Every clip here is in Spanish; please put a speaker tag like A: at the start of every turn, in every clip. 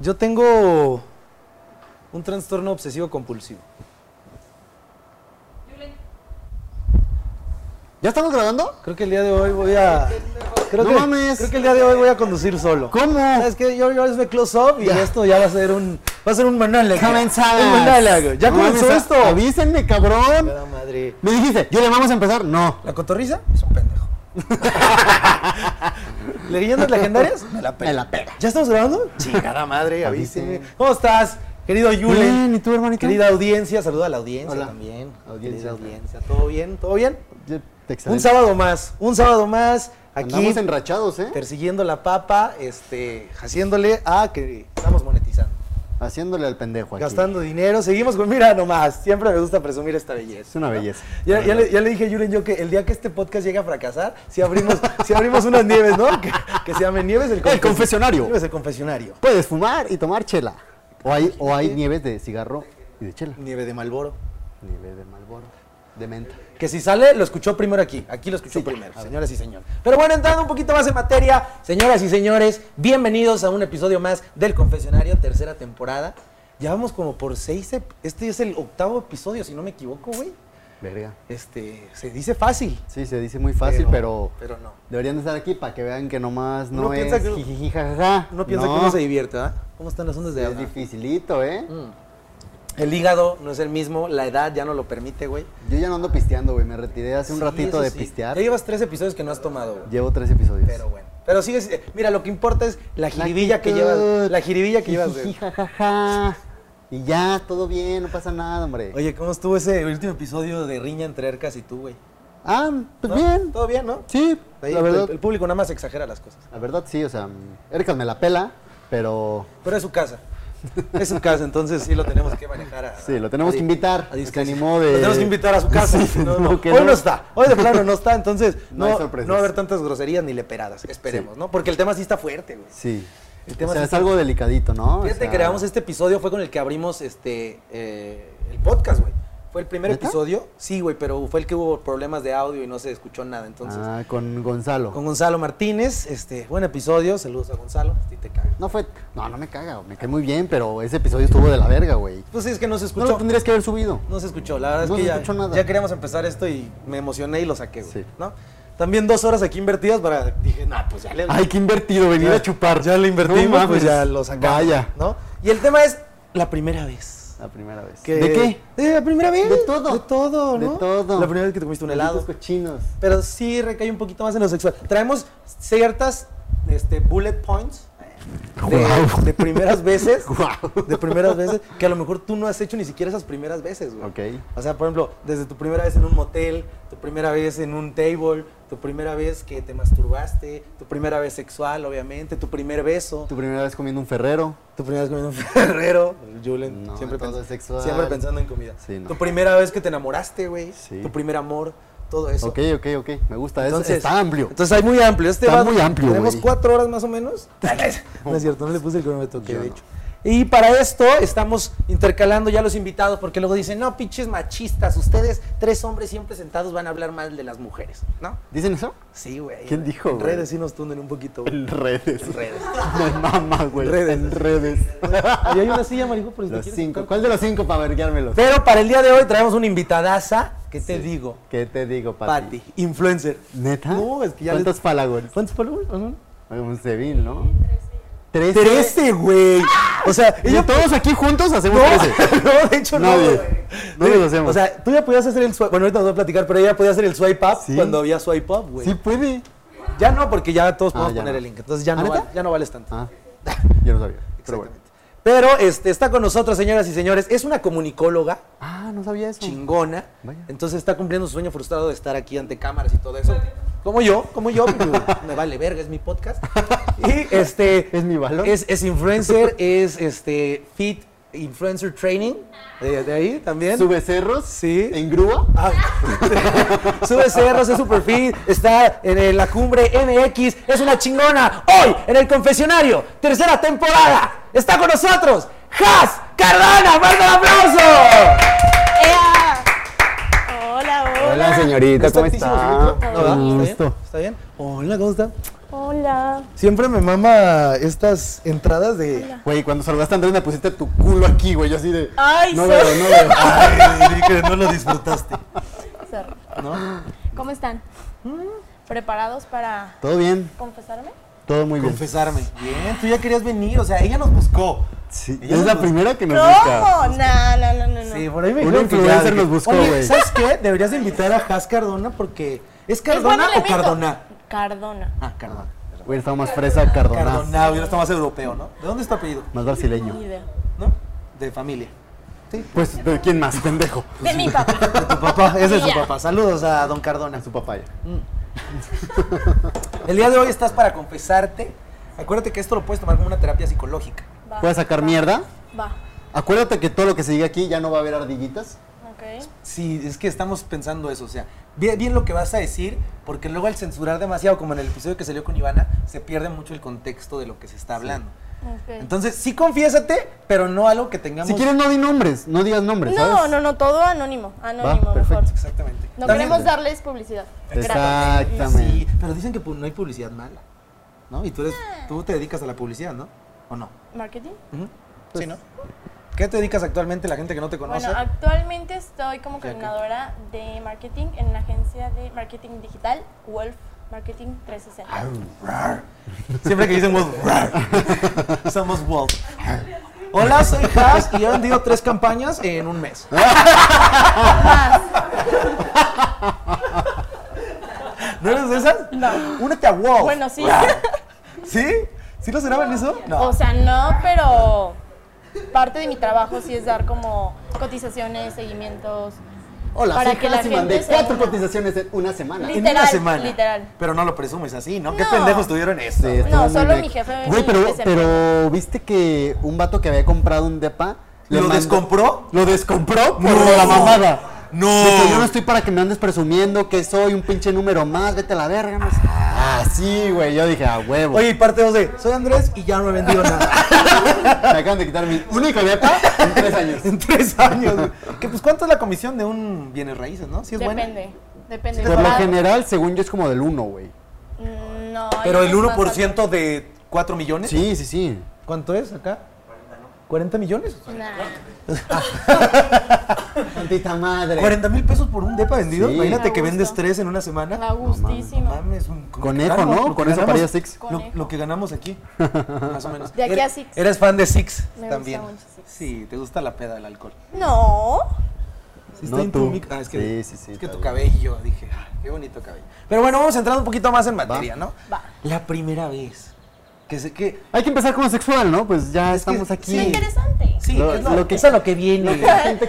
A: Yo tengo un trastorno obsesivo compulsivo.
B: ¿Ya estamos grabando?
A: Creo que el día de hoy voy a. Creo
B: No
A: que,
B: mames.
A: Creo que el día de hoy voy a conducir solo.
B: ¿Cómo?
A: Es que yo, yo es de close up y
B: Ya.
A: esto ya va a ser un. Va a ser un monólogo.
B: Comenzamos.
A: Un monólogo. Ya
B: No
A: comenzó
B: mames,
A: esto.
B: Avísenme, cabrón.
A: Pero madre.
B: Me dijiste, yo le vamos a empezar. No.
A: ¿La cotorriza? Es un pendejo. ¿Leyendas legendarias? Me la pela.
B: Me la pela.
A: ¿Ya estamos grabando? Chingada madre, avísenme. ¿Cómo estás, querido Yulen?
B: Bien, ¿y tú, hermanito?
A: Querida audiencia, saluda a la audiencia
B: Hola.
A: también.
B: Audiencia.
A: Querida audiencia. ¿Todo bien? ¿Todo bien?
B: Yo-
A: Un
B: Excelente.
A: sábado más, un sábado más, aquí
B: Andamos enrachados, ¿eh?
A: persiguiendo la papa, este, haciéndole a que estamos monetizando,
B: Haciéndole al pendejo aquí.
A: gastando dinero, seguimos con, mira nomás, siempre me gusta presumir esta belleza.
B: Es una belleza.
A: Ya, ya le, ya le dije a Yuren yo que el día que este podcast llegue a fracasar, si abrimos, si abrimos unas nieves, ¿no? Que, que se llamen nieves el,
B: El confesionario.
A: Nieves el confesionario.
B: Puedes fumar y tomar chela. O hay, o hay nieves de cigarro y de chela.
A: Nieve de Malboro.
B: Nieve de malboro. De menta.
A: Que si sale, lo escuchó primero aquí. Aquí lo escuchó primero, señoras y señores. Pero bueno, entrando un poquito más en materia, señoras y señores, bienvenidos a un episodio más del Confesionario, tercera temporada. Ya vamos como por seis. ep- Este es el octavo episodio, si no me equivoco, güey.
B: Verga.
A: Este, se dice fácil.
B: Sí, se dice muy fácil, pero,
A: Pero no.
B: deberían de estar aquí para que vean que nomás no
A: Uno
B: es
A: piensa que-
B: jijiji, jajaja.
A: No piensa que uno se divierte, ¿verdad? ¿Cómo están las ondas de
B: Es
A: habla?
B: dificilito, ¿eh?
A: Mm. El hígado no es el mismo, la edad ya no lo permite, güey.
B: Yo ya no ando pisteando, güey. Me retiré hace un
A: Sí,
B: ratito
A: eso
B: de
A: sí.
B: pistear.
A: Ya llevas tres episodios que no has tomado, güey.
B: Llevo tres episodios.
A: Pero bueno. Pero sigues. eh, Mira, lo que importa es la jiribilla que
B: actitud.
A: llevas. La jiribilla que llevas.
B: Jijiji,
A: güey.
B: jajaja. Y ya, todo bien, no pasa nada, hombre.
A: Oye, ¿cómo estuvo ese último episodio de riña entre Ercas y tú, güey?
B: Ah, pues
A: ¿No?
B: bien.
A: ¿Todo bien, no?
B: Sí,
A: Ahí
B: la
A: el-
B: verdad.
A: El, público nada más exagera las cosas.
B: La verdad sí, o sea, mm, Erika me la pela, pero
A: Pero es su casa. Es su casa, entonces sí lo tenemos que manejar. A,
B: sí, lo tenemos
A: a-
B: que invitar.
A: a
B: Se
A: discreción.
B: animó de-
A: Lo tenemos que invitar a su casa.
B: Sí,
A: no,
B: no,
A: no.
B: que
A: Hoy no.
B: no.
A: está. Hoy de plano no está, entonces
B: No
A: no,
B: hay
A: no,
B: sorpresas.
A: va a haber tantas groserías ni leperadas. Esperemos,
B: Sí.
A: ¿no? Porque el tema sí está fuerte, güey.
B: Sí.
A: El tema
B: o sea,
A: sí
B: es algo delicadito, ¿no? O
A: Fíjate
B: sea,
A: que grabamos este episodio, fue con el que abrimos este eh, el podcast, güey. Fue el primer
B: ¿Neta?
A: episodio, sí, güey, pero fue el que hubo problemas de audio y no se escuchó nada. Entonces,
B: Ah, con Gonzalo.
A: con Gonzalo Martínez, este, buen episodio, saludos a Gonzalo, a ti te caga.
B: No fue. No, no me caga, me cae muy bien, pero ese episodio estuvo de la verga, güey.
A: Pues sí, es que no se
B: No
A: escuchó.
B: lo
A: No,
B: tendrías que haber subido.
A: se escuchó, la verdad
B: No
A: es
B: se
A: que ya,
B: escuchó nada.
A: ya queríamos empezar esto y me emocioné y lo saqué, güey,
B: Sí.
A: ¿no? También dos horas aquí invertidas para, dije, no, pues ya le...
B: Ay, qué invertido, venir
A: Ya-
B: a chupar.
A: Ya lo
B: No
A: invertimos,
B: mames.
A: pues ya lo sacamos,
B: Vaya.
A: ¿no? Y el tema es la primera vez.
B: La primera vez.
A: que-
B: ¿De qué?
A: De la primera vez.
B: De todo.
A: De todo, ¿no?
B: De todo.
A: La primera vez que te comiste un helado.
B: Malditos cochinos.
A: Pero sí recae un poquito más en lo sexual. Traemos ciertas este, bullet points de,
B: Guau.
A: de primeras veces.
B: Guau.
A: De primeras veces que a lo mejor tú no has hecho ni siquiera esas primeras veces, güey.
B: Ok.
A: O sea, por ejemplo, desde tu primera vez en un motel, tu primera vez en un table, tu primera vez que te masturbaste, tu primera vez sexual, obviamente, tu primer beso.
B: Tu primera vez comiendo un ferrero.
A: Tu primera vez comiendo un ferrero, Julen,
B: No,
A: siempre,
B: todo
A: pens-
B: es sexual.
A: siempre pensando en comida.
B: Sí, no.
A: Tu primera vez que te enamoraste, güey.
B: Sí.
A: Tu primer amor, todo eso.
B: Ok, ok, ok. Me gusta. es- está amplio.
A: Entonces hay muy amplio. Este
B: Está
A: va-
B: muy amplio,
A: Tenemos
B: güey.
A: cuatro horas más o menos. no es cierto, no le puse el cronómetro que
B: Yo
A: de
B: no.
A: hecho. Y para esto estamos intercalando ya los invitados porque luego dicen, no, pinches machistas, ustedes tres hombres siempre sentados van a hablar mal de las mujeres, ¿no?
B: ¿Dicen eso?
A: Sí, güey.
B: ¿Quién dijo,
A: En
B: güey?
A: redes sí nos tunden un poquito, güey.
B: En redes.
A: En redes.
B: Me mama, güey.
A: Redes.
B: En redes.
A: Ahí hay una silla, marico, por si te
B: Los
A: quieres
B: cinco.
A: sentar.
B: ¿Cuál de los cinco para vergueármelos?
A: Pero para el día de hoy traemos una invitadaza, que te digo,
B: ¿Qué te digo, Pati?
A: Patti, influencer.
B: ¿Neta?
A: No, es que ya
B: ¿Cuántos
A: les-
B: followers?
A: ¿Cuántos followers? Ajá.
B: Un civil, ¿no? Trece.
A: Trece, güey. O sea,
B: Y
A: ella
B: todos aquí juntos hacemos trece.
A: no, no, de hecho no.
B: Nadie.
A: güey.
B: No los hacemos.
A: O sea, tú ya podías hacer el swipe. Bueno, ahorita nos voy a platicar, pero ella podía hacer el swipe up
B: Sí.
A: cuando había swipe up, güey.
B: Sí puede.
A: Ya no, porque ya todos
B: Ah,
A: podemos
B: ya
A: poner
B: no.
A: el link. Entonces ya
B: ¿Ah,
A: no,
B: neta?
A: val- ya no vales tanto.
B: Ah, yo no sabía. Pero bueno.
A: Exactamente. Pero este, está con nosotros, señoras y señores. Es una comunicóloga.
B: Ah, no sabía eso.
A: chingona.
B: Mm. Vaya.
A: Entonces está cumpliendo su sueño frustrado de estar aquí ante cámaras y todo eso. Como yo, como yo, me vale verga, es mi podcast. Y este.
B: Es mi valor.
A: Es, es influencer, es este fit influencer training. eh, De, de ahí también.
B: ¿Sube cerros?
A: Sí.
B: ¿En grúa?
A: Ah. Sube cerros, es super fit, está en eh, la cumbre MX, es una chingona. Hoy, en el confesionario, tercera temporada, está con nosotros, Has Cardona, ¡Fuerte el aplauso!
C: ¡Ea! Hola, hola.
B: señorita,
A: altísimo, señorita.
C: ¿Todo
A: ¿No,
B: Un
A: va? ¿Está bien?
B: gusto.
A: ¿Está bien? Hola, ¿cómo está?
C: Hola.
A: Siempre me mama estas entradas de.
B: Güey, cuando saludaste a Andrés me pusiste tu culo aquí, güey. Yo así de.
C: Ay,
B: no
C: sí.
B: veo, no veo.
A: Ay, di que no lo disfrutaste.
C: Sorry.
A: ¿No?
C: ¿Cómo están? ¿Preparados para
B: Todo bien,
C: confesarme?
B: todo muy bien.
A: Confesarme. Bien, tú ya querías venir, o sea, ella nos buscó.
B: Sí,
A: Ella
B: es
A: nos
B: la
A: bus-
B: primera que nos busca.
C: No, no, no, no, no.
A: Sí, por ahí me
B: Un
A: dijeron que
B: influencer
A: ya-
B: nos buscó,
A: Oye,
B: güey.
A: ¿Sabes qué? Deberías de invitar a Has Cardona porque. ¿Es
C: ¿Es buen
A: Cardona o
C: elemento?
A: Cardona?
C: Cardona.
A: Ah, Cardona.
B: Güey, estaba más fresa, Cardona.
A: Cardona, hubiera estado más europeo, ¿no? ¿De dónde está apellido?
B: Más
C: Ni
B: brasileño.
C: idea.
A: ¿No? De familia. Sí.
B: Pues, ¿de quién más, pendejo?
C: De mi papá.
A: De tu papá, ese es su
C: Ya.
A: papá. Saludos a don Cardona.
B: Su papaya.
A: El día de hoy estás para confesarte. Acuérdate que esto lo puedes tomar como una terapia psicológica.
C: Va,
B: ¿Puedes sacar
C: va,
B: mierda?
C: Va.
B: Acuérdate que todo lo que se diga aquí ya no va a haber ardillitas.
C: Ok.
A: Sí, es que estamos pensando eso, o sea, bien, bien lo que vas a decir, porque luego al censurar demasiado, como en el episodio que salió con Ivana, se pierde mucho el contexto de lo que se está hablando.
C: Ok.
A: Entonces, sí confiésate, pero no algo que tengamos...
B: Si quieres, no di nombres, no digas nombres,
C: no,
B: ¿sabes?
C: no, no, todo anónimo. Anónimo, mejor.
B: perfecto.
A: Exactamente.
C: No
A: También-
C: queremos darles publicidad. Gratis.
B: Exactamente.
A: Sí, pero dicen que pu- no hay publicidad mala, ¿no? Y tú, eres,
C: Ah.
A: tú te dedicas a la publicidad, ¿no? ¿O no?
C: ¿Marketing?
A: Ujú. sí, ¿no? ¿Qué te dedicas actualmente la gente que no te conoce?
C: Bueno, actualmente estoy como
A: Ya que-
C: coordinadora de marketing en la agencia de marketing digital Wolf Marketing 360.
A: Siempre que dicen Wolf, somos Wolf. Hola, soy Has y he vendido tres campañas en un mes. ¿No eres de esas?
C: No.
A: Únete a Wolf.
C: Bueno, sí.
A: ¿Sí? ¿Sí lo sonaban eso?
C: O sea, no, pero parte de mi trabajo sí es dar como cotizaciones, seguimientos.
B: Hola,
C: para
B: soy
C: que la
B: Hansi, mandé
C: gente se
B: cuatro
C: una.
B: cotizaciones en una semana.
C: Li-
A: en una
C: literal,
A: semana.
C: literal.
A: Pero no lo presumes así, ¿no? ¿Qué
C: No.
A: pendejos tuvieron eso?
B: Sí, estuvo
C: No,
B: muy
C: solo
B: naco.
C: mi jefe
B: Güey,
C: y
B: pero,
C: ese
B: pero viste que un vato que había comprado un depa. le
A: ¿Lo
B: mandó-
A: descompró?
B: Lo descompró por
A: No.
B: la mamada.
A: No.
B: De que yo no estoy para que me andes presumiendo que soy un pinche número más, vete a la verga. no sé. Ah, sí, güey. Yo dije, a huevo.
A: Oye, y parte 2 de, soy Andrés y ya no he vendido nada.
B: me acaban de quitar mi único depa en tres años.
A: en tres años. güey. Que pues, ¿cuánto es la comisión de un bienes raíces, no? Sí es buena.
C: Depende, depende.
B: Por lo
C: Ah,
B: general, según yo, es como del 1, güey.
C: mm, No.
A: Pero
C: hay
A: el
C: unos más
A: 1% de 4 millones.
B: Sí, sí, sí.
A: ¿Cuánto es acá? 40 millones.
C: altos. Nah.
B: Tantita madre.
A: 40 mil pesos por un depa vendido.
B: Sí.
A: Imagínate
C: A
A: que vendes
C: gusto.
A: tres en una semana.
C: A gustísimo.
A: Mames, un con
B: Conejo, ¿no? Con eso paría Six.
A: Lo,
C: Conejo.
A: lo que ganamos aquí, más o menos.
C: De aquí
A: Era-
C: a Six.
A: Eres fan de Six
C: Me gusta
A: también.
C: mucho Six.
A: Sí, te gusta la peda, el alcohol.
C: No.
A: Sí,
B: No
A: está en tu
B: tú.
A: mic- ah, es que,
B: Sí, sí, sí,
A: es que
B: está
A: tu
B: bien.
A: cabello, dije, ah, qué bonito cabello. Pero bueno, vamos entrando un poquito más en materia, ¿no?
C: Va.
A: La primera vez. Que sé que.
B: Hay que empezar como sexual, ¿no? Pues ya
A: que-
B: estamos aquí.
A: sí.
C: Interesante.
A: Sí,
B: Lo-
A: que es lo,
B: lo que-
A: que, es a lo que viene.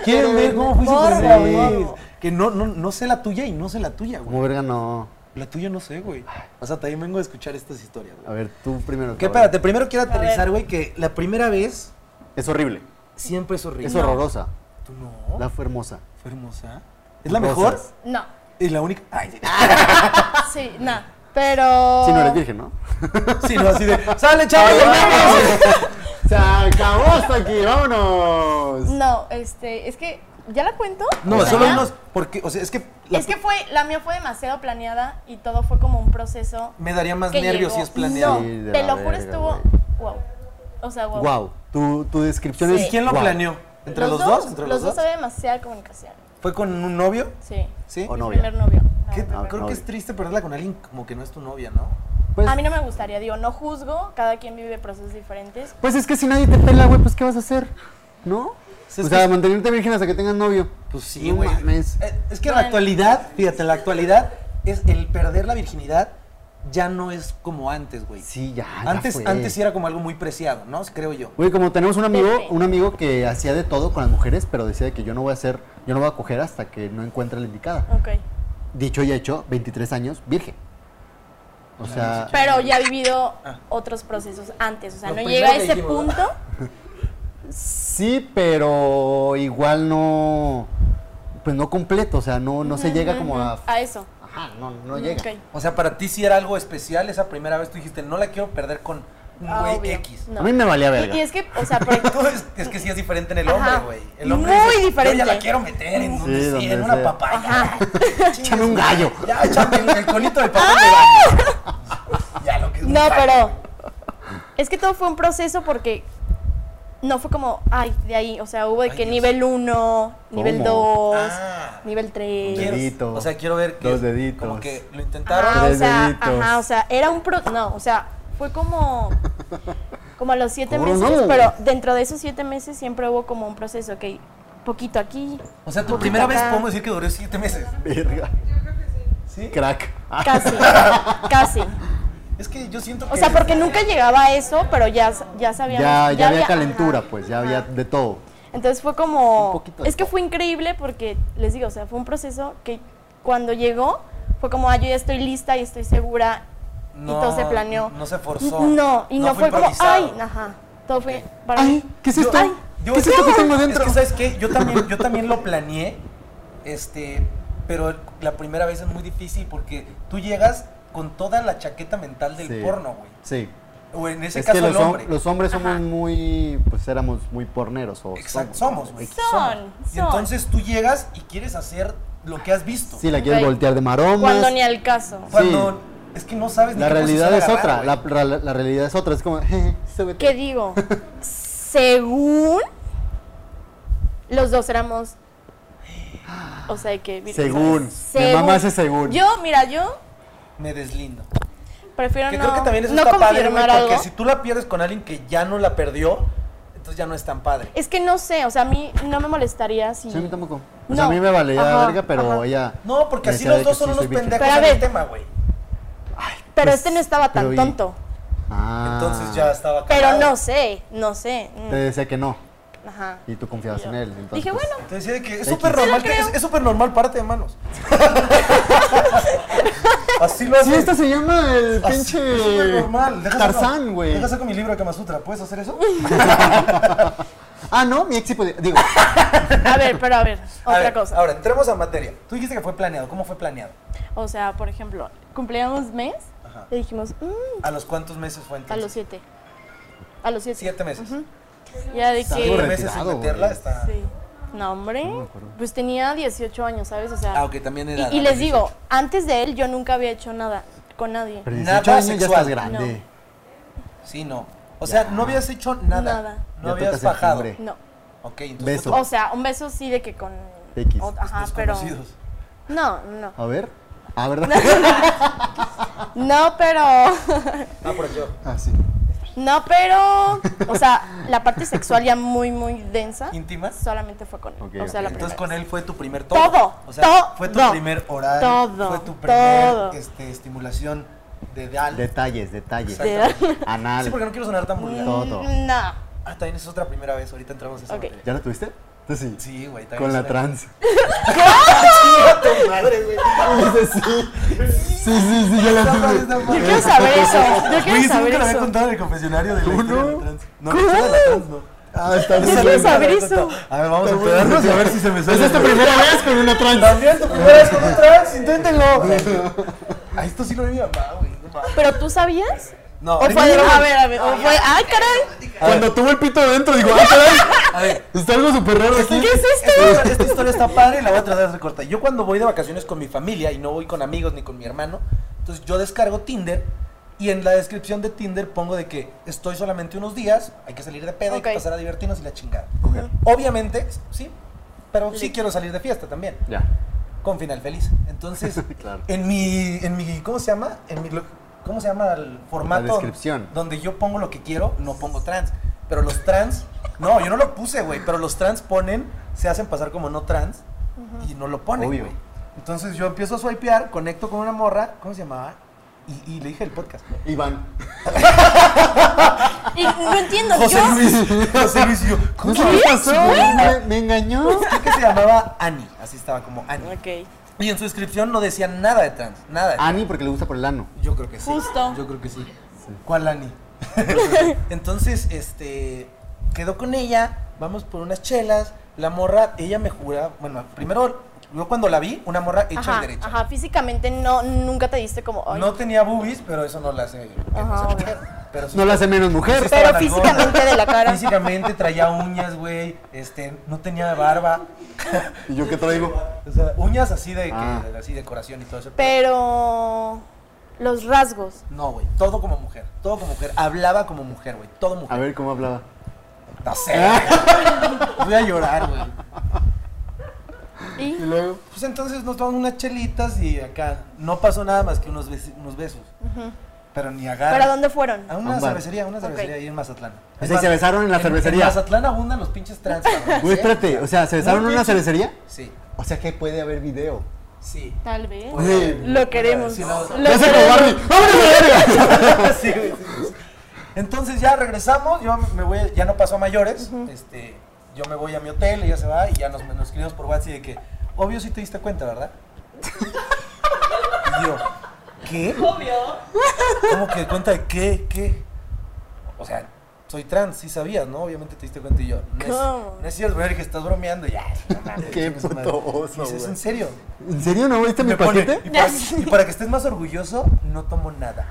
A: Quieren ver cómo fuiste
C: Morbo,
A: por la vez.
C: morbo.
A: Que no, no, no sé la tuya y no sé la tuya, güey.
B: Como verga, no.
A: La tuya no sé, güey. O sea, también vengo a escuchar estas historias,
B: A
A: güey.
B: ver, tú primero.
A: Que
B: cabrón.
A: espérate, primero quiero
C: ver.
A: aterrizar, güey, que la primera vez
B: Es horrible.
A: siempre es horrible.
B: Es horrorosa.
A: Tú no.
B: La fue hermosa.
A: Fue hermosa. ¿Es la
B: Rosas.
A: mejor?
C: No.
A: Y la única. Ay, sí. Ah,
C: Sí, no. Pero.
B: Si no eres virgen, ¿no?
A: Sí, no, así de. ¡Sale, chaval! nos vemos!
B: Se acabó hasta aquí, vámonos.
C: No, este, es que. ¿Ya la cuento?
A: No,
C: O sea,
A: solo
C: ya-
A: unos. Porque, o sea, es que. la-
C: Es que fue, la mía fue demasiado planeada y todo fue como un proceso.
A: Me daría más
C: que
A: nervios
C: llegó.
A: si es planeado.
C: No,
B: Sí, de
C: te
B: la
C: lo juro,
B: verga,
C: estuvo
B: güey.
C: wow. O sea, wow.
B: Wow, tu, tu descripción
C: Sí.
B: es.
A: ¿Y quién lo
B: guau.
A: planeó? ¿Entre los, dos? ¿Entre los, dos?
C: había demasiada comunicación.
A: ¿Fue con un novio?
C: Sí.
A: ¿Sí?
B: ¿O
C: Mi
B: novia?
C: primer novio. No,
A: ¿Qué-
C: mi primer
B: Ah,
A: creo
B: novio.
A: que es triste perderla con alguien como que no es tu novia, ¿no?
B: Pues,
C: novio. A mí no me gustaría, digo, no juzgo, cada quien vive procesos diferentes.
B: pues es que si nadie te pela, güey, pues ¿qué vas a hacer? ¿No?
A: Sí, Pues es
B: o sea,
A: que-
B: mantenerte virgen hasta que tengas novio.
A: Pues sí,
B: No
A: güey.
B: mames.
A: Eh, es que en la
C: Bueno.
A: actualidad, fíjate, en la actualidad es el perder la virginidad ya no es como antes, güey.
B: Sí, ya. ya
A: antes,
B: fue.
A: antes sí era como algo muy preciado, ¿no? Creo yo.
B: Güey, como tenemos un amigo,
C: Pepe.
B: un amigo que hacía de todo con las mujeres, pero decía de que yo no voy a hacer, yo no voy a coger hasta que no encuentre la indicada.
C: Ok.
B: Dicho y hecho, 23 años, virgen. O sea,
C: Pero ya he vivido
A: Ah.
C: otros procesos antes, o sea,
A: Lo
C: no
A: primero
C: llega a
A: que
C: ese
A: dijimos,
C: punto.
A: ¿verdad?
B: sí, pero igual no, pues no completo, o sea, no, no se llega como a...
C: A eso.
B: Ajá, no, no llega.
C: Ok.
A: O sea, para ti sí era algo especial esa primera vez. Tú dijiste, no la quiero perder con un
C: Ah,
A: güey
C: obvio.
A: X.
C: No.
B: A mí me valía verga.
C: Y, y es que, o sea, por-
A: Tú es, es que sí es diferente en el hombre,
C: Ajá.
A: güey. El hombre
C: Muy
A: dice, Yo
C: diferente.
A: ya la quiero meter en, donde
B: Sí,
A: sea,
B: donde
A: en una
B: sea.
A: papaya.
C: Ajá.
A: Chingues,
B: Échame un gallo.
A: Ya, échame el, el conito del papel de baño. Ya lo
C: ¡Ah! No, pero es que todo fue un proceso porque no fue como, ay, de ahí, o sea, hubo de
A: Ay,
C: que
A: Dios.
C: nivel 1, nivel 2,
A: Ah.
C: nivel 3.
A: Quiero-
B: dedito,
A: o sea, quiero ver que
B: dos deditos.
A: como que lo intentaron.
C: Ajá, o
B: Tres
C: sea,
B: deditos.
C: ajá, o sea, era un pro, no, o sea, fue como como a los siete
B: ¿Cómo
C: meses,
B: no?
C: pero dentro de esos siete meses siempre hubo como un proceso, ok, poquito aquí,
A: o sea, tu primera vez
C: acá.
A: podemos decir que duró siete meses.
B: Verga.
A: ¿Sí?
B: Crack. Ah,
C: casi, casi.
A: Es que yo siento que.
C: O sea, porque nunca llegaba a eso, pero ya, ya sabíamos.
B: ya, ya había calentura,
C: ajá,
B: pues, ya
C: ajá.
B: había de todo.
C: Entonces fue como.
B: Un poquito de
C: es que
B: todo.
C: fue increíble porque, les digo, o sea, fue un proceso que cuando llegó fue como, ah, yo ya estoy lista y estoy segura y todo se planeó.
A: No se forzó.
C: No, y no, fue, como,
A: improvisado.
C: ay, ajá. Todo fue para
B: Ay,
C: mí.
B: ¿qué es
A: Yo-
B: esto?
A: ay, yo-
B: ¿Qué es esto que
A: yo-
B: tengo
A: es
B: dentro?
A: que, ¿sabes qué? Yo también, yo también lo planeé, este, pero la primera vez es muy difícil porque tú llegas con toda la chaqueta mental del
B: Sí.
A: porno, güey.
B: Sí.
A: O en ese
B: Es
A: caso
B: que los,
A: el
B: hom-
A: hombre.
B: los hombres somos
C: Ajá.
B: muy, pues éramos muy porneros. O
A: Exacto, somos, güey.
C: Son,
A: Y
C: son.
A: entonces tú llegas y quieres hacer lo que has visto.
B: Sí, la quieres
C: Ok.
B: voltear de maromas.
C: Cuando ni al caso.
A: Cuando es que no sabes ni
B: La
A: qué
B: realidad es
A: posición
B: otra,
A: agarrar,
B: la,
A: güey.
B: la- la realidad es otra, es como, jeje, súbete.
C: ¿Qué digo? Según los dos éramos. O sea, de que.
B: Según. Mi mamá hace según.
C: Yo, mira, yo
A: Me deslindo.
C: prefiero
A: Que
C: no.
A: creo que también eso
C: no
A: está padre, güey,
C: confirmar
A: porque
C: algo.
A: si tú la pierdes con alguien que ya no la perdió, entonces ya no es tan padre.
C: Es que no sé, o sea, a mí no me molestaría si.
B: Sí, a mí tampoco. O sea, a
C: No.
B: mí me valía
C: Ajá,
B: verga, pero
C: ajá.
B: ella...
A: No, porque
B: me
A: así
B: decía de
A: los dos
B: que
A: son
B: sí,
A: unos
B: soy virgen.
A: pendejos
C: Pero a
A: en el
C: ver.
A: tema, güey.
C: pero
B: Pues,
C: este no estaba tan
B: pero y-
C: tonto.
B: Ah.
A: Entonces ya estaba
C: Pero
A: cagado.
C: no sé, no sé. mm,
B: Te decía que no,
C: Ajá.
B: y tú confiabas en él. entonces,
C: Dije,
B: pues,
C: bueno,
A: Te decía de eh, que es
B: X.
A: súper
B: Se lo
A: normal, que-
C: creo.
A: es es súper normal parte de manos. Así lo haces.
B: Sí, esta se llama el
A: Así- es súper
B: pinche
A: normal. Deja saco-
B: Tarzán, güey.
A: Deja saco mi libro de Kama Sutra. ¿Puedes hacer eso?
B: Ah, no, mi ex sí podía. Digo,
C: a ver, pero a ver,
A: A
C: otra
A: ver,
C: cosa.
A: Ahora, entremos a materia. Tú dijiste que fue planeado. ¿Cómo fue planeado?
C: O sea, por ejemplo, cumplíamos mes,
A: Ajá.
C: le dijimos, mm,
A: ¿A los cuántos meses fue entonces?
C: a los siete. A los siete.
A: Siete meses.
C: Ya de
B: Está
A: Siete
B: Algo
C: que.
A: meses sin
B: retirado, güey.
A: meterla está...
C: Sí. No, hombre.
B: No me acuerdo.
C: pues tenía 18 años, ¿sabes? O sea.
A: Ah, ok, también era...
C: y, y les digo, antes de él yo nunca había hecho nada con nadie.
B: pero
A: Nada
B: 18 años ya
A: sexual.
B: estás grande.
A: Sí, no. O sea, no habías hecho nada.
C: Nada.
A: No
B: Ya
A: habías
B: tocas el
A: bajado.
B: timbre.
C: No.
A: Ok, entonces...
B: Beso.
A: fue
C: O sea, un beso sí de que con.
B: X.
C: o-
A: tus
C: ajá, pero.
A: Pues desconocidos.
C: No, no.
B: A ver. Ah, ¿verdad?
C: No, pero.
A: Ah, por aquí.
B: ah, sí.
C: No, pero. O sea, la parte sexual ya muy, muy
B: Ah.
C: densa.
A: ¿Íntima?
C: Solamente fue con él.
B: Ok,
C: o sea,
B: ok.
C: la
A: Entonces
C: primera
A: con él fue tu primer todo.
C: Todo,
A: O sea, fue tu
C: todo,
A: primer oral.
C: todo,
A: Fue tu primer
C: todo.
A: este, estimulación de dal.
B: Detalles, detalles.
A: Exacto.
C: Exacto.
B: Anal.
A: Sí, porque no quiero sonar tan vulgar.
B: Mm.
C: vez.
B: todo.
C: No.
A: Ah, también es otra primera vez. Ahorita entramos a esa
C: Ok.
A: materia.
B: ¿Ya lo tuviste? Tú sí.
A: Sí, güey. también
B: Con
A: es
B: la
A: una-
B: trans.
A: ¡Chinga tu madre, güey!
B: Dice, sí. Sí, sí, sí, ya la
A: Esa
B: tuve.
A: madre, esa
C: Yo
A: madre.
C: quiero saber eso. Yo
A: Güey,
C: quiero
A: eso nunca
C: saber
A: lo había
C: eso.
A: contado en el confesionario de la
B: ¿Cómo
A: historia de la
B: no?
A: trans. No, la historia de la trans no.
B: Ah, está
C: Yo
B: bien.
C: quiero
A: Nunca
B: Está
C: saber
A: la había
C: eso.
A: contado. A ver, vamos a
B: bueno.
A: empezarnos y a ver si se me sale.
B: Esa es tu primera vez con una trans.
A: También tu primera vez con un trans, inténtenlo. Ah, esto sí lo vi mi mamá, güey. no mames.
C: ¿Pero tú sabías?
A: No,
C: O
A: ahorita
C: fue,
A: ya-
C: a ver, a ver, o fue, ay, caray,
B: Cuando tuvo el pito dentro, digo, ah, caray.
A: A ver,
B: Está algo súper raro aquí.
C: ¿qué es esto?
A: Esta, esta historia está padre y la voy a tratar de corta. Yo cuando voy de vacaciones con mi familia y no voy con amigos ni con mi hermano, entonces yo descargo Tinder y en la descripción de Tinder pongo de que estoy solamente unos días, hay que salir de pedo, hay
C: Ok.
A: que pasar a divertirnos y la chingada.
B: Coger.
A: Obviamente, sí, pero sí
C: Sí.
A: quiero salir de fiesta también,
B: Ya.
A: con final feliz. Entonces,
B: Claro.
A: en mi, en mi, ¿cómo se llama? En mi, lo- ¿cómo se llama el formato?
B: descripción.
A: Donde yo pongo lo que quiero, no pongo trans. Pero los trans, no, yo no lo puse, güey. Pero los trans ponen, se hacen pasar como no trans y no lo ponen,
B: Obvio.
A: güey. Entonces yo empiezo a swipear, conecto con una morra, ¿cómo se llamaba? Y, y le dije el podcast.
B: Iván.
C: Y no entiendo,
A: José
C: yo,
A: Luis, José Luis y yo, ¿cómo se llama?
B: pasó? Me, me engañó.
A: Creo que se llamaba Ani, así estaba como Ani.
C: Ok.
A: Y en su inscripción no decía nada de trans, nada. de
B: Ani porque le gusta por el ano.
A: Yo creo que sí.
C: Justo.
A: Yo creo que sí. ¿Cuál Ani? Entonces, este, quedó con ella, vamos por unas chelas, la morra, ella me jura, bueno, primero, yo cuando la vi, una morra hecha
C: Ajá,
A: al derecho.
C: ajá, físicamente no, nunca te diste como, ay,
A: No tenía boobies, pero eso no la hace. que no
C: Ajá,
A: sea
C: obvio.
A: mujer, pero sí-
B: No la hace menos
A: sí
B: mujer.
A: estaba
C: Pero
A: nalgona.
C: físicamente de la cara.
A: Físicamente traía uñas, güey, este, no tenía barba,
B: ¿Y yo qué traigo?
A: o sea, uñas así de, que-
B: Ah.
A: así decoración y todo eso.
C: pero Los rasgos.
A: No, güey. Todo como mujer. Todo como mujer. Hablaba como mujer, güey. Todo mujer.
B: A ver cómo hablaba.
A: No sé. Voy a llorar, güey.
C: Y
B: luego.
A: Pues entonces nos tomamos unas chelitas y acá no pasó nada más que unos, bes- unos besos. Pero ni agarra.
C: ¿Para dónde fueron?
A: A
B: A
A: una
B: un bar.
A: cervecería, a una
C: Ok.
A: cervecería ahí en Mazatlán.
B: O sea, ¿y se besaron en la cervecería?
A: En Mazatlán abundan los pinches trans. cabrón,
B: Güey,
A: ¿eh?
B: espérate, o sea, ¿se besaron en
A: Muy
B: una
A: pinche-
B: cervecería?
A: Sí,
B: O sea que puede haber video.
A: sí.
C: Tal vez.
A: pues
B: Güey.
C: Lo queremos.
A: Sí, no.
C: Lo
B: Ya se
C: queremos.
B: como Barbie. ¡Vámonos a la verga!
A: Sí, güey, sí, sí. Entonces ya regresamos, yo me voy, ya no pasó a mayores, este, yo me voy a mi hotel, ella se va y ya nos, nos escribimos por WhatsApp y de que, obvio si te diste cuenta, ¿verdad? Y yo, ¿qué? Obvio. ¿Cómo que cuenta de qué? ¿Qué? O sea, soy trans, sí sabías, ¿no? Obviamente te diste cuenta y yo, no
C: ¿Cómo?
A: es, no es cierto, pero que estás bromeando y ya. no mames,
B: Qué
A: chingas madre.
B: puto oso,
A: Y dices,
B: güey.
A: ¿en serio?
B: ¿En serio no viste mi
A: Me pone,
B: paquete?
A: y, para,
C: Ya sé.
A: y para que estés más orgulloso, no tomo nada.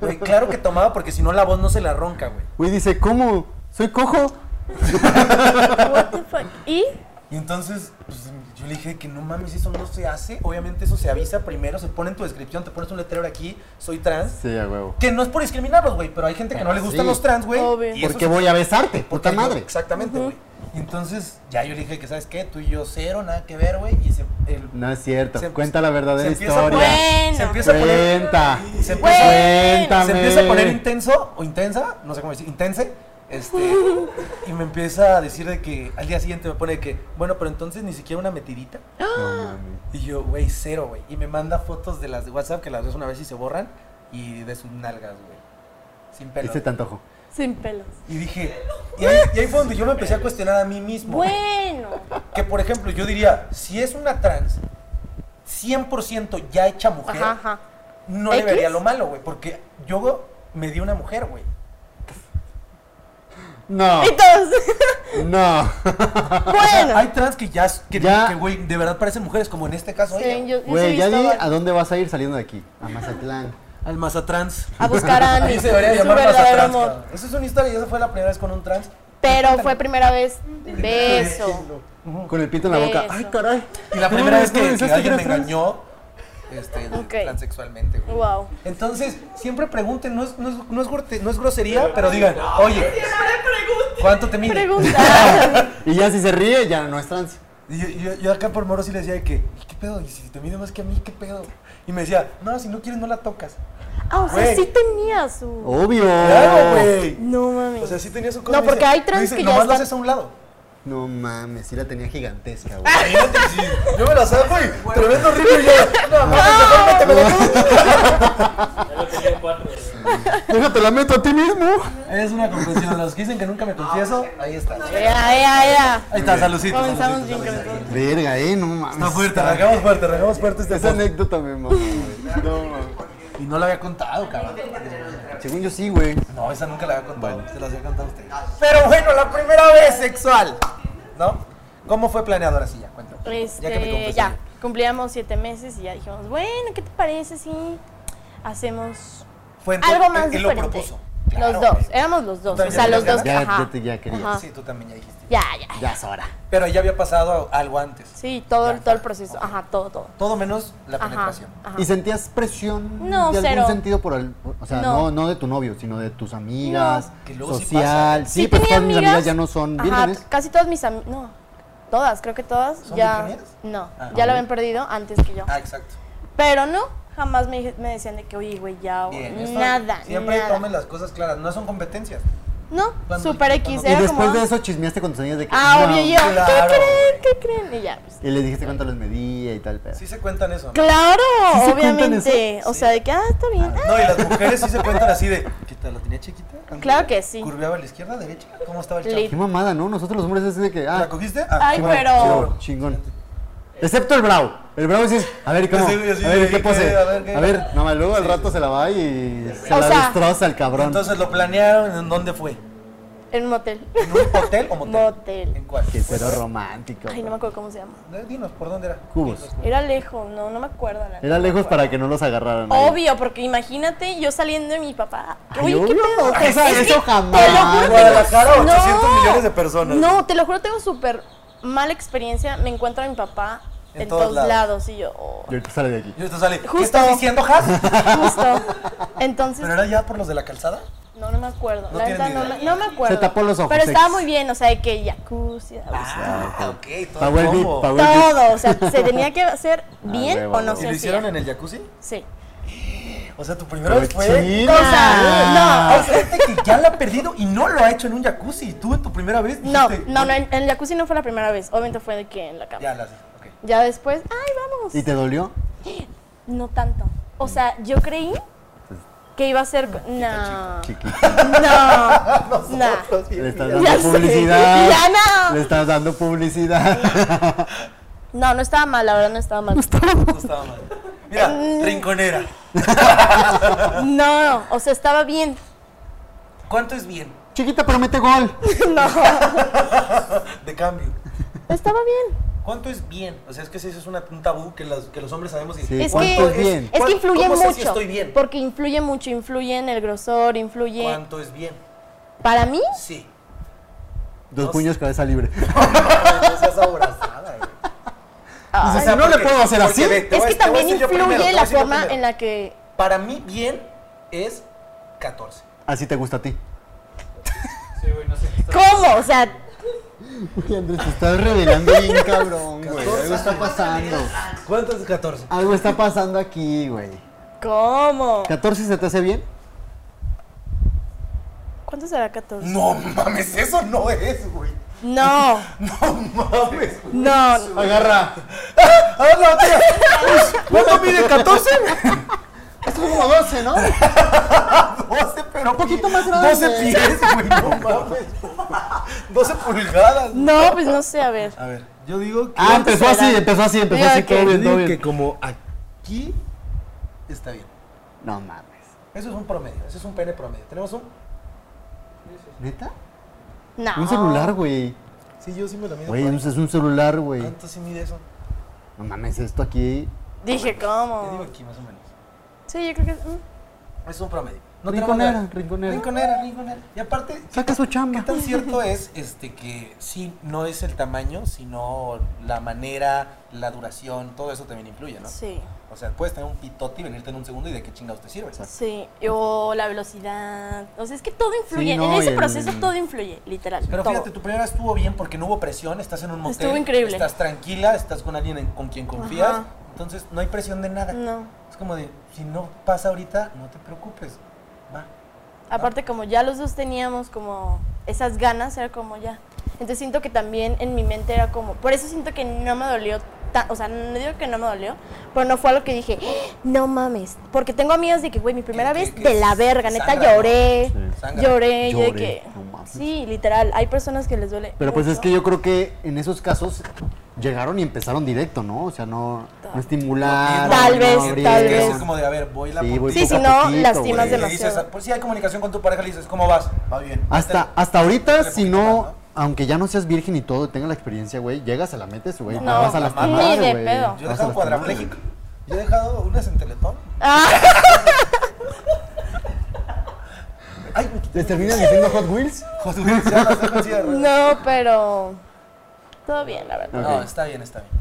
A: Güey, claro que tomaba porque si no la voz no se la ronca, güey.
B: Güey, dice, ¿cómo? ¿Soy cojo?
C: What the fuck? Y
A: Y entonces, pues, yo le dije que no mames, eso no se hace. Obviamente eso se avisa primero, se pone en tu descripción, te pones un letrero aquí, soy trans.
B: Sí, a huevo.
A: Que no es por discriminarlos, güey, pero hay gente que no le gustan
B: Sí.
A: los trans, güey.
C: Obvio.
A: y eso
B: Porque
A: se-
B: voy a besarte, puta
A: yo-
B: madre.
A: Exactamente, güey. Y entonces ya yo le dije que, ¿sabes qué? Tú y yo cero, nada que ver, güey. Y se... el-
B: No es cierto,
A: se-
B: cuenta la
A: se
B: verdadera
A: empieza a
B: historia.
A: poner- se
C: Bueno.
A: empieza a poner...
B: Cuenta.
A: Se empieza-
B: Cuéntame.
A: Se empieza a poner intenso o intensa, no sé cómo decir, intense. Este, y me empieza a decir de que al día siguiente me pone de que, bueno, pero entonces ni siquiera una metidita.
B: No, mami.
A: Y yo, güey, cero, güey. Y me manda fotos de las de WhatsApp que las ves una vez y se borran y de sus nalgas, güey. Sin pelo.
B: Este te antojo.
C: sin pelos.
A: Y dije, y ahí, y ahí fue donde yo me empecé a cuestionar a mí mismo.
C: Bueno.
A: Que por ejemplo, yo diría, si es una trans 100% ya hecha mujer,
C: Ajá, ajá.
A: no le
C: ¿X?
A: vería lo malo, güey, porque yo me di una mujer, güey. Ah.
B: No,
C: Y todos.
B: no.
C: bueno.
A: Hay trans que ya, que,
B: Ya.
A: que, güey, de verdad parecen mujeres, como en este caso
C: Sí,
A: ella.
C: yo, yo sí he
B: Güey, ya
C: visto
B: di
C: varios.
B: a dónde vas a ir saliendo de aquí. A Mazatlán.
A: Al mazatrans.
C: a buscar a Annie.
A: Ahí se debería
C: su
A: llamar
C: verdadero
A: mazatrans,
C: amor.
A: cabrón. Esa es una historia y esa fue la primera vez con un trans.
C: Pero fue primera vez beso.
B: Con el pito en la boca.
C: Eso.
B: Ay, caray.
A: Y la
B: No,
A: primera
B: no,
A: vez
B: no,
A: que, que
B: pensaste
A: alguien me
B: era trans.
A: engañó, este,
C: Ok.
A: transexualmente, güey.
C: Wow.
A: Entonces, siempre pregunten, no es, no es, no es, gorte- no es grosería, pero digan, oye, ¿cuánto te mide?
C: Preguntar.
B: Y ya si se ríe, ya no es trans.
A: Y yo, yo- yo acá por moro sí le decía de que, "¿Y ¿qué pedo? Y si te mide más que a mí, ¿qué pedo? Y me decía, no, si no quieres, no la tocas.
C: Ah, o sea,
A: Güey.
C: sí tenía su.
B: Obvio.
A: Claro, güey.
C: No mames.
A: O sea, sí tenía su
C: No, porque hay trans que ya
A: nomás lo
C: están-
A: haces a un lado.
B: No mames, sí la tenía gigantesca, güey.
A: Imagínate, sí. Yo me la saco y tremendo ritmo y yo, no, mames, me la meto.
B: Déjate la meto a ti mismo.
A: Es una confesión, los que dicen que nunca me confieso, ahí está.
C: Ya, ya, ya.
A: Ahí está, saludcita.
C: Comenzamos bien con
B: Verga, eh, no mames.
A: Está fuerte, arrancamos fuerte, arrancamos fuerte este
B: Esa
A: podcast.
B: anécdota me mamó, güey. No mames.
A: Y no la había contado, cabrón.
B: Según yo sí, güey.
A: No, esa nunca la había contado. Se las había contado a ustedes. Pero bueno, la primera vez sexual. ¿No? ¿Cómo fue planeado ahora sí? Ya, cuéntame. ya que me
C: Este,
A: confesé.
C: ya, cumplíamos siete meses y ya dijimos, bueno, ¿qué te parece si hacemos
A: Fue en tu-
C: algo más
A: él, él lo
C: diferente?
A: propuso.
C: los
A: Claro,
C: dos,
A: güey.
C: éramos los dos, o
A: Entonces,
C: sea,
A: ya
C: los
A: tenías
C: dos,
B: ganas. Ya-
C: ajá.
B: ya te- ya querías.
C: Ajá.
A: Sí, tú también ya dijiste.
C: Ya, ya, ya.
B: Ya es hora.
A: Pero ya había pasado algo antes.
C: Sí, todo,
A: Ya,
C: todo el
A: ya,
C: proceso,
A: ok.
C: ajá, todo, todo.
A: Todo menos la
C: Ajá,
A: penetración.
C: ajá.
B: ¿Y sentías presión
C: No,
B: de
C: cero.
B: algún sentido por el, o sea,
C: No.
B: no. no de tu novio, sino de tus amigas,
A: Que luego sí
B: social?
A: pasa.
B: Sí, pero todas mis amigas ya no son
C: ajá, pues
B: vírgenes.
C: casi todas mis amigas, no, todas, creo que todas
A: ¿Son
C: ya,
A: vírgenes?
C: no,
A: Ah,
C: ya lo
A: ok.
C: habían perdido antes que yo.
A: Ah, exacto.
C: Pero no, jamás me, dije- me decían de que, oye, güey, ya, o
A: Bien, esto-
C: nada,
A: Siempre
C: nada.
A: tomen las cosas claras. No son competencias.
C: No,
A: Cuando-
C: super X,
A: cuando-
B: Y
C: era
B: después
C: como...
B: de eso chismeaste con tus amigas de que
C: Ah,
B: "No".
C: obvio, yo,
A: claro,
C: ¿qué creen? ¿Qué creen? Y ya, pues.
B: Y les dijiste cuánto les medía y tal, pero.
A: Sí se cuentan eso. ¿no?
C: Claro,
B: ¿Sí se cuentan
C: obviamente. O
A: Sí.
C: sea, de que, ah, está bien. ah,
A: No, y las mujeres sí se cuentan así de, ¿qué tal? ¿La tenía chiquita?
C: Claro que sí.
A: ¿Curveaba a la izquierda, derecha? ¿Cómo estaba el chavo?
C: Lit.
B: Qué mamada, ¿no? Nosotros los hombres es de que ah,
A: ¿La cogiste? qué
C: Ay,
B: chingón,
A: bueno.
C: pero-
B: chingón, chingón. Excepto el bravo. El bravo dices, a ver cómo,
A: Sí, güey, sí,
B: a ver
A: güey,
B: qué
A: ¿qué?
B: pose.
A: A ver, ¿qué?
B: A ver, no, luego al
A: Sí,
B: rato
A: sí.
B: se la va y se
C: O
B: la
C: sea-
B: destroza el cabrón.
A: Entonces lo planearon, ¿en dónde fue?
C: En un motel.
A: ¿En un hotel o motel?
C: Motel.
A: ¿En cuál?
B: Qué pedo romántico.
C: Ay, no me acuerdo cómo se llama.
A: Eh, Dinos, ¿por dónde era?
B: Cubos.
C: Era lejos, no, no me acuerdo. la
B: Era
C: neta,
B: lejos
C: no me
B: para que no los agarraran. ahí.
C: acuerdo. Obvio, porque imagínate yo saliendo de mi papá.
B: Ay,
C: Oye, ¿qué
B: obvio,
C: pedo?
B: o sea,
C: Es que
B: eso jamás.
C: Te lo juro, tengo-
A: Guadalajara,
C: No,
A: 800 millones de personas.
C: No, te lo juro, tengo súper mala experiencia. Me encuentro a mi papá.
A: ¿En
C: en, todos lados. y yo, oh,
B: Y ahorita sale de aquí.
A: Y ahorita sale, ¿qué
C: Justo.
A: estás diciendo, Has?
C: justo. Entonces,
A: ¿Pero era ya por los de la calzada?
C: no, no me acuerdo.
A: No
C: la
A: tienes
C: verdad, no,
A: ni idea.
C: me- no me acuerdo.
B: Se tapó los ojos,
C: Pero estaba
B: X.
C: muy bien, o sea, de que jacuzzi,
A: Ah, ok, todo
B: Power
A: el
B: Beat,
A: combo.
B: Power Beat.
C: todo. O sea, se tenía que hacer bien
B: huevo,
C: o no
B: huevo.
A: ¿Y
C: se
A: lo
C: hacía.
A: hicieron en el jacuzzi?
C: Sí.
A: O sea, tu primera vez fue... Ah,
B: Cochina.
C: Pues Cosa,
A: Hay gente este que ya la ha perdido y no lo ha hecho en un jacuzzi. Tú en tu primera vez
C: No,
A: dijiste,
C: no, no, en, en el jacuzzi no fue la primera vez. Obviamente fue de que en la cama.
A: Ya
C: Ya,
A: la sé, ok.
C: después, ay, vamos.
B: ¿Y te dolió?
C: No tanto. O sea, yo creí que iba a ser. No.
B: Chiquita.
C: No. No.
B: Le estás
C: Ya
B: dando
C: sé.
B: publicidad.
C: Ya no.
B: Le estás dando publicidad.
C: No, no estaba mal, la verdad no estaba mal.
A: No estaba mal. Mira,
C: Mm.
A: rinconera.
C: No, o sea, estaba bien.
A: ¿Cuánto es bien
B: Chiquita, pero mete gol.
A: de cambio?
C: Estaba bien.
A: ¿Cuánto es bien? O sea, es que ese es una- un tabú que, las- que los hombres sabemos. Y,
B: Sí.
C: Es que,
B: ¿Cuánto es bien?
C: es que influye
A: ¿Cómo
C: mucho.
A: Sé si estoy bien?
C: Porque influye mucho, influye en el grosor, influye.
A: ¿Cuánto es bien?
C: Para mí,
A: Sí.
B: Dos
A: No
B: puños, cabeza libre.
A: No seas aborazada, güey.
C: ay,
B: o sea, no le puedo hacer así.
A: ve, te
C: es
A: voy a- te voy
C: que
A: a
C: también
A: decir yo
C: influye
A: primero, te voy a
C: la
A: decir yo
C: forma
A: primero.
C: en la que.
A: Para mí, bien es 14.
B: Así te gusta a ti.
D: Sí, güey, no sé.
C: ¿Cómo? O sea,
B: Uy, Andrés, te estás revelando bien cabrón, güey. Algo está pasando.
A: ¿Cuánto es 14?
B: Algo está pasando aquí, güey.
C: ¿cómo?
B: ¿14 se te hace bien?
C: ¿Cuánto será 14?
A: No mames, eso no es, güey.
C: No,
A: No mames, güey.
C: no.
B: Agarra.
A: ¡Ah, la botella! ¿Cuánto mide 14?
B: Es como 12, ¿no?
A: 12, pero. Un
B: poquito más grande.
A: 12 pies, güey, no mames. 12 pulgadas.
C: No, pues no sé, a ver.
A: A ver, yo digo que.
B: Ah, empezó
C: será?
B: así, empezó así, empezó
C: Digo
B: así,
C: que-
B: todo
A: yo
B: bien, todo
A: digo que
B: bien.
A: como aquí está bien.
B: No mames.
A: Eso es un promedio, eso es un pene promedio. Tenemos un.
B: ¿Neta?
C: No.
B: Un celular, güey.
A: Sí, yo sí me lo mido.
B: Güey, es un celular, güey.
A: ¿Cuánto sí mide eso?
B: No mames, esto aquí.
C: Dije,
A: Yo digo
C: ¿cómo?
A: aquí, más o menos.
C: Sí, yo creo que. mm.
A: Es un promedio. tenemos
B: Rinconera,
A: nada.
B: rinconera.
A: Rinconera, rinconera. Y aparte,
B: Saca su
A: ¿Qué
B: chamba.
A: tan cierto es este que sí no es el tamaño, sino la manera, la duración, todo eso también influye, ¿no?
C: Sí.
A: O sea, puedes tener un pitote y venirte en un segundo y de qué chingados te sirve.
C: Sí, o la velocidad. O sea, es que todo influye.
B: no,
C: en ese
B: y
C: proceso
B: el-
C: todo influye, literal.
A: Pero
C: todo.
A: fíjate, tu primera estuvo bien porque no hubo presión, estás en un motel,
C: Estuvo increíble.
A: estás tranquila, estás con alguien en- con quien confías,
C: Ajá. Mm.
A: entonces no hay presión de nada.
C: No.
A: Es como de, si no pasa ahorita, no te preocupes, va.
B: Ah.
C: Aparte, como ya los dos teníamos como esas ganas, era como ya. Entonces siento que también en mi mente era como. Por eso siento que no me dolió. ta- o sea, no digo que no me dolió, pero no fue algo que dije, "¡Ah! no mames. Porque tengo amigas de que, güey, mi primera
A: que-
C: vez
A: que
C: de la verga, neta,
A: sangra, ¿no?
C: lloré.
B: Sí.
A: Sangra.
C: Lloré, yo de
B: Lloré,
C: que.
B: no mames.
C: sí, literal. Hay personas que les duele.
B: Pero pues es
C: mucho.
B: que yo creo que en esos casos llegaron y empezaron directo, ¿no? O sea, no, no estimular.
C: Ah, Tal
B: no
C: vez,
B: abrir.
C: tal
A: Es
C: vez.
A: como de, a ver, voy la
B: Sí,
A: por
B: voy
A: ti.
C: Sí,
B: poco
C: si
B: a
C: no,
B: poquito,
C: lastimas
B: güey.
A: Y le
C: demasiado.
A: dices, pues si hay comunicación con tu pareja, le dices, ¿cómo vas? Va bien.
B: Hasta, hasta ahorita,
A: Dale
B: si
A: poquito
B: no,
A: más, ¿no?
B: aunque ya no seas virgen y todo, tengas la experiencia, güey, llegas, a la metes, güey,
C: No,
B: te vas a
A: ni
B: lastimar,
C: de
B: güey.
C: pedo.
B: Te
A: Yo he
B: vas a
A: dejado
B: lastimar.
A: cuadrapléjico. Yo he dejado unas en Teletón.
C: Ah,
A: Ay, me quité.
B: ¿Te terminan diciendo Hot Wheels?
A: José Luis, ya las dejo en silla de ruedas.
C: no, pero. Todo bien, la verdad.
A: No,
B: Ok.
A: está bien, está bien.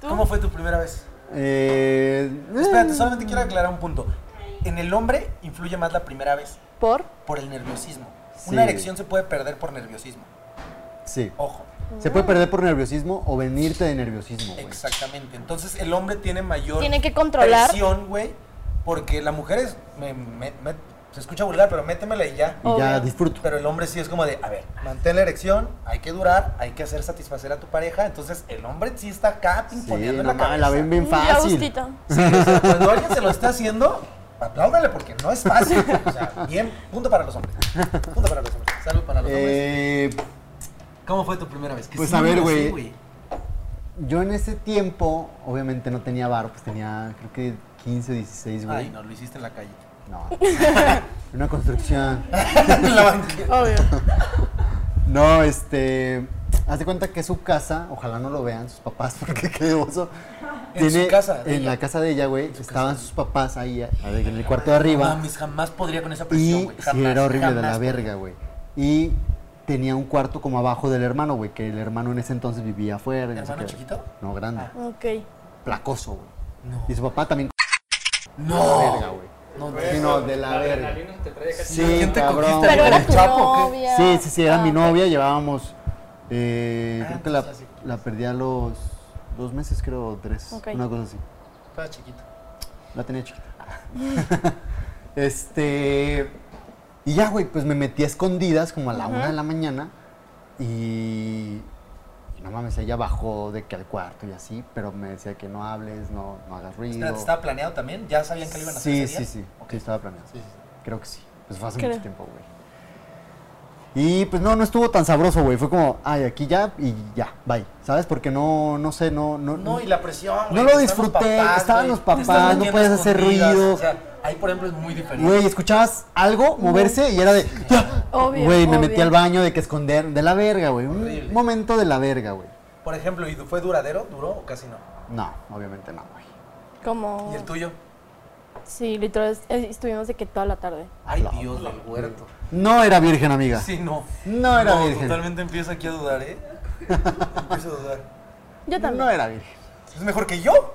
C: ¿Tú?
A: ¿Cómo fue tu primera vez?
B: Eh,
C: Mm.
A: Espérate, solamente quiero aclarar un punto. En el hombre influye más la primera vez
C: ¿Por?
A: por el nerviosismo.
B: Sí.
A: Una erección se puede perder por nerviosismo.
B: Sí.
A: Ojo.
B: Se puede perder por nerviosismo o venirte de nerviosismo, güey.
A: Exactamente. Entonces el hombre tiene mayor
C: Tiene que controlar.
A: presión, güey, porque la mujer es me- me- me- se escucha vulgar, pero métemela y ya.
B: Y ya
C: Obvio.
B: disfruto.
A: Pero el hombre sí es como de, a ver, mantén la erección, hay que durar, hay que hacer satisfacer a tu pareja. Entonces el hombre sí está acá
B: Sí,
A: pimponeando en
B: no
A: la cabeza.
B: mames, la ven bien
C: Ya
B: fácil.
C: gustito.
A: O sea, cuando alguien se lo está haciendo, apláudale porque no es fácil. O sea, bien, punto para los hombres. Punto para los hombres. Salud para los hombres.
B: Eh,
A: ¿Cómo fue tu primera vez? Que
B: pues
A: sí,
B: a ver,
A: no sé,
B: güey. yo en ese tiempo, obviamente no tenía bar, pues tenía creo que 15 o 16, güey.
A: Ay, no, lo hiciste en la calle.
B: No. Una construcción.
A: En la banqueta.
C: Obvio.
B: No, este. Haz de cuenta que su casa, ojalá no lo vean sus papás, porque qué oso.
A: En su casa de
B: En
A: ella.
B: la casa de ella, güey. Estaban sus papás ahí, en el cuarto de arriba.
A: Mames, jamás podría con esa
B: Y
A: presión, güey.
B: sí,
A: Jamás,
B: era horrible de la
A: jamás.
B: verga, güey. Y tenía un cuarto como abajo del hermano, güey, que el hermano en ese entonces vivía afuera. y no sé
A: ¿Hermano
B: qué.
A: chiquito? Ah.
B: No, grande.
C: Ok.
B: Placoso, güey.
A: No.
B: Y su papá también. Verga,
A: No.
B: güey.
A: No, no.
B: Sí, no, de la verga.
E: adrenalina te trae casi
B: Sí,
A: ¿Quién te
B: cabrón.
A: cogiste?
C: Pero
A: ¿El
C: era tu
A: Chapo o qué?
C: novia.
B: Sí, sí, sí, era
C: Ah,
B: mi
C: ok.
B: novia, llevábamos, eh,
A: Ah,
B: creo que la,
A: entonces ya sé.
B: la perdí a los dos meses, creo, tres,
C: Ok.
B: una cosa así.
A: Estaba chiquito.
B: La tenía chiquita. este. Y ya, güey, pues me metí a escondidas como a la una de la mañana. Y. y No mames, ella bajó de que al cuarto y así, pero me decía que no hables, no, no hagas ruido.
A: Espérate, ¿estaba planeado también? ¿Ya sabían que lo iban a hacer
B: Sí,
A: ese
B: sí,
A: día?
B: sí.
A: Ok.
B: Sí, estaba planeado.
A: Sí, sí, sí.
B: Creo que sí. Pues fue hace
C: Creo.
B: mucho tiempo, güey. Y pues no, no estuvo tan sabroso, güey. Fue como, ay, aquí ya y ya, bye. ¿Sabes? Porque no, no sé, no, no.
A: No, y la presión. güey,
B: No lo
A: que
B: disfruté, estaban
A: güey,
B: los
A: te
B: papás,
A: estás
B: no
A: metiendo
B: puedes hacer
A: escondidas,
B: ruido.
A: O sea, ahí por ejemplo es muy diferente.
B: Güey, escuchabas algo moverse y era de. ¡Ya!
C: Obvio,
B: Güey, me
C: obvio.
B: metí al baño de que esconder. De la verga, güey. Un
A: Horrible.
B: momento de la verga, güey.
A: Por ejemplo, ¿y fue duradero? ¿Duró o casi no?
B: No, obviamente no, güey.
C: Como.
A: ¿Y el tuyo?
C: Sí, literal, es- eh, estuvimos de que toda la tarde.
A: Ay,
B: No,
A: Dios del huerto.
B: No era virgen, amiga.
A: Sí, no.
B: No era virgen.
A: Totalmente empiezo aquí a dudar, ¿eh? empiezo a dudar.
C: Yo también.
B: No era virgen.
A: ¿Es mejor que yo?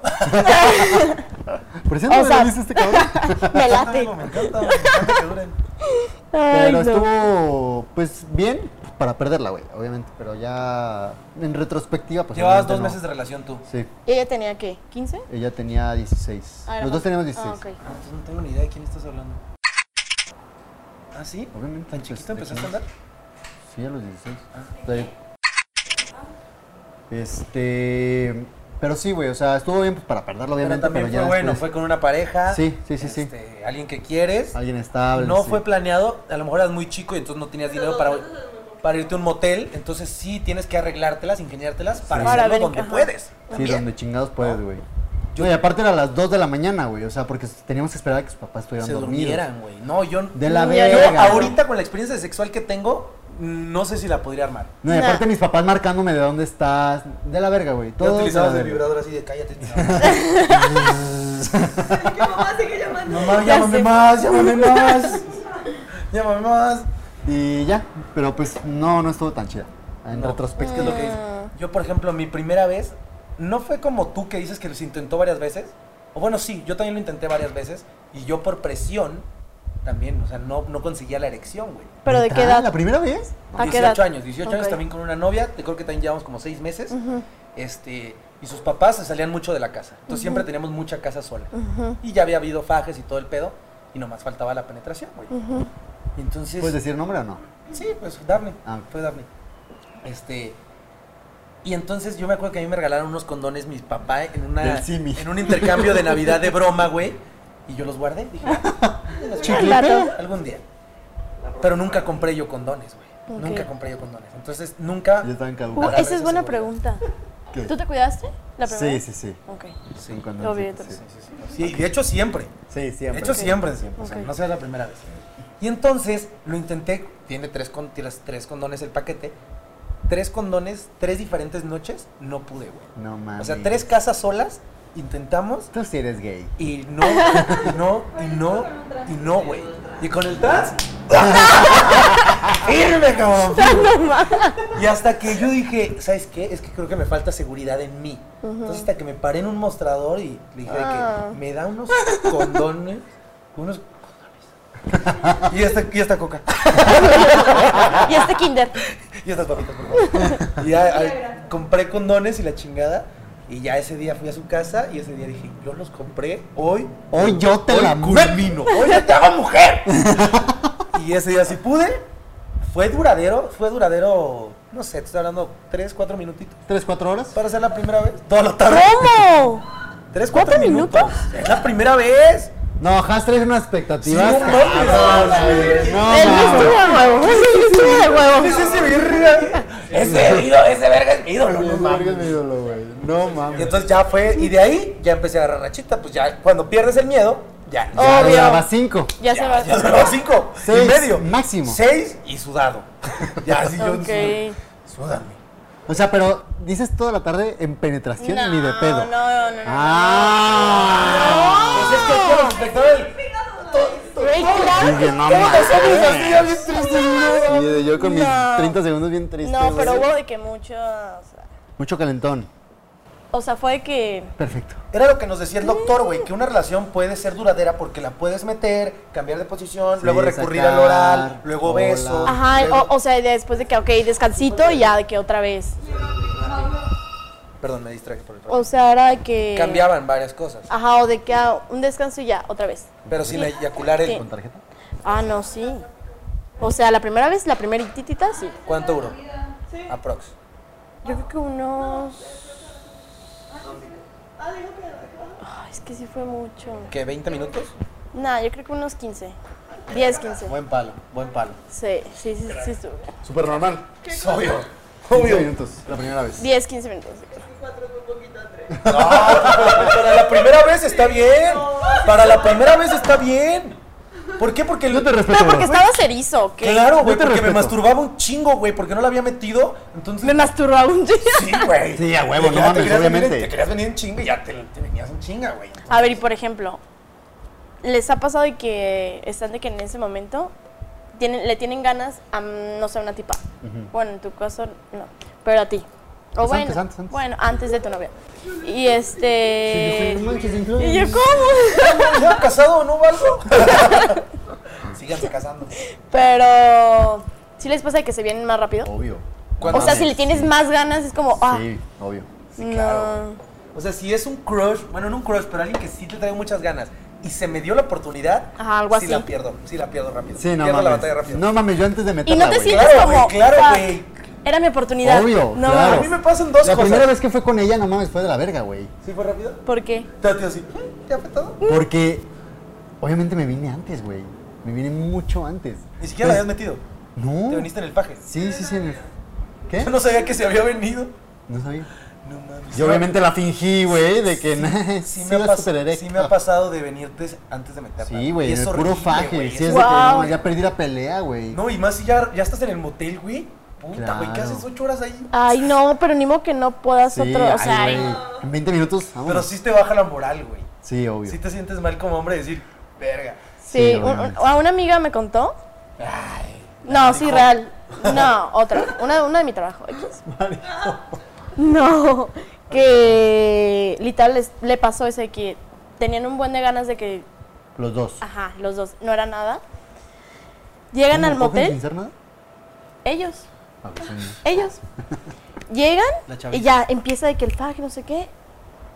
B: Por eso no
C: O
B: me
C: sea-
B: lo dice este cabrón.
C: Me
A: Me
C: late.
A: encanta, me encanta, me encanta que duren.
C: Ay,
B: Pero
C: no.
B: estuvo, pues, bien para perderla, güey, obviamente. Pero ya en retrospectiva, pues.
A: Llevabas
B: obviamente
A: dos
B: no.
A: meses de relación tú.
B: Sí,
C: ¿Y ella tenía qué? ¿15?
B: ella tenía 16.
C: Ah, era
B: Los dos
C: más-
B: teníamos 16.
C: Ah, ok.
A: Entonces no tengo ni idea de quién estás hablando. ¿Ah, sí?
B: Obviamente.
A: ¿Tan
B: pues,
A: chiquito
B: de
A: empezaste a
B: quince.
A: andar?
B: Sí, a los Ah, 16. Sí. Este. Pero sí, güey, o sea, estuvo bien pues, para
A: Pero
B: perderlo, obviamente. Pero,
A: también fue
B: ya
A: bueno,
B: después,
A: fue con una pareja.
B: Sí, sí, sí, sí.
A: este, Alguien que quieres.
B: Alguien estable.
A: no
B: sí.
A: fue planeado, a lo mejor eras muy chico y entonces no tenías dinero para, para irte a un motel, entonces sí tienes que arreglártelas, ingeniártelas para
C: Para
A: hacerlo
C: ver,
A: donde
C: ajá.
A: puedes.
B: Sí, donde chingados
A: Ah.
B: puedes, güey. No, y aparte era a las 2 de la mañana, güey, o sea, porque teníamos que esperar a que sus papás estuvieran
A: Se
B: dormidos.
A: durmieran, güey. No, yo,
B: De la
C: Yo
A: yo
B: verga. güey.
A: ahorita con la experiencia sexual que tengo, no sé si la podría armar.
B: No, y
C: Nah.
B: aparte mis papás marcándome de dónde estás. De la verga, güey.
A: Yo
B: Todo.
A: utilizabas
B: de
A: el
B: la verga.
A: vibrador así de cállate.
B: Mamá,
C: Ya
B: llámame
C: sé.
B: más, llámame más.
A: Llámame más.
B: y ya. Pero pues no, no estuvo tan chida. En
A: No. Es que Ah, es
B: retrospectiva.
A: lo que dice.
C: Ah.
A: Yo, por ejemplo, mi primera vez, no fue como tú que dices que los intentó varias veces. O bueno, sí, yo también lo intenté varias veces. Y yo por presión también, o sea, no, no conseguía la erección, güey.
C: ¿Pero de
B: ¿Neta?
C: qué edad?
B: ¿La primera vez?
C: ¿A qué
A: 18
C: edad?
A: años, 18 años
C: Ok.
A: también con una novia, te creo que también llevamos como 6 meses.
C: Ujú.
A: Este, y sus papás se salían mucho de la casa. Entonces siempre teníamos mucha casa sola.
C: Ujú.
A: Y ya había habido fajes y todo el pedo. Y nomás faltaba la penetración, güey.
C: Ujú.
A: Y entonces.
B: ¿Puedes decir nombre o no?
A: Sí, pues Daphne.
B: Ah.
A: Fue Daphne. Este. Y entonces yo me acuerdo que a mí me regalaron unos condones mis papá en una
B: Del Simi.
A: en un intercambio de Navidad de broma, güey, y yo los guardé, dije, "Ah, los
C: Chiclete.
A: guardaré algún día. Pero nunca compré yo condones, güey.
C: Ok.
A: Nunca compré yo condones. Entonces, nunca
B: Ya estaban
C: Uh,
A: Uy,
B: caducadas.
C: esa
A: esa
C: es buena
A: seguridad.
C: pregunta.
B: ¿Qué?
C: ¿Tú te cuidaste? ¿La primera?
B: Sí, sí, sí.
C: Ok.
B: Con
A: sí.
B: condoncito,
C: Obvio,
B: sí.
A: Sí, y de hecho siempre.
B: Sí,
A: De
B: siempre.
A: hecho,
C: Ok.
A: siempre, siempre. O sea,
C: Ok.
A: no sea la primera vez. Y entonces lo intenté. Tiene tres, con, tres, tres condones el paquete. Tres condones, tres diferentes noches. No pude, güey.
B: No mames.
A: O sea, tres casas solas. Intentamos.
B: Tú sí eres gay.
A: Y no, y no, y no, y no, güey. Y con el trans. ¡Firme, cabrón! Y hasta que yo dije, ¿sabes qué? Es que creo que me falta seguridad en mí. Entonces, hasta que me paré en un mostrador y le dije de
C: Ah.
A: que me da unos condones, unos condones. Y esta, y esta coca.
C: ¿Y este kinder?
A: Y estas papitas, por favor. Y ya ah, compré condones y la chingada. Y ya ese día fui a su casa y ese día dije, yo los compré hoy.
B: Hoy yo te
A: hoy
B: la
A: culmino, hoy yo te hago mujer. y ese día sí pude. Fue duradero, fue duradero, no sé, te estoy hablando 3, 4 minutitos.
B: ¿Tres, cuatro horas?
A: Para ser la primera vez. Toda la tarde.
C: ¿Cómo?
A: ¿Tres, cuatro
C: ¿Cuatro
A: minutos? Es la primera vez.
B: No, Has traes unas expectativas.
A: Sí, no mames.
B: cabronas, güey. No,
C: El
B: mames.
C: estuvo de huevo. El estuvo de huevo.
A: Es ese verga. Ese ídolo, ese verga es mi ídolo, no
B: No
A: mames.
B: mames, mi ídolo, güey. No
A: Y
B: mames.
A: entonces ya fue, y de ahí ya empecé a agarrar rachita, pues ya cuando pierdes el miedo, ya.
C: Oh,
B: Ya
C: Obvio.
B: duraba cinco.
C: Ya se va.
A: Ya duraba cinco,
B: Seis,
A: y medio.
B: máximo.
A: Seis y sudado. Ya así yo
C: Ok.
A: sudame.
B: O sea, pero dices toda la tarde en penetración ni de pedo.
C: No, no, no. no.
B: Ah.
A: Pues es que aquí a los espectadores. to- to-
C: Güey, claro.
B: Dije, no
C: ¿Cómo te
B: mames.
C: subes así?
B: Ya bien triste,
C: No.
B: Sí, yo con mis
C: No.
B: 30 segundos bien triste.
C: No,
B: güey.
C: pero hubo de que mucho. O sea,
B: Mucho calentón.
C: o sea, fue de que.
B: Perfecto.
A: Era lo que nos decía el doctor, güey, que una relación puede ser duradera porque la puedes meter, cambiar de posición,
B: Sí,
A: luego recurrir al
B: sacar,
A: oral, luego
B: hola.
A: beso.
C: Ajá,
A: luego-
C: o, o sea, después de que, ok, descansito y ya de que otra vez.
A: Perdón, me distraje por el
C: O
A: rato.
C: sea, era de que.
A: Cambiaban varias cosas,
C: Ajá, o de que ah, un descanso y ya, otra vez.
A: pero sin eyacular el...
C: Sí.
B: ¿Con tarjeta?
C: Ah, no, sí. O sea, la primera vez, la primera titita, sí.
A: ¿Cuánto duró? Aprox.
C: Yo creo que unos. Ay, es que sí fue mucho.
A: ¿Qué, 20 minutos?
C: Nah, yo creo que unos 15. 10, 15.
A: Buen palo, buen palo.
C: Sí, sí, sí, sí, estuvo.
B: Súper normal.
A: Es obvio.
B: 15 minutos, la primera vez.
C: 10, 15 minutos. yo creo.
A: Para la primera vez está bien. Para la primera vez está bien. ¿Por qué? Porque
B: Yo te respeto,
C: Pero porque
B: bro.
C: estaba cerizo, que
A: Claro, güey,
B: Yo te
A: porque me
B: respeto.
A: masturbaba un chingo, güey, porque no la había metido. Entonces.
C: me masturbaba un día.
A: Sí, güey.
B: Sí, a
A: Ya
B: huevo, no
A: te
B: mames,
A: querías venir en-
B: obviamente.
A: te querías venir en chinga y ya te, te venías en chinga, güey.
C: A ver, y por ejemplo, ¿les ha pasado de que están de que en ese momento tienen, le tienen ganas a, mm, no sé, una tipa? Bueno, en tu caso, no, pero a ti. O
B: Pues
C: bueno,
B: antes, antes, antes.
C: bueno, antes de tu novia. Y
B: Sí,
C: este...
B: yo soy- no manches, incluso-
C: y yo, ¿cómo?
A: ¿Ya has casado o no, Valdo? Síganse casando.
C: Pero... ¿Sí les pasa de que se vienen más rápido?
B: Obvio.
A: Cuando-
C: O sea,
B: Mames,
C: si le tienes
B: Oh, sí.
C: más ganas, es como, ah,
B: Sí, obvio.
A: Sí, claro.
C: no.
A: O sea, si es un crush, bueno, no un crush, pero alguien que sí te trae muchas ganas y se me dio la oportunidad,
C: Ajá, algo
A: sí
C: así.
A: la pierdo, sí la pierdo rápido.
B: Sí, no
A: pierdo la
B: mames.
A: batalla rápido.
B: No mames, yo antes de
C: Y
B: meterla,
C: no te
B: güey.
C: sientes
A: Claro,
C: como,
A: güey, claro,
C: "Fuck,
A: güey".
C: era mi oportunidad.
B: Obvio,
C: no,
B: claro.
A: A mí me pasan dos
B: La
A: cosas.
B: primera vez que fue con ella, no mames, fue de la verga, güey.
A: ¿Sí fue rápido?
C: ¿por qué?
A: Te tío así. ¿Mm? ¿Ya fue todo?
C: Mm.
B: Porque obviamente me vine antes, güey. Me vine mucho antes. Pues,
A: Ni siquiera la habías metido.
B: No.
A: Te viniste en el paje.
B: Sí, sí, sí. en el- ¿Qué?
A: Yo no sabía que se había venido.
B: No sabía.
A: No mames.
B: Yo obviamente la fingí, güey, de que sí,
A: Sí, me, ha
B: la
A: pas-
B: super erecta.
A: sí me ha pasado de venirte antes de meterla.
B: Sí, güey,
A: Y es
B: en el puro
A: horrible,
B: faje.
A: güey,
B: Sí, es
A: es-
B: de que
C: Guau.
B: no, ya perdí la pelea, güey.
A: No, y más si ya, ya estás en el motel, güey. Puta, güey, ¿qué
B: Claro.
A: haces ocho horas ahí?
C: Ay, no, pero ni modo que no puedas
B: sí,
C: otro, o sea,
B: ay,
C: ay,
B: güey, En 20 minutos,
A: Pero
B: vámonos.
A: sí te baja la moral, güey.
B: Sí, obvio.
A: Sí te sientes mal como hombre decir, verga.
C: Sí,
B: Sí,
C: un-
B: obviamente.
C: a una amiga me contó.
A: Ay.
C: No, sí, real. No, otra. Una, una de mi trabajo. X. No, que literal les- le pasó eso de que tenían un buen de ganas de que,
B: Los dos.
C: ajá, los dos, no era nada. Llegan al
B: ¿Cómo? ¿Cogen
C: motel,
B: sin ser nada?
C: ellos,
B: A ver, sí.
C: ellos. Llegan
A: La
C: y
A: chavita.
C: ya empieza de que el fuck, no sé qué,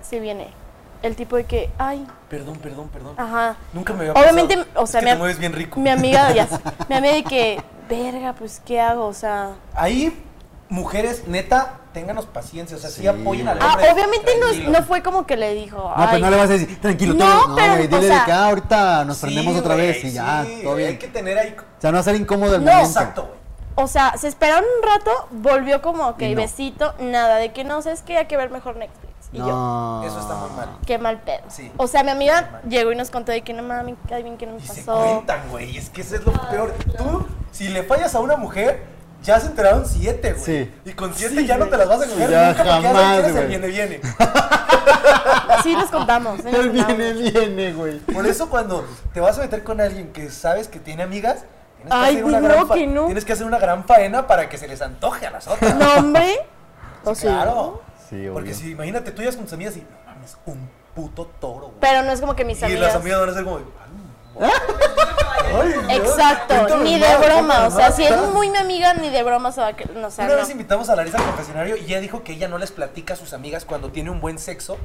C: se viene. El tipo de que, ay,
A: Perdón, perdón, perdón.
C: ajá.
A: Nunca me había
C: Ah. Obviamente,
A: pasado.
C: o sea,
A: es que
C: me-
A: te mueves bien rico.
C: Mi amiga, ya, sé, mi amiga de que, verga, pues, ¿qué hago? O sea,
A: Ahí, mujeres, neta, ténganos paciencia. O sea, sí,
B: Sí.
A: apoyen al
C: Ah,
A: hombre.
C: obviamente
A: Tranquilo.
C: no, no fue como que le dijo.
B: No,
C: "Ay".
B: pues no le vas a decir, tranquilo,
C: No,
B: todo. No,
C: pero,
B: güey,
C: o
B: dile de
C: sea-
B: acá, ahorita nos
A: Sí,
B: prendemos otra
A: güey,
B: vez y ya,
A: sí,
B: todo bien.
A: Hay que tener ahí.
B: O sea, no hacer incómodo el
C: No.
B: momento.
A: Exacto, güey.
C: O sea, se esperaron un rato, volvió como que
B: Y no.
C: besito, nada, de que no, ¿sabes qué? Hay que ver mejor Netflix. Y yo,
B: No.
A: Eso está muy mal.
C: qué mal pedo.
A: Sí.
C: O sea, mi
A: Qué
C: amiga
A: mal.
C: llegó y nos contó de que no mames, bien que no me
A: Y se
C: pasó.
A: cuentan, güey. Es que eso es lo peor. Tú, si le fallas a una mujer, ya se enteraron siete, güey.
B: Sí.
A: Y con siete
B: Sí,
A: ya no
B: güey.
A: te las vas a coger
B: Ya
A: nunca porque ya
B: jamás,
A: sabes que eres el
B: güey.
A: viene, viene.
C: Sí, les contamos. sí, les
B: Él
C: contamos.
B: viene, viene, güey.
A: Por eso cuando te vas a meter con alguien que sabes que tiene amigas, tienes que,
C: Ay,
A: hacer,
C: güey,
A: una
C: no,
A: gran fa-
C: que no.
A: tienes que hacer una gran faena para que se les antoje a las otras.
C: No, hombre. O
A: Sí,
C: sí.
A: claro.
B: Sí, obvio.
A: Porque si imagínate tú ibas con tus amigas y no mames, un puto toro, güey.
C: Pero no es como que mis
A: y las
C: amigas.
A: amigas van a ser como. ay, Dios,
C: Exacto,
A: cuéntame
C: ni de
A: más,
C: broma.
A: cuéntame
C: O sea,
A: más.
C: si es muy mi amiga, ni de broma se va a. que- No, o sea,
A: Una
C: no.
A: vez invitamos a Larisa al confesionario y ella dijo que ella no les platica a sus amigas cuando tiene un buen sexo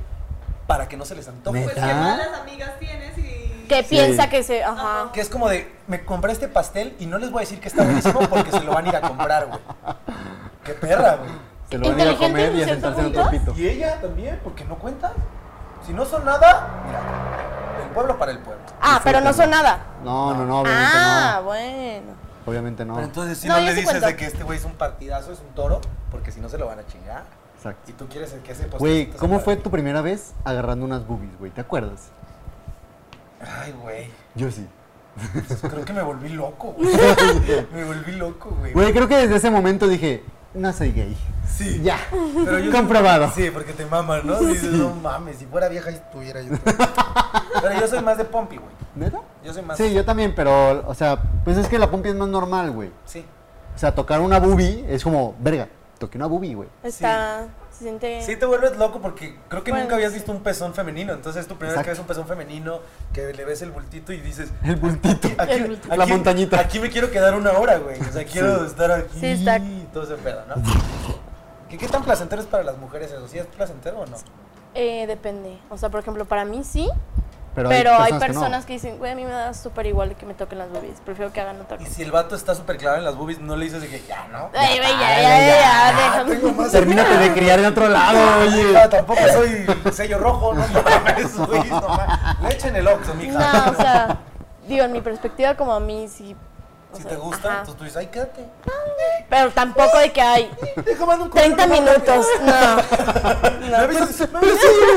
A: para que no se les antoje.
B: Me-
F: Pues qué
B: ¿Ah?
F: malas amigas tienes y.
C: Que
B: Sí.
C: piensa que se. Ajá.
A: Que es como de, me compré este pastel y no les voy a decir que está buenísimo porque se lo van a ir a comprar, güey. Qué perra, güey.
B: Se lo van a ir a
C: Inteligente
B: comer
C: en
B: y a
C: cierto
B: sentarse en otro
C: punto.
B: pito.
A: Y ella también, porque no cuentas. Si no son nada, mira, del pueblo para el pueblo.
C: Ah, pero no son nada.
B: No, no, no, obviamente
C: Ah, bueno.
B: no. Obviamente no.
A: Pero entonces si
C: No,
A: no,
C: yo
A: le
C: sí
A: dices
C: cuento.
A: de que este güey es un partidazo, es un toro, porque si no se lo van a chingar.
B: Exacto.
A: Y tú quieres el que ese
B: Güey,
A: postrecito
B: ¿cómo
A: se
B: fue
A: pare.
B: tu primera vez agarrando unas boobies, güey? ¿Te acuerdas?
A: Ay, güey.
B: Yo sí.
A: pues, creo que me volví loco, güey. me volví loco, güey.
B: Güey, creo que desde ese momento dije, no soy gay.
A: Sí.
B: Ya.
A: Pero yo
B: Comprobado.
A: Sí, porque te maman, ¿no? Dices, no mames, si fuera vieja ahí estuviera yo. Pero yo soy más de Pompi, güey.
B: ¿Neta?
A: Yo soy más.
B: Sí, yo también, pero, o sea, pues es que la pompi es más normal, güey.
A: Sí.
B: O sea, tocar una boobie es como, verga, toqué una boobie, güey.
C: Está. Se siente.
A: Sí, te vuelves loco porque creo que
C: Bueno,
A: nunca habías visto un pezón femenino. Entonces es tu primera vez que
B: Exacto.
A: ves un pezón femenino, que le ves el bultito y dices.
B: El bultito.
A: Aquí,
C: El bultito.
B: La montañita.
A: Aquí me quiero quedar una hora, güey. O sea, quiero estar aquí
C: Sí, está-
A: y todo ese pedo, ¿no? ¿Qué, qué tan placentero es para las mujeres eso? ¿Sí es placentero o no?
C: Eh, depende. O sea, por ejemplo, para mí sí,
B: Pero,
C: pero, hay personas,
B: que no.
C: que, dicen, güey, a mí me da súper igual que me toquen las boobies. Prefiero que hagan otra
A: Y
C: cosa.
A: si el vato está súper clavado en las boobies, no le dices de que ya, ¿no?
C: Ay, güey, ya,
B: Ay, Ah, ya,
C: ya, ya, ya,
B: ya,
C: déjame.
B: Termínate de criar en otro lado, oye.
A: Ah, tampoco soy sello rojo, no mames, güey, no mames. Le echen el oxo, mija.
C: No, o sea, digo, en mi perspectiva, como a mí sí. o
A: Si
C: sea,
A: te gusta,
C: ajá.
A: entonces tú dices, ay, quédate.
C: Pero tampoco de que hay
A: Deja mando un
C: 30 minutos. No,
A: No,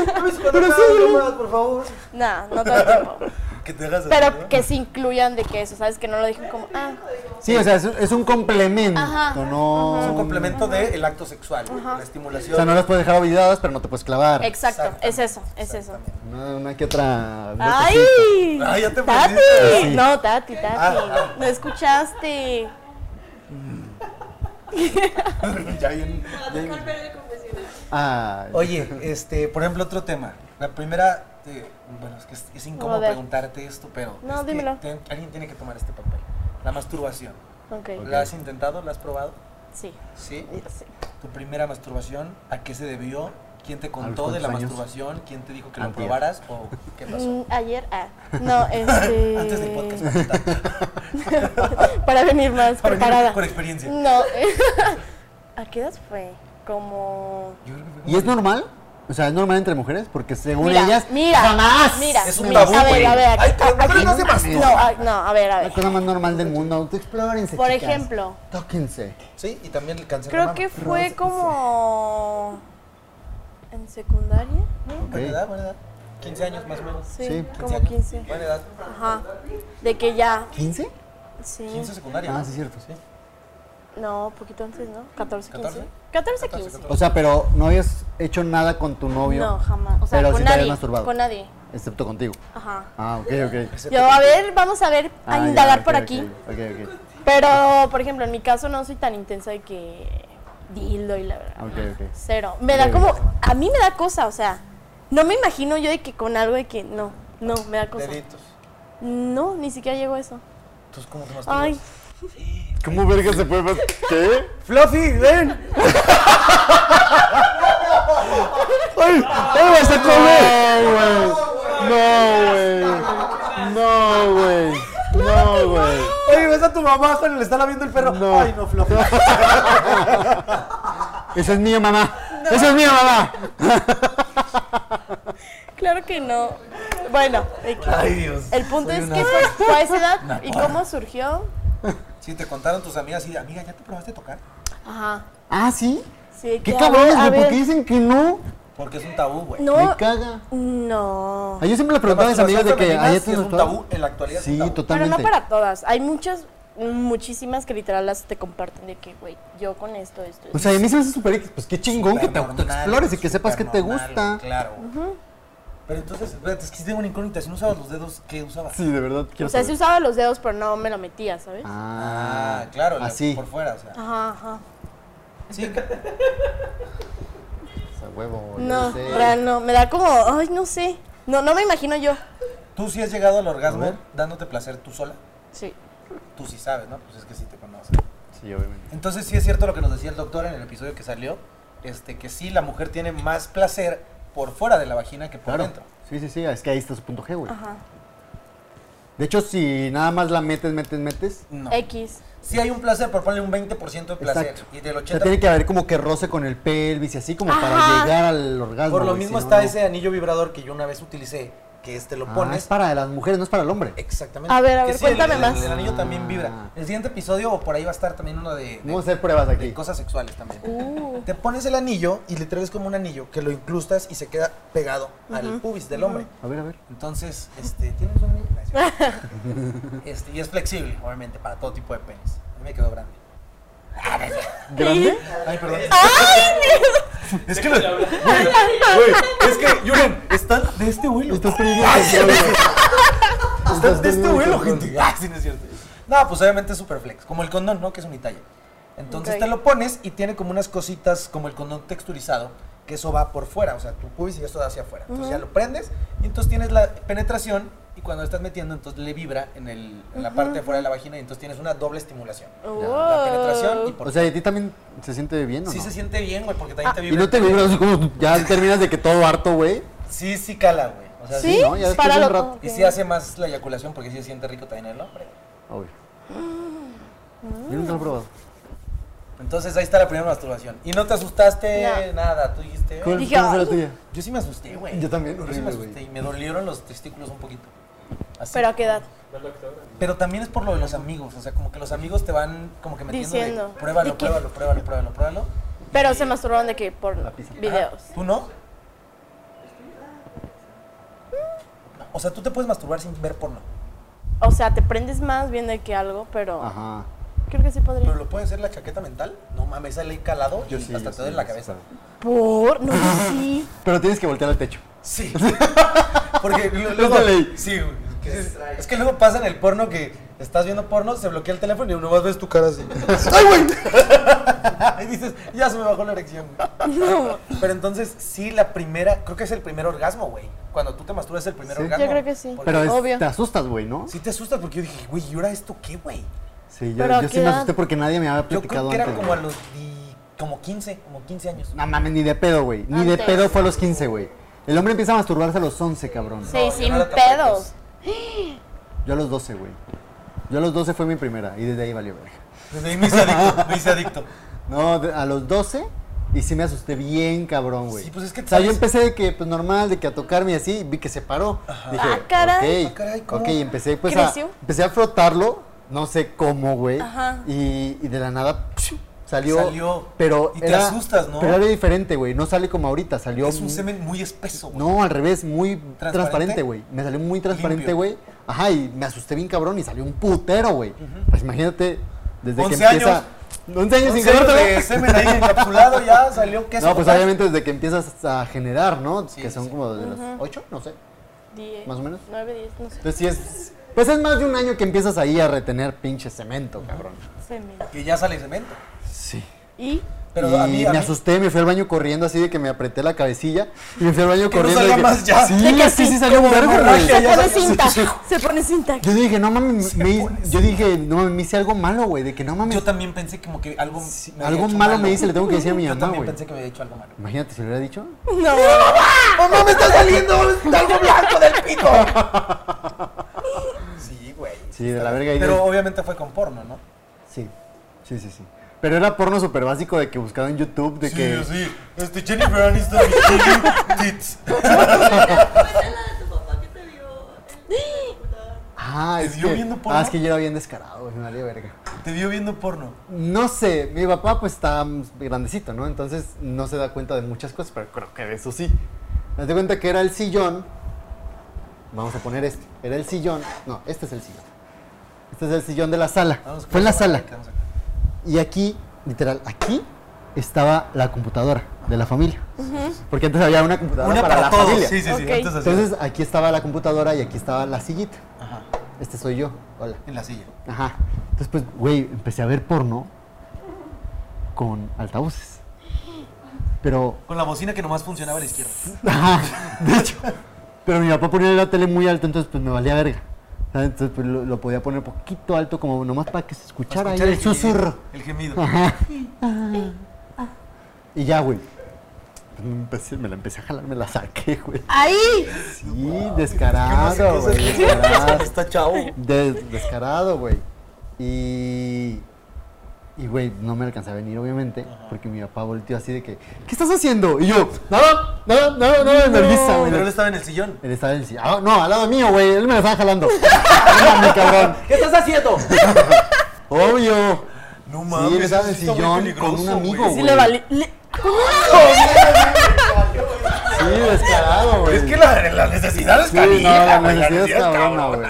A: no, por favor.
C: no, no todo el tiempo.
A: Que te hagas
C: Pero que se incluyan de que eso, ¿sabes? Que no lo dejen como, ah,
B: Sí, o sea, es, es un complemento,
C: Ajá.
B: no.
A: Es un complemento del acto sexual, la
B: O sea,
A: estimulación.
B: no las puedes dejar olvidadas, pero no te puedes clavar.
C: exacto, es eso, es eso.
A: Exactamente.
B: No, una que otra.
C: ¡Ay!
A: Ah, ya te
C: ¡Tati!
A: perdiste.
B: Sí.
C: No, Tati, Tati.
A: Ah.
C: No escuchaste.
A: Ya bien- ya
F: Para
A: bien.
F: tocar pero de confesional.
B: Ay.
A: Oye, este, por ejemplo, otro tema. La primera, eh, bueno, es que es, es incómodo
C: Joder.
A: preguntarte esto, pero
C: No,
A: es que
C: dímelo.
A: ten- alguien tiene que tomar este papel. La masturbación.
C: Ok,
A: ¿La has intentado? ¿La has probado?
C: sí.
A: Sí.
C: sí.
A: Tu primera masturbación, ¿a qué se debió? ¿Quién te contó
B: cuántos
A: de la
B: años?
A: masturbación? ¿Quién te dijo que lo
B: Antier.
A: probaras o qué pasó?
C: Mm, Ayer, ah. No, este.
A: Antes del podcast, Marta,
C: Para venir más
A: para venir
C: preparada. Mm.
A: con experiencia.
C: No. ¿A qué edad fue? Como.
A: Yo creo que fue
B: ¿Y es
A: como-
B: normal? O sea, ¿es normal entre mujeres? Porque según
C: Mira,
B: ellas,
C: mira,
B: jamás.
C: Mira,
A: Es un
C: mira,
A: tabú,
C: a ver,
A: güey.
C: a ver.
A: Ay, pero
C: aquí-
A: mujeres no se
C: no, a, no, a ver, a
B: La
C: ver.
B: cosa más normal del mundo. Autoexplórense.
C: Por
B: chicas.
C: ejemplo,
B: Tóquense.
A: Sí, y también el cáncer. de
C: creo
A: mama.
C: que fue como. ¿En secundaria?
A: Buena edad, buena edad. 15 años más o menos.
C: Sí,
B: Sí,
C: como
A: 15
C: 15.
A: años. Buena edad.
C: Ajá. De que ya.
B: ¿15?
C: Sí.
A: 15 secundaria.
B: Ah,
A: ¿no?
B: sí, cierto, sí.
C: No, poquito antes, ¿no? 14, 15.
A: 14?
C: 14,
A: 14,
C: 15.
B: O sea, pero no habías hecho nada con tu novio.
C: No, jamás. O sea,
B: Pero
C: con
B: sí te habías
C: nadie.
B: masturbado.
C: Con nadie.
B: Excepto contigo.
C: Ajá.
B: Ah, ok, ok.
C: Yo, a ver, vamos a ver, a
B: Ah, ya,
C: indagar
B: ok,
C: por
B: ok,
C: aquí.
B: Ok, ok.
C: Pero, por ejemplo, en mi caso no soy tan intensa de que dildo y la verdad.
B: Ok,
C: no,
B: ok.
C: Cero. Me da
B: Ok.
C: como, a mí me da cosa, o sea, no me imagino yo de que con algo de que no, no, me da cosa.
A: Deditos.
C: No, ni siquiera llego a eso.
A: Entonces, ¿cómo te masturbas?
C: Ay,
B: ¿Cómo verga se puede ver? ¿Qué?
G: Fluffy, ven.
B: ¡Ay! ¡Ay, vas a comer! No, güey. No, güey. No, güey.
G: Oye, ves a tu mamá cuando le está lamiendo el perro.
B: No.
G: Ay, no, Fluffy.
B: Esa es mía, mamá. Esa es mía, mamá.
C: claro que no. Bueno, de que-
A: Ay, Dios.
C: el punto
A: Soy
C: es
A: una-
C: que fue, fue a esa edad
A: Una
C: y
A: porra.
C: cómo surgió.
A: Si te contaron tus amigas y, amiga, ¿ya te probaste a tocar?
C: Ajá.
B: Ah, sí.
C: Sí, de
B: Qué
C: que, a
B: cabrones,
C: ver, a
B: güey. ¿Por
C: ver.
B: qué dicen que no?
A: Porque es un tabú, güey.
B: Me
C: No,
B: caga.
C: no.
B: Ah, yo siempre le preguntaba a mis amigos de que ayer
A: ayer
B: te
A: es un
B: notaba-
A: tabú en la actualidad. es un
B: Sí,
A: tabú.
C: Pero
B: totalmente.
C: no para todas. Hay muchas, muchísimas que literal las te comparten de que, güey, yo con esto, esto.
B: O sea, y a mí se me hace súper X. Pues qué chingón que te
A: Supernormal,
B: autoexplores y que sepas que te
A: supernormal,
B: gusta.
A: Claro. Pero entonces, espérate, es que tengo una incógnita. Si no usabas los dedos, ¿qué usabas?
B: Sí, de verdad quiero
C: o sea, sí
B: saber.
C: usaba los dedos, pero no me lo metía, ¿sabes?
A: Ah,
B: Ah,
A: claro, la-
B: Así.
A: por fuera, o sea.
C: Ajá, ajá.
A: Sí,
B: O sea, huevo. ya
C: No,
B: sé.
C: real, no. Me da como, ay, no sé. No, no me imagino yo.
A: tú sí has llegado al
B: A
A: orgasmo
B: ver.
A: dándote placer tú sola.
C: Sí.
A: Tú sí sabes, ¿no? Pues es que sí te conoces.
B: Sí, obviamente.
A: Entonces sí es cierto lo que nos decía el doctor en el episodio que salió, este que sí la mujer tiene más placer por fuera de la vagina que por
B: Claro.
A: dentro.
B: Sí, sí, sí. Es que ahí está su punto G, güey.
C: Ajá.
B: De hecho, si nada más la metes, metes, metes.
A: No.
C: X.
A: Sí hay un placer, pero ponle un 20% de placer
B: Exacto.
A: y del
B: O sea,
A: 80
B: tiene que haber como que roce con el pelvis y así como para
C: Ajá.
B: llegar al orgasmo.
A: Por lo
B: güey,
A: mismo
B: si no,
A: está
B: no.
A: ese anillo vibrador que yo una vez utilicé, que este lo
B: Ah, es
A: pones.
B: para las mujeres, no es para el hombre.
A: Exactamente.
C: A ver, a
A: Que
C: ver,
A: sí, el-
C: cuéntame
A: el-
C: más.
A: El, anillo también
B: Ah.
A: vibra. El siguiente episodio o por ahí va a estar también uno de, de-
B: Vamos a hacer pruebas
A: de
B: aquí.
A: cosas sexuales también.
C: Uh.
A: Te pones el anillo y le traes como un anillo que lo incrustas y se queda pegado al pubis del hombre.
B: A ver, a ver.
A: Entonces, este, tienes un anillo. Gracias. Este, y es flexible, obviamente, para todo tipo de penes. A mí me quedó grande.
B: ¿Grande?
A: Ay, perdón. Es que, güey, güey, es que, Yuren, están de este vuelo.
B: Estás perdiendo el control, güey.
A: Están de este
B: perdiendo el
A: vuelo,
B: control.
A: gente. Ah, sí, no es cierto. No, pues obviamente es super flex. Como el condón, ¿no? Que es unitalle. Entonces
C: Ok.
A: te lo pones y tiene como unas cositas como el condón texturizado, que eso va por fuera, o sea, tu pubis y eso da hacia afuera. Entonces ya lo prendes y entonces tienes la penetración y cuando lo estás metiendo, entonces le vibra en, el, en la parte de fuera de la vagina y entonces tienes una doble estimulación.
C: Oh.
A: La penetración y por
B: O sea, ¿y a ti también se siente bien o
A: Sí
B: no?
A: se siente bien, güey, porque también
C: Ah,
A: te
B: Y
A: vibra.
B: no te vibras así como ya terminas de que todo harto, güey.
A: Sí, sí cala, güey. O sea,
C: ¿Sí?
A: sí.
B: ¿no? Ya después
C: Para
B: de un
C: lo-
B: rato.
A: Y
C: ok.
A: sí hace más la eyaculación porque sí se siente rico también el hombre.
B: Obvio. Ah, Yo nunca lo he probado.
A: Entonces ahí está la primera masturbación. Y no te asustaste
C: No.
A: nada, tú dijiste.
B: ¿Cuál
A: "Ay".
C: Dije,
B: cuál fue
C: "Ay".
B: la tuya?
A: Yo sí me asusté, güey.
B: Yo también,
A: Yo sí me
B: horrible,
A: asusté
B: güey.
A: y me dolieron los testículos un poquito. Así.
C: ¿Pero a qué edad?
A: Pero también es por lo de los amigos, o sea, como que los amigos te van como que metiendo de,
C: Diciendo.
A: pruébalo,
C: ¿De qué?
A: pruébalo, pruébalo, pruébalo, pruébalo.
C: Pero se masturbaron de que por videos.
A: ¿Tú no? O sea, tú te puedes masturbar sin ver porno,
C: O sea, te prendes más viendo de que algo, pero
B: Ajá.
C: creo que sí
A: pero
C: podría.
A: lo puede hacer la chaqueta mental. No mames, esa ley calado y
B: sí,
A: hasta
B: sí,
A: te duele la
B: sí,
A: cabeza.
B: sí.
C: Por, no, sí.
B: Pero tienes que voltear al techo.
A: Sí. Porque lu-
B: Es
A: luego.
B: la ley.
A: Sí, güey. Es, que- es que luego pasa en el porno que estás viendo porno, se bloquea el teléfono y nomás ves tu cara así. ¡Ay, güey! y dices, ya se me bajó la erección. Pero entonces, sí, la primera, creo que es el primer orgasmo, güey. Cuando tú te masturbas es el primer
B: Sí.
A: orgasmo.
C: Yo creo que sí.
A: Porque
B: Pero es-
C: Obvio.
B: te asustas, güey, ¿no?
A: Sí te asustas porque yo dije, güey, ¿y ahora esto qué, güey?
B: Sí, yo,
C: Pero ¿a
B: yo sí
C: qué
B: me
C: edad?
B: asusté porque nadie me había
A: Yo creo
B: platicado
A: que era
B: antes.
A: como a
B: güey.
A: los di- como 15, como 15 años.
B: No mames, ni de pedo, güey. Ni de
C: Antes.
B: pedo fue a los 15, güey. El hombre empieza a masturbarse a los 11, cabrón.
C: Sí,
A: yo
C: sin
A: no pues. era tan
C: pedos.
B: Yo a los 12, güey. Yo a los 12 fue mi primera y desde ahí valió verga.
A: Desde ahí me hice adicto, me hice adicto.
B: No, de- a los 12 y sí me asusté bien, cabrón, güey.
A: Sí, pues es que
B: O sea, yo
A: sabes-
B: empecé de que, pues normal, de que a tocarme y así, y vi que se paró. Dije,
C: Ah, caray.
B: ok,
A: Ah, caray, ¿cómo?
B: ok, y empecé pues a,
C: ¿Creció?
B: empecé a frotarlo, no sé cómo, güey.
C: Ajá.
B: Y, y de la nada ¡pshu! salió.
A: Salió.
B: Pero
A: Y te
B: era-
A: asustas, ¿no?
B: Pero era diferente, güey. No sale como ahorita, salió.
A: Es un
B: muy-
A: semen muy espeso, güey.
B: No, al revés, muy
A: ¿Transparente?
B: transparente, güey. Me salió muy transparente,
A: Limpio.
B: güey. Ajá, y me asusté bien cabrón y salió un putero, güey. Pues imagínate, desde que
A: 11
B: empieza.
A: años.
B: 11 años sin
A: Once años
B: querértelo.
A: de eh, semen ahí encapsulado ya salió queso.
B: No, pues
A: total.
B: obviamente desde que empiezas a generar, ¿no?
A: Sí,
B: que son
A: sí.
B: como de los 8, no sé.
C: Diez,
B: Más o menos.
C: Nueve, diez, no sé.
B: Entonces sí es. Pues es más de un año que empiezas ahí a retener pinche cemento, cabrón.
C: Se me-
A: Que ya sale cemento.
B: Sí.
C: Y
A: Pero
B: y
A: a mí, a
B: me
A: mí-
B: asusté, me fui al baño corriendo así de que me apreté la cabecilla y me fui al baño
A: Que no
B: corriendo.
A: salga
B: de
A: más ya.
B: Sí,
C: De
B: es
C: que
B: que
C: sí,
B: sí salió un
A: como
B: verbo, güey.
A: hemorragia.
C: se
A: ya
C: pone
A: sabía.
C: cinta. Se pone cinta.
B: Yo dije, no mames, me- yo dije, no mames, me hice algo malo, güey, de que no mames.
A: yo también pensé como que algo me había
B: algo
A: hecho
B: malo me hice, le tengo que decir a mi
A: Yo
B: mamá,
A: también
B: güey.
A: pensé que me había hecho algo malo.
B: Imagínate si lo hubiera dicho.
C: No.
B: ¡Oh,
A: ¡Mamá, me está saliendo algo blanco del pito! sí, güey.
B: Sí, de la verga. y
A: Pero
B: de-
A: obviamente fue con porno, ¿no?
B: Sí, sí, sí, sí. Pero era porno súper básico de que buscaba en YouTube, de que...
A: sí. Este Jennifer Aniston y Jennifer Tits.
F: Cuéntala de tu papá que te vio en la computadora.
B: Ah,
A: ¿Te
B: es
A: vio
B: que,
A: viendo porno?
B: ah, es que yo era bien descarado, güey, me valía verga.
A: Te vio viendo porno.
B: No sé, mi papá pues está mm, grandecito, ¿no? Entonces no se da cuenta de muchas cosas, pero creo que de eso sí. Me di cuenta que era el sillón. Vamos a poner este. Era el sillón. No, este es el sillón. Este es el sillón de la sala.
A: Vamos con
B: Fue en la
A: cámara,
B: sala.
A: vamos a-
B: Y aquí, literal, aquí estaba la computadora de la familia. Porque antes había una computadora
A: Una
B: para,
A: para
B: la
A: todos.
B: familia.
A: Sí, sí, sí.
C: Ok.
A: antes hacía-
B: Entonces aquí estaba la computadora y aquí estaba la sillita.
A: Ajá.
B: Este soy yo. Hola.
A: En la silla.
B: Ajá. Entonces, pues, güey, empecé a ver porno con altavoces. Pero,
A: Con la bocina que nomás funcionaba a la izquierda.
B: ajá, de hecho. Pero mi papá ponía la tele muy alto, entonces, pues, me valía verga. ¿Sabes? Entonces, pues, lo, lo podía poner poquito alto, como nomás para que se escuchara
A: Para
B: ahí
A: escuchar gemido,
B: el susurro.
A: El gemido.
B: Ajá. Y ya, güey. Pues, Me, empecé- me la empecé a jalar, me la saqué, güey.
C: Ahí.
B: Sí, descarado, güey. descarado.
A: Está chavo.
B: Des- descarado, güey. Y. Y, güey, no me alcanza a venir, obviamente, porque mi papá volteó así de que, ¿qué estás haciendo? Y yo, nada, nada, nada, nada, de nerviosa, güey.
A: Pero él estaba en el sillón.
B: Él estaba en el sillón. Ah, no, al lado mío, güey. Él me la estaba jalando. No mames, cabrón.
G: ¿Qué estás haciendo?
B: Obvio.
A: No
B: Sí, él estaba en el
A: eso está muy
B: sillón
A: peligroso,
B: con un amigo,
A: güey.
C: Sí
B: güey.
C: le vale. le-
B: Sí, descarado, güey.
A: Es que la, la necesidad es
B: Sí, no,
A: canija,
B: la
A: güey,
B: necesidad es cabrona, güey.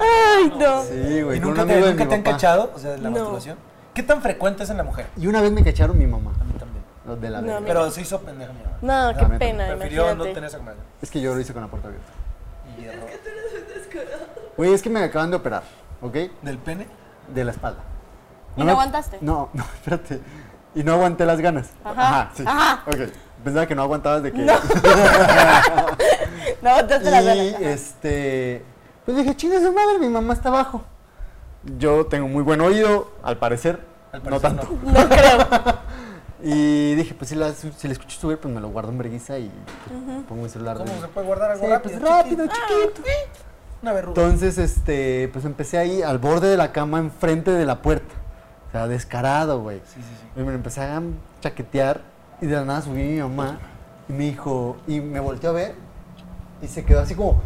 C: Ay, no.
B: Sí, güey.
A: ¿Y
B: con
A: nunca,
B: un
A: te,
B: amigo de
A: nunca
B: mi
A: te han
B: papá.
A: cachado? O sea, la
C: No.
A: masturbación. ¿Qué tan frecuente es en la mujer?
B: Y una vez me cacharon mi mamá.
A: A mí también.
B: Lo de la
H: No,
B: verga.
H: mira.
A: Pero se hizo pendejo mi hermano.
H: No,
B: La
H: qué
B: neta,
H: pena,
A: Prefirió no
H: imagínate.
A: tener esa conversación.
B: Es que yo lo hice con la puerta abierta.
A: Y erró.
B: Oye, es que me acaban de operar, ¿ok?
A: ¿Del pene?
B: De la espalda.
C: ¿Y no
B: me-
C: aguantaste?
B: No, no, espérate. Y no aguanté las ganas.
C: Ajá,
B: sí.
C: ajá.
B: Ok. Pensaba que no aguantabas de que.
H: No, botaste las
B: y eh,
H: ganas.
B: este. Pues dije, chinga su madre, mi mamá está abajo. Yo tengo muy buen oído, al parecer.
A: Al
B: no
A: parecer
B: tanto.
H: No creo.
B: Y dije, pues si la, si la escucho subir, pues me lo guardo en breguiza y pues, pongo mi celular. de-
A: ¿Cómo se puede guardar algo
B: Sí,
A: rápido?
B: pues rápido,
A: chiquito? Ah.
B: chiquito.
A: Una verruga.
B: Entonces, este, pues empecé ahí al borde de la cama, enfrente de la puerta. O sea, descarado, güey.
A: Sí, sí, sí.
B: Y me empecé a chaquetear y de la nada subí a mi mamá y me dijo, y me volteó a ver y se quedó así como...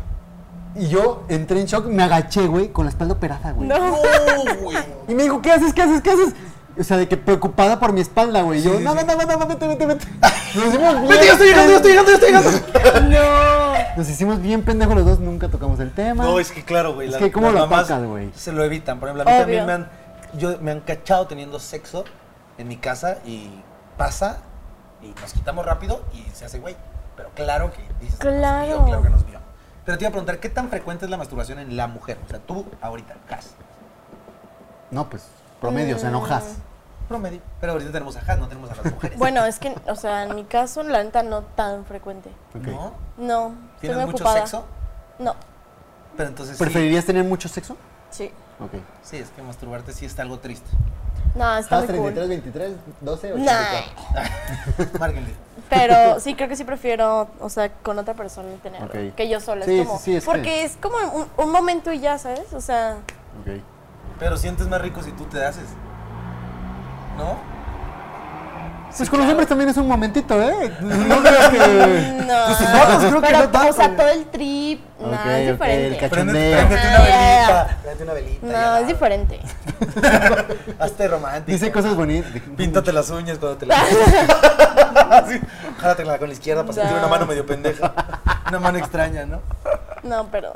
B: Y yo entré en shock, me agaché, güey, con la espalda operada, güey.
H: No.
B: Y me dijo, ¿qué haces? ¿Qué haces? ¿Qué haces? O sea, de que preocupada por mi espalda, güey. Yo,
A: sí,
B: no,
A: sí.
B: no, no, no, no, vete, vete, vete. Nos hicimos bien.
A: Vete, yo estoy llegando, yo estoy llegando, yo estoy llegando.
B: Nos hicimos bien pendejos los dos, nunca tocamos el tema.
A: No, es que claro, güey.
B: Es
A: las-
B: que cómo
A: las
B: lo
A: mamás
B: atacas, güey.
A: Se lo evitan. Por ejemplo, a mí
H: Obvio.
A: también me han, yo, me han cachado teniendo sexo en mi casa y pasa y nos quitamos rápido y se hace güey. Pero claro que dices,
H: Claro.
A: nos vio, claro que nos vio. Pero te iba a preguntar, ¿qué tan frecuente es la masturbación en la mujer? O sea, tú ahorita, Cas.
B: No, pues, promedio, se enojas.
A: Promedio. Pero ahorita tenemos a Has, no tenemos a las mujeres.
H: Bueno, es que, o sea, en mi caso, la neta no tan frecuente.
B: Ok.
A: ¿No?
H: No, estoy
A: ¿Tienes
H: muy
A: mucho
H: ocupada.
A: sexo?
H: No,
A: Pero entonces sí,
B: ¿Preferirías tener mucho sexo?
H: sí.
B: Ok.
A: sí, es que masturbarte sí está algo triste.
H: No, está muy cool.
B: 23, 12,
H: Nah.
A: Márquenle.
H: Pero sí, creo que sí prefiero, o sea, con otra persona tenerlo
B: Ok.
H: que yo sola.
B: Sí,
H: es como,
B: sí, sí, es que-
H: porque es como un, un momento y ya, ¿sabes? O sea,
B: Ok.
A: Pero sientes más rico si tú te haces. ¿No?
B: Pues con los hombres también es un momentito, ¿eh? No creas que...
H: no.
B: Pues creo que
H: pero,
B: no tanto,
H: o sea,
B: güey.
H: todo el trip, no,
B: Ok, ok,
H: es diferente.
B: el cachondeo.
A: Préndete,
B: Ajá,
A: préndete una
H: ya, ya.
A: velita. Préndete una velita.
H: No,
A: ya.
H: es diferente.
A: Hazte romántico.
B: Dice cosas bonitas.
A: Píntate las uñas cuando te las Así, Jálatela con la izquierda para sentir
H: No.
A: una mano medio pendeja. Una mano extraña, ¿no?
H: No, pero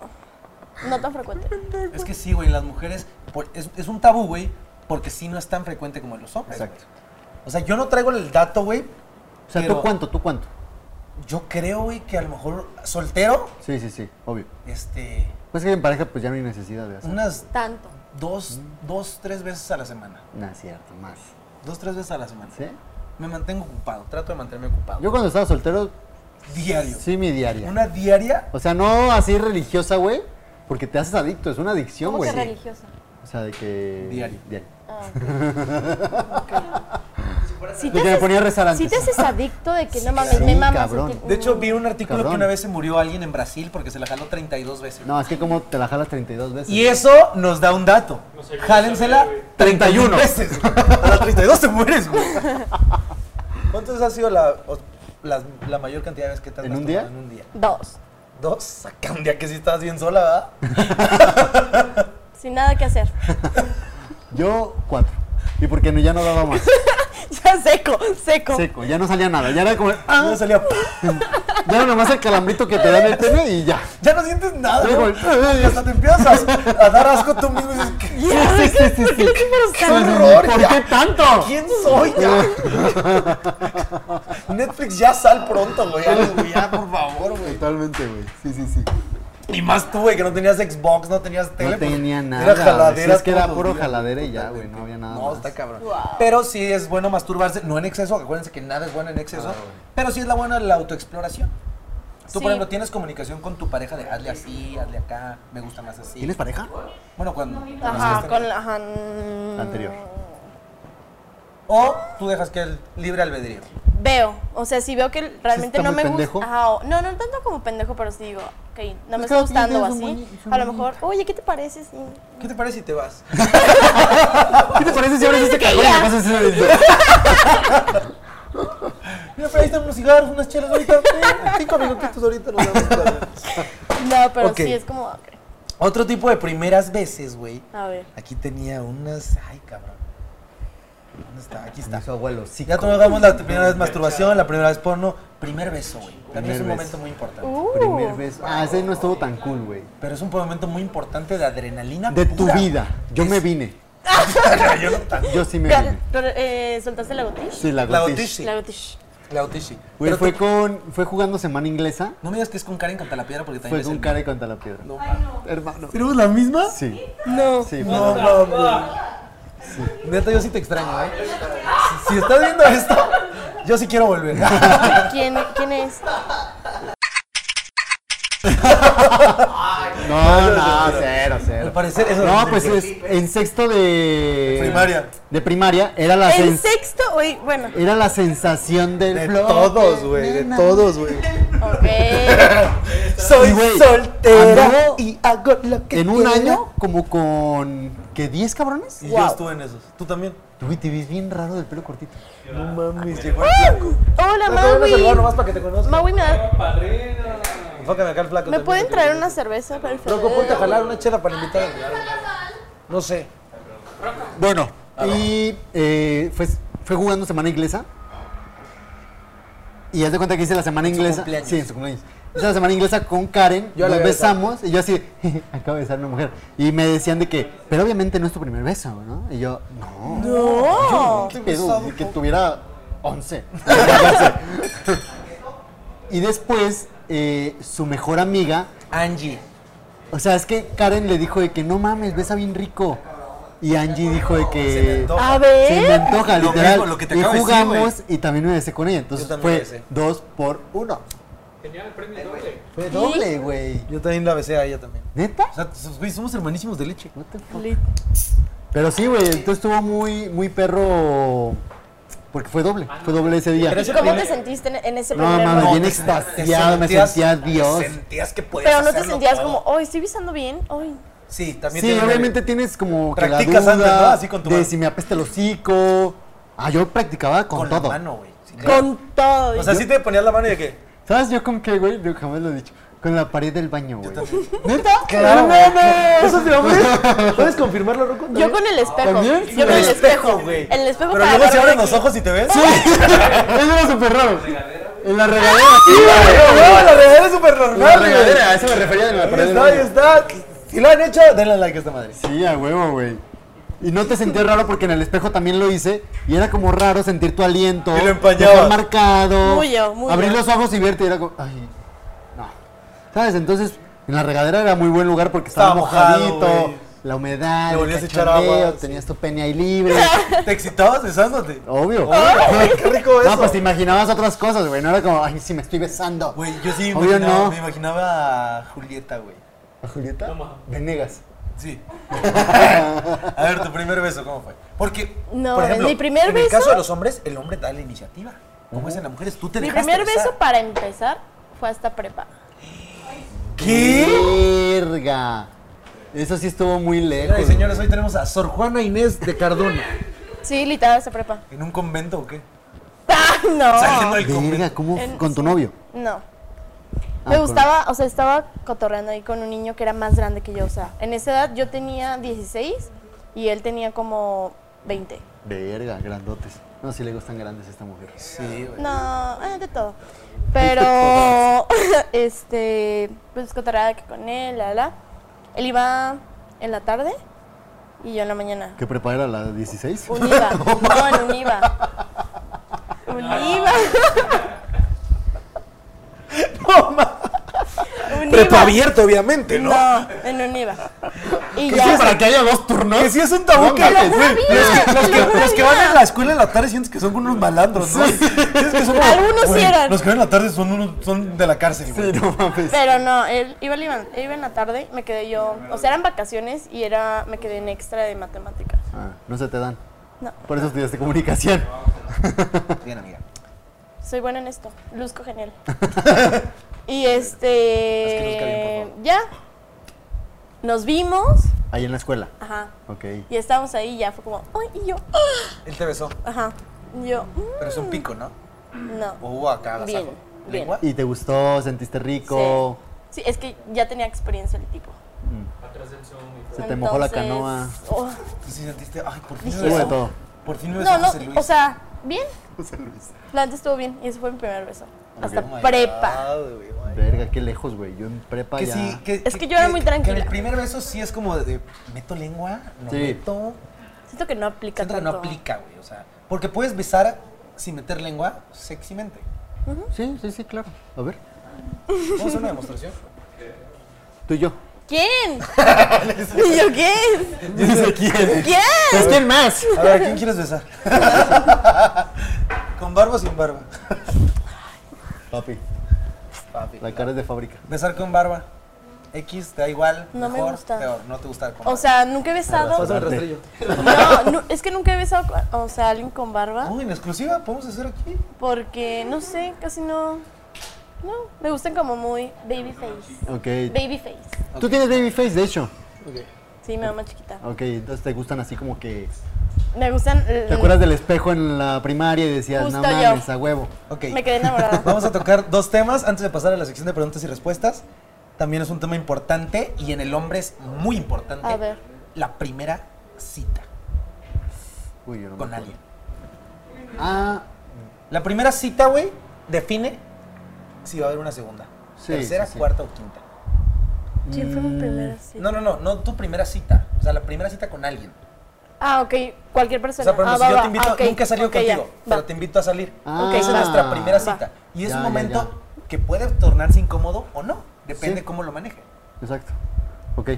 H: no tan frecuente.
A: Es que sí, güey, las mujeres. por- es, es un tabú, güey, porque sí no es tan frecuente como en los hombres.
B: Exacto.
A: güey. O sea, yo no traigo el dato, güey.
B: O sea,
A: pero
B: ¿tú cuánto? ¿Tú cuánto?
A: Yo creo, güey, que a lo mejor soltero,
B: Sí, sí, sí, obvio.
A: este.
B: Pues que en pareja pues ya no hay necesidad de hacer.
A: Unas
H: Tanto.
A: dos, dos, tres veces a la semana.
B: No es cierto, más.
A: Dos, tres veces a la semana.
B: ¿Sí?
A: Me mantengo ocupado, trato de mantenerme ocupado.
B: Yo cuando estaba soltero,
A: Diario.
B: sí mi diaria.
A: Una diaria.
B: O sea, no así religiosa, güey, porque te haces adicto, es una adicción,
H: ¿Cómo
B: güey.
H: que religiosa?
B: O sea, de que...
A: Diario.
H: Ah,
B: De que me ponía a rezar
H: Si
B: antes.
H: te haces adicto de que no mames,
B: Sí,
H: me mamas.
B: cabrón.
H: sentir-
A: De hecho, vi un artículo
B: Cabrón.
A: que una vez se murió alguien en Brasil porque se la jaló 32 veces.
B: No, pues es que como te la jalas 32 veces.
A: Y eso nos da un dato.
E: No sé, yo
A: Jálensela
E: no sabía, güey.
A: 31 veces. A las 32 te mueres, güey. ¿Cuántas ha sido la, o- la, la mayor cantidad de veces que te has
B: ¿En un
A: masturbado
B: día?
A: En un día.
H: Dos.
A: Dos. Saca un día que sí estabas bien sola, ¿verdad?
H: Sin nada que hacer.
B: Yo, cuatro. Y porque no, ya no daba más.
H: ya seco, seco.
B: Seco, ya no salía nada. Ya era como...
A: Ya no salía.
B: Ya era nomás el calambrito que te da en el pene y ya.
A: Ya no sientes nada.
B: Luego,
A: ¿no? Y hasta te empiezas a, a dar asco tú mismo y dices, "¿Qué-
B: Sí, sí, sí, sí, sí.
A: ¡Qué horror!
B: ¿Por
A: ya?
B: qué tanto?
A: ¿Quién soy ya? Netflix ya sal pronto, güey. algo, güey, Ya, por favor, güey.
B: Totalmente, güey. Sí, sí, sí.
A: Y más tú, güey, que no tenías Xbox, no tenías tele.
B: No
A: pues,
B: tenía nada.
A: Era
B: güey.
A: jaladera.
B: Sí, es que era
A: todos los
B: puro
A: días.
B: jaladera y ya, güey. No había nada.
A: No,
B: más.
A: está cabrón. Pero sí es bueno masturbarse, no en exceso, acuérdense que nada es bueno en exceso,
B: Ah,
A: pero sí es la buena la autoexploración. Tú,
H: Sí.
A: por ejemplo, tienes comunicación con tu pareja de hazle así, hazle acá, me gusta más así.
B: ¿Tienes pareja?
A: Bueno, cuando...
H: Ajá, con la. Ajá, mm,
B: Anterior.
A: O tú dejas que el libre albedrío.
H: Veo. O sea, si veo que realmente
B: está
H: no
B: muy
H: me
B: pendejo.
H: gusta. Ajá, o- no, no tanto como pendejo, pero sí digo, ok, no me
B: Es
H: está
B: que la tuya
H: gustando o
B: es un
H: así.
B: buen- es un
H: A lo
B: buen-
H: mejor, oye, ¿qué te parece? si-
A: ¿Qué te parece si te vas?
B: ¿Qué te parece si abres este cajón y le pasas ese
A: Mira, pero ahí están unos cigarros, unas chelas ahorita. eh, Cinco minutitos ahorita nos damos para allá.
H: No, pero
A: Ok.
H: sí es como, ok,
A: Otro tipo de primeras veces, güey.
H: a ver.
A: Aquí tenía unas. Ay, cabrón. ¿Dónde está? Aquí está.
B: Su abuelo, sí.
A: Ya tocamos la primera vez masturbación, la primera vez porno. Primer beso, güey. También es un
B: Primer
A: momento
B: beso.
A: muy importante.
H: Uh,
B: Primer beso. Ah, ese no estuvo tan cool, güey.
A: Pero es un momento muy importante de adrenalina.
B: De tu
A: pura.
B: vida. Yo
A: Es-
B: me vine.
A: yo no tanto.
B: Yo sí me
C: Pero,
B: vine.
C: pero, eh, ¿Soltaste la gotish?
B: Sí, la
A: La
B: gotish.
A: Otishi.
C: La gotish.
A: La Otishi.
B: Güey,
A: Pero
B: fue
A: tú-
B: con, fue jugando semana inglesa,
A: No me digas que es con Karen contra la piedra porque también
B: fue
A: es
B: con
A: el-
B: cara y contra la piedra.
A: No,
B: Hermano.
G: ¿Tenemos la misma?
B: Sí.
C: No.
B: Sí,
G: No,
B: fue-
G: no, güey. Neta, yo sí te extraño, ¿eh? Si- Si estás viendo esto, yo sí quiero volver.
C: ¿Quién, ¿Quién es?
B: No, no, cero,
G: Al
B: cero.
G: parecer, eso
B: No, pues es en sexto de
A: Primaria.
B: De primaria era la
C: ¿El
B: sens-
C: sexto? Oye, bueno.
B: era la sensación del
G: De
B: flow.
G: todos, güey, de todos, güey.
C: Ok.
G: Soy
B: Y, güey,
G: soltera
B: anduvo
G: y hago lo que
B: En un
G: quiera.
B: año como con ¿qué 10 cabrones?
A: Y yo
G: Wow.
A: estuve en esos. ¿Tú también?
B: Güey, te ves bien raro del pelo cortito.
G: No mames, llegó
C: ¡Ah! Hola,
G: Te voy a saludar
C: Maui.
G: nomás para que te conozcan.
C: Maui, ¿me, da-
E: Padrino.
G: Enfócame acá el flaco.
C: ¿me
G: también,
C: pueden
G: que
C: traer
G: te-
C: una cerveza, por favor?
G: Rocco, ponte a jalar una chela para invitar. No sé.
B: Bueno, y eh, fue, fue jugando semana inglesa. Y haz de cuenta que hice la semana inglesa.
G: cumpleaños.
B: Sí, en su cumpleaños. Hice la semana inglesa con Karen,
G: Yo la
B: nos
G: había besado.
B: besamos y yo así, acabo de besar a una mujer. Y me decían de que, pero obviamente no es tu primer beso, ¿no? Y yo, no.
C: No.
B: ¿Qué pedo? Ni que tuviera 11. y después, eh, su mejor amiga
G: Angie.
B: o sea, es que Karen le dijo de que no mames, besa bien rico. Y Angie dijo de
A: Se me
B: que
A: antoja.
C: A
B: se me
C: ver.
B: antoja,
A: Lo
B: literal.
A: mismo, lo que te
B: y
A: acabo de decir,
B: jugamos y también me besé con ella. Entonces
G: Yo también me
B: fue
G: besé.
B: dos por uno.
E: Tenía el
A: Eh,
E: premio doble.
B: Fue doble, güey.
G: Yo también la besé a ella también.
B: ¿Neta?
G: O sea, sus- güey, somos hermanísimos de leche.
B: What the fuck? Pero sí, güey, entonces estuvo muy, muy perro. Porque fue doble,
E: Ah,
B: fue doble ese día.
G: Pero ese
C: ¿Cómo te
G: primer-
C: sentiste en- en ese
B: No,
C: primer
B: mames,
C: momento?
B: bien
A: te
B: extasiado, me
A: sentías-
B: sentía Dios.
A: te Sentías que podías
C: Pero no te
A: hacerlo
C: sentías
A: todo.
C: como, hoy estoy besando bien, hoy.
A: Sí, también
B: Sí,
A: tiene-
B: obviamente tienes como que la
A: Practicas antes,
B: duda
A: ¿no? Así con tu
B: de
A: mano.
B: si me apesta el hocico. Ah, yo practicaba con,
A: con
B: todo.
A: la mano, güey. Sí, claro.
C: Con todo.
A: O sea, sí te ponías la mano y de qué?
B: ¿Sabes yo con qué, güey? Yo jamás lo he dicho. Con la pared del baño, güey.
G: ¿Neta? Claro. ¿Eso te lo ves? ¿Puedes confirmarlo, Rocco?
C: yo con el espejo.
B: ¿También?
C: Yo con el
A: El espejo,
C: espejo.
A: güey.
C: El espejo
A: Pero
C: para
A: luego se
C: agarrar
A: abren
C: de
A: los
C: aquí.
A: ojos y te ves.
B: Eso era súper raro. En la regadera.
G: Sí, güey, güey, la realidad es súper normal, güey.
B: a eso me refería de la
G: Ahí está, ahí está. Si lo han hecho, denle like a esta madre.
B: Sí, a huevo, güey. Y no te sentías raro porque en el espejo también lo hice y era como raro sentir tu aliento.
A: Y lo empañabas.
B: dejar marcado.
C: Muy yo, muy
B: Abrir
C: yo.
B: los ojos y verte y era como, ay, no. ¿Sabes? Entonces, en la regadera era muy buen lugar porque estaba,
A: Estaba mojado,
B: mojadito,
A: güey.
B: la humedad,
A: Le
B: el
A: volvías a echar
B: cachondeo,
A: agua, sí.
B: tenías tu pene ahí libre.
A: ¿Te excitabas besándote?
B: Obvio.
A: Qué rico
B: Oh. No,
A: eso.
B: pues te imaginabas otras cosas, güey. No era como, ay, si me estoy besando.
A: Güey, yo sí me
B: Obvio
A: imaginaba,
B: no.
A: me imaginaba a Julieta, güey.
B: ¿A Julieta?
E: Toma.
B: Venegas.
A: Sí. a ver, tu primer beso, ¿cómo fue? Porque,
C: No,
A: por ejemplo,
C: mi primer
A: en el
C: beso-
A: caso de los hombres, el hombre da la iniciativa. Como es en las mujeres, tú te
C: Mi
A: dejaste
C: primer
A: besar.
C: beso para empezar fue hasta prepa.
A: ¿Qué?
B: Verga. Eso sí estuvo muy lejos.
A: Señoras y señores, hoy tenemos a Sor Juana
G: Inés de Cardona.
C: Sí, literal hasta prepa.
A: en un convento o qué?
C: ¡Ah,
A: Saliendo
C: no!
A: del convento.
B: Verga, ¿cómo?
C: En-
B: ¿Con tu novio?
C: No.
B: Ah,
C: Me
A: pues.
B: con-
C: gustaba, o sea, estaba cotorreando ahí con un niño que era más grande que yo. O sea, en esa edad yo tenía 16 y él tenía como 20.
B: Verga, grandotes. No, sí le gustan grandes a esta mujer.
A: Sí, güey.
C: No, eh, de todo. Pero, este, pues cotorreaba de que con él, la, la. Él iba en la tarde y yo en la mañana.
B: ¿Que prepara la 16?
C: Un IVA. No, en un IVA. Un IVA. Un IVA.
G: abierto, obviamente,
C: No, en un IVA. Y
B: Pues Sí,
C: ya.
B: que haya dos turnos.
A: Que sí es un tabú
B: No
A: que
B: mames, güey.
A: Los que, los que- los que van a la escuela en la tarde sientes que son unos malandros, ¿no? Sientes que son como,
C: Algunos sí
A: güey,
C: eran.
A: Los que van en la tarde son, unos, son de la cárcel, güey.
B: Sí, no mames.
C: Pero no, él iba, al IVA- él iba en la tarde, me quedé yo. O sea, eran vacaciones y era, me quedé en extra de matemáticas.
B: Ah, no se te dan.
C: No.
B: Por eso estudiaste comunicación.
A: Bien, amiga.
C: Soy buena en esto. Luzco genial. y
A: Haz que luzca bien,
C: este.
A: por
C: ya. Nos vimos.
B: Ahí en la escuela.
C: Ajá.
B: Ok.
C: Y estábamos ahí y ya fue como, ay, y yo, ah,
A: Él te besó,
C: ajá. Y Yo, mm,
A: pero es un pico, ¿no? O
C: no.
A: hubo acá agasajo.
C: Bien, bien.
A: ¿Lengua?
B: ¿Y te gustó? ¿Sentiste rico?
C: Sí, es que ya tenía experiencia el tipo.
E: Atrás del Zoom y
B: Mm. Se te mojó la
C: Entonces,
B: canoa.
C: oh,
A: Tú sí sentiste, ay, por fin me
C: Dije
B: Hubo de
A: besó.
B: todo.
A: Por fin me besó
C: no, no,
A: José Luis.
C: o sea, bien.
B: José Luis.
C: La antes estuvo bien y ese fue mi primer beso. Hasta
A: Oh my
C: prepa.
A: God, güey, oh my God.
B: Verga, qué lejos, güey. Yo en prepa
A: Que
B: ya.
A: sí,
C: Es que yo era muy
A: que en
C: tranquila.
A: el primer beso sí es como de, ¿meto lengua? ¿No
B: Sí.
A: meto?
C: Siento que no aplica
A: Siento que no
C: tanto.
A: aplica, güey. O sea, porque puedes besar sin meter lengua sexymente.
B: Sí, sí, sí, claro. A ver,
A: Vamos a hacer una demostración.
B: tú y yo.
C: ¿Quién? ¿Y yo quién?
B: Dice quién.
C: ¿Quién?
B: Pues quién más.
A: A ver, ¿a quién quieres besar? ¿Con barba o sin barba?
B: Papi,
A: Papi.
B: la cara es de fábrica.
A: Besar con barba. X, te da igual.
C: No me
A: mejor,
C: gusta.
A: Peor, no te gusta con
C: O sea, nunca he besado.
G: Pásame el rastrillo.
C: No, no, es que nunca he besado, con- o sea, a alguien con barba.
A: Uy, en exclusiva, podemos hacer aquí.
C: Porque, no sé, casi no. No, me gustan como muy baby face.
B: Ok.
C: Baby face.
B: Tú tienes baby face, de hecho.
C: Sí, mi mamá chiquita.
B: Ok, entonces te gustan así como que.
C: Me gustan.
B: ¿Te acuerdas del espejo en la primaria y decías,
C: Mm. Justo
B: no mames,
C: yo.
B: a huevo?
A: Ok.
C: Me quedé enamorada.
A: Vamos a tocar dos temas antes de pasar a la sección de preguntas y respuestas. También es un tema importante y en el hombre es muy importante.
C: A ver.
A: La primera cita
B: Uy, yo no me
A: con
B: acuerdo.
A: alguien.
B: Ah,
A: La primera cita, güey, define si va a haber una segunda.
B: Sí,
A: tercera,
B: sí, sí.
A: cuarta o quinta.
C: ¿Quién fue mi primera cita?
A: No, no, no, no tu primera cita. O sea, la primera cita con alguien.
C: Ah, ok, cualquier
A: O
C: persona.
A: sea, por ejemplo,
C: Ah,
A: si
C: va,
A: yo
C: va.
A: te invito,
C: Ah, ok,
A: nunca he salido
C: ok, ya,
A: contigo,
C: va.
A: pero te invito a salir.
B: Ah,
A: Esa es nuestra primera cita. Y es
B: Ya,
A: un
B: ya,
A: momento
B: ya.
A: que puede tornarse incómodo o no. Depende
B: Sí.
A: cómo lo maneje.
B: exacto. Ok.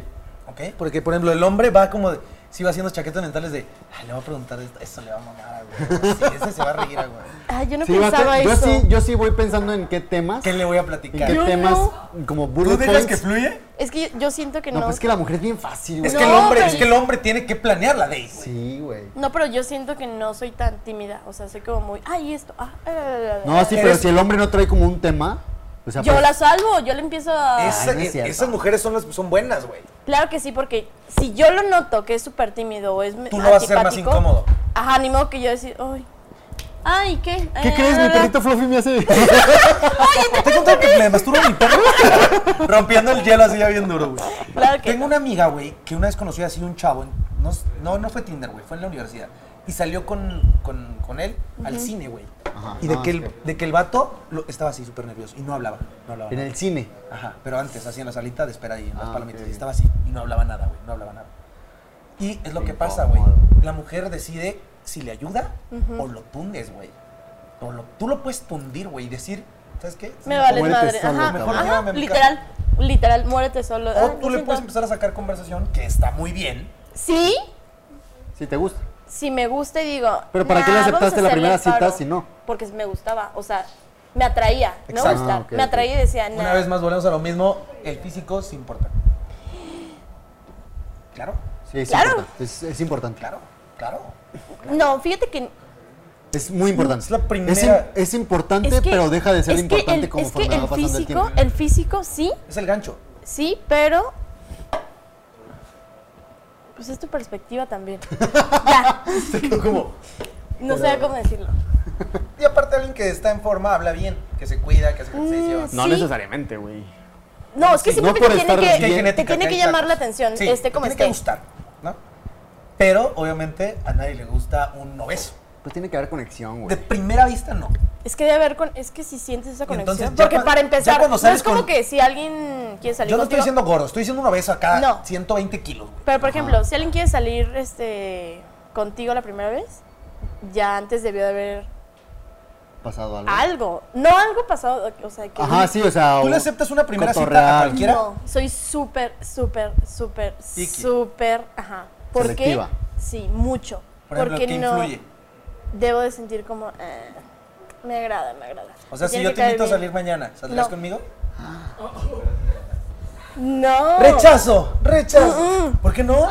A: ¿Ok? Porque, por ejemplo, el hombre va como de. Si va haciendo chaquetas mentales de. Ay, le va a preguntar esto. Eso le va a mamar, a güey. Sí, ese se va a reír, a güey.
C: Ah, yo no
B: Sí,
C: pensaba
B: bate- yo,
C: eso.
B: sí, yo sí voy pensando en qué temas.
A: ¿Qué le voy a
B: en
A: platicar?
B: qué
C: Yo
B: temas
C: no.
B: como
A: ¿Tú
B: bullet
A: dirías
B: points.
A: que fluye?
C: Es que yo, yo siento que no.
B: no, pues es que la mujer es bien fácil, güey.
A: Es que el
C: No,
A: hombre,
C: pero-
A: es que el hombre tiene que planear la date. güey.
B: Sí, güey.
C: No, pero yo siento que no soy tan tímida. O sea, soy como muy. Ay, esto. Ah, ah, ah, ah,
B: No, sí, pero
A: Eres-
B: si el hombre no trae como un tema, o sea,
C: Yo
B: pues,
C: la salvo, yo le empiezo a.
A: Esa-
B: no es cierto.
A: esas mujeres son, las, son buenas, güey.
C: Claro que sí, porque si yo lo noto que es súper tímido o es.
A: Tú lo vas a hacer más
C: antipático,
A: incómodo.
C: Ajá, ni modo que yo decir, ay. Ay, ¿qué?
B: ¿Qué
C: Eh,
B: crees?
C: bla,
B: Mi
C: bla, bla.
B: perrito Fluffy me hace.
A: ¿Te he contado que me masturbo a mi perro? Rompiendo el hielo así ya bien duro, güey.
C: Claro que
A: Tengo una amiga, güey, que una vez conoció así un chavo. en- No, s- no, no fue Tinder, güey, fue en la universidad. Y salió con, con, con él al cine, güey.
B: Ajá, Ah,
A: Y de,
B: no,
A: que
B: es
A: el,
B: que-
A: de que el vato lo- estaba así súper nervioso y no hablaba. No hablaba.
B: En
A: nada.
B: el cine.
A: Ajá, pero antes, así en la salita de espera y en las
B: Ah,
A: palomitas.
B: ok.
A: Y estaba así y no hablaba nada, güey, no hablaba nada. Y es lo
B: Qué
A: que pasa, güey.
B: incómodo.
A: La mujer decide si le ayuda o lo tundes, güey. O lo- Tú lo puedes tundir, güey, y decir, ¿sabes qué?
C: Me vale
B: Muérete
C: madre.
B: solo,
C: Ajá,
B: cabrón.
C: ajá,
A: Mejor llévame a mi
C: literal. Literal, muérete solo.
A: O
C: Ah,
A: tú le
C: lo siento.
A: puedes empezar a sacar conversación, que está muy bien.
C: Sí,
B: Si te gusta.
C: si me gusta y digo.
B: Pero ¿para qué le
C: "Nah, vamos a
B: aceptaste la
C: hacerle
B: primera
C: el
B: cita
C: paro",
B: si no?
C: Porque me gustaba, o sea, me atraía, no
A: Exacto.
C: gustar,
B: Ah, ok,
C: me
B: ok.
C: atraía y decía, nah.
A: Una vez más volvemos a lo mismo, el físico sí importa. Claro,
B: Sí, es
C: Claro.
B: importante. Es, es importante.
A: claro, claro.
C: No, fíjate que
B: Es muy importante.
A: Es la primera-
B: Es, im- es importante,
C: es que
B: pero deja de ser
C: es que
B: importante
C: el,
B: como
C: es que
B: va
C: el
B: pasando el
C: físico,
B: tiempo.
C: el, físico sí,
A: Es el gancho.
C: sí, pero pues es tu perspectiva también. ya,
B: como,
C: no sé cómo decirlo.
A: Y aparte alguien que está en forma habla bien, que se cuida, que hace ejercicio.
C: Mm,
B: no
C: Sí.
B: necesariamente, güey.
C: No, es que
B: Sí, no
C: simplemente
B: por
C: tiene
B: estar
C: que,
B: bien.
A: Que hay genética,
C: te tiene
A: que
C: que
A: hay
C: llamar la
A: tacos.
C: atención,
A: Sí,
C: este
A: te
C: como
A: tiene
C: esté.
A: que gustar, ¿no? Pero obviamente a nadie le gusta un obeso.
B: Pues tiene que haber conexión,
A: De
B: güey.
A: primera vista no.
C: Es que debe haber con, es que si sientes esa
A: Y entonces
C: conexión,
A: ya
C: porque
A: cuan-
C: para
A: ya
C: empezar,
A: cuando
C: no
A: sales
C: es como
A: con-
C: que si alguien quiere salir
A: Yo no estoy
C: contigo,
A: diciendo gordo, estoy diciendo un obeso acá,
C: No.
A: 120 kilos, güey.
C: pero por ejemplo, si alguien quiere salir este contigo la primera vez, ya antes debió de haber
B: Pasado algo.
C: algo, no algo pasado, o sea, que
B: Ajá, sí, o sea.
A: ¿Tú le
B: o-
A: aceptas una primera cita a
B: cotorrear.
A: cualquiera?
C: No, soy súper, súper, súper,
A: Picky.
C: súper, ajá. ¿Por qué?
B: Selectiva.
C: Sí, mucho.
A: Por ejemplo,
C: porque
A: ¿qué
C: no
A: influye?
C: debo de sentir como, eh, me agrada, me agrada.
A: O sea,
C: Me
A: si
C: tiene
A: yo
C: Pues que
A: te invito a
C: caer
A: salir
C: bien.
A: mañana, ¿saldrás
C: No.
A: conmigo?
C: No.
A: ¡Rechazo! ¡Rechazo! ¿Por qué no?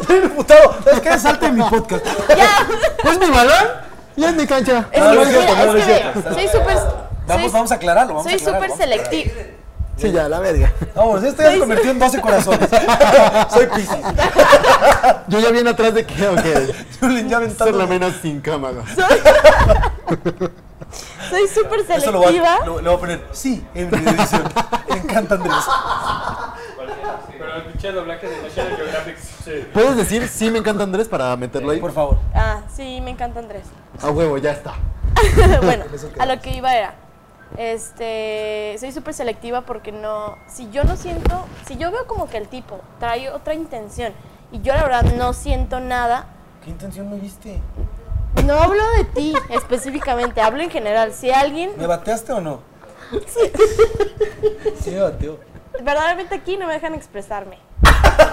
A: Estoy emputado. ¿Sabes qué? Salte de mi podcast.
B: ¿Es ¿Pues mi balón? Ya es mi cancha.
C: Es
A: No,
C: que,
A: no es cierto,
C: mira,
A: no, no es
C: es que
A: cierto.
C: ve, soy súper.
A: Vamos,
C: soy-
A: vamos a aclararlo. Vamos a
C: Soy
A: aclararlo,
C: súper
A: vamos a aclararlo.
C: selectiva.
B: Sí, ya, la verga.
A: Vamos, este ya se convirtió en 12 corazones. Soy Pisces.
B: Yo ya bien atrás de que, ok.
A: Julen ya
B: Ser la
A: aventando.
B: menos sin cámara.
C: Soy súper
A: Eso lo voy,
C: selectiva.
A: a, lo, lo voy a poner. Sí, en mi edición. Me encanta Andrés.
E: Pero el pinche doblaje de National Geographic. Sí.
B: ¿Puedes decir sí me encanta Andrés para meterlo ahí?
A: Por favor.
C: Ah, sí, me encanta Andrés.
B: A huevo, ya está.
C: bueno, a lo que iba era. Este, soy súper selectiva porque no, si yo no siento, si yo veo como que el tipo trae otra intención Y yo la verdad no siento nada.
A: ¿Qué intención me viste?
C: No hablo de ti específicamente, hablo en general. Si alguien
A: ¿Me bateaste o no?
G: Sí, me bateó.
C: verdaderamente aquí no me dejan expresarme.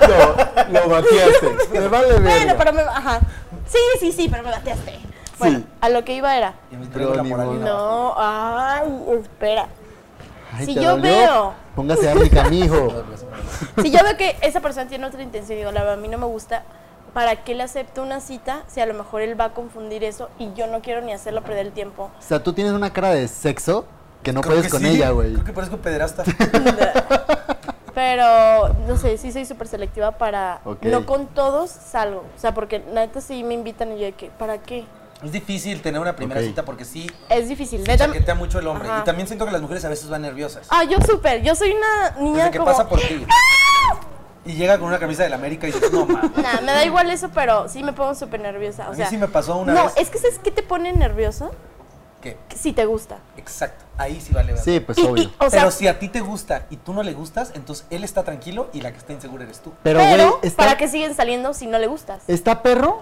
B: Lo, lo bateaste. Me vale
C: Bueno,
B: verga.
C: pero me... Ajá. Sí, sí, sí, pero me bateaste. Bueno, a lo que iba era...
A: Y me traigo la
B: Pero ni
A: moral.
B: modo.
C: No, ay, espera.
B: Ay,
C: si
B: ¿te
C: yo
B: dolió?
C: veo-
B: Póngase árnica, mijo.
C: Si yo veo que esa persona tiene otra intención y digo, la verdad, a mí no me gusta, ¿para qué le acepto una cita si a lo mejor él va a confundir eso y yo no quiero ni hacerlo perder el tiempo?
B: O sea, tú tienes una cara de sexo que no
A: Creo
B: puedes
A: que
B: con
A: sí,
B: ella, güey.
A: Creo que parezco pederasta.
C: Pero, no sé, sí soy súper selectiva para...
B: Ok.
C: No con todos salgo. O sea, porque neta sí me invitan y yo de que, ¿para qué?
A: es difícil tener una primera
B: Ok.
A: cita porque sí
C: Es difícil.
A: se
C: Neta,
A: chaquetea mucho el hombre.
C: Ajá.
A: Y también siento que las mujeres a veces van nerviosas.
C: ah, yo súper. Yo soy una niña
A: Desde que
C: como... ¡Ah!
A: pasa por ti. Y llega con una camisa del América y dices, no, mames.
C: Nah, me da igual eso, pero sí me pongo súper nerviosa.
A: A
C: O
A: mí
C: sea,
A: sí me pasó una
C: no,
A: vez.
C: es que ¿sabes qué te pone nervioso?
A: ¿Qué?
C: Si te gusta.
A: Exacto. Ahí sí vale. verga.
B: Sí, pues
C: Y- y-
B: obvio.
C: o sea,
A: pero si a ti te gusta y tú no le gustas, entonces él está tranquilo y la que está insegura eres tú.
B: Pero, güey,
C: pero
B: está,
C: ¿para qué siguen saliendo si no le gustas?
B: ¿está perro?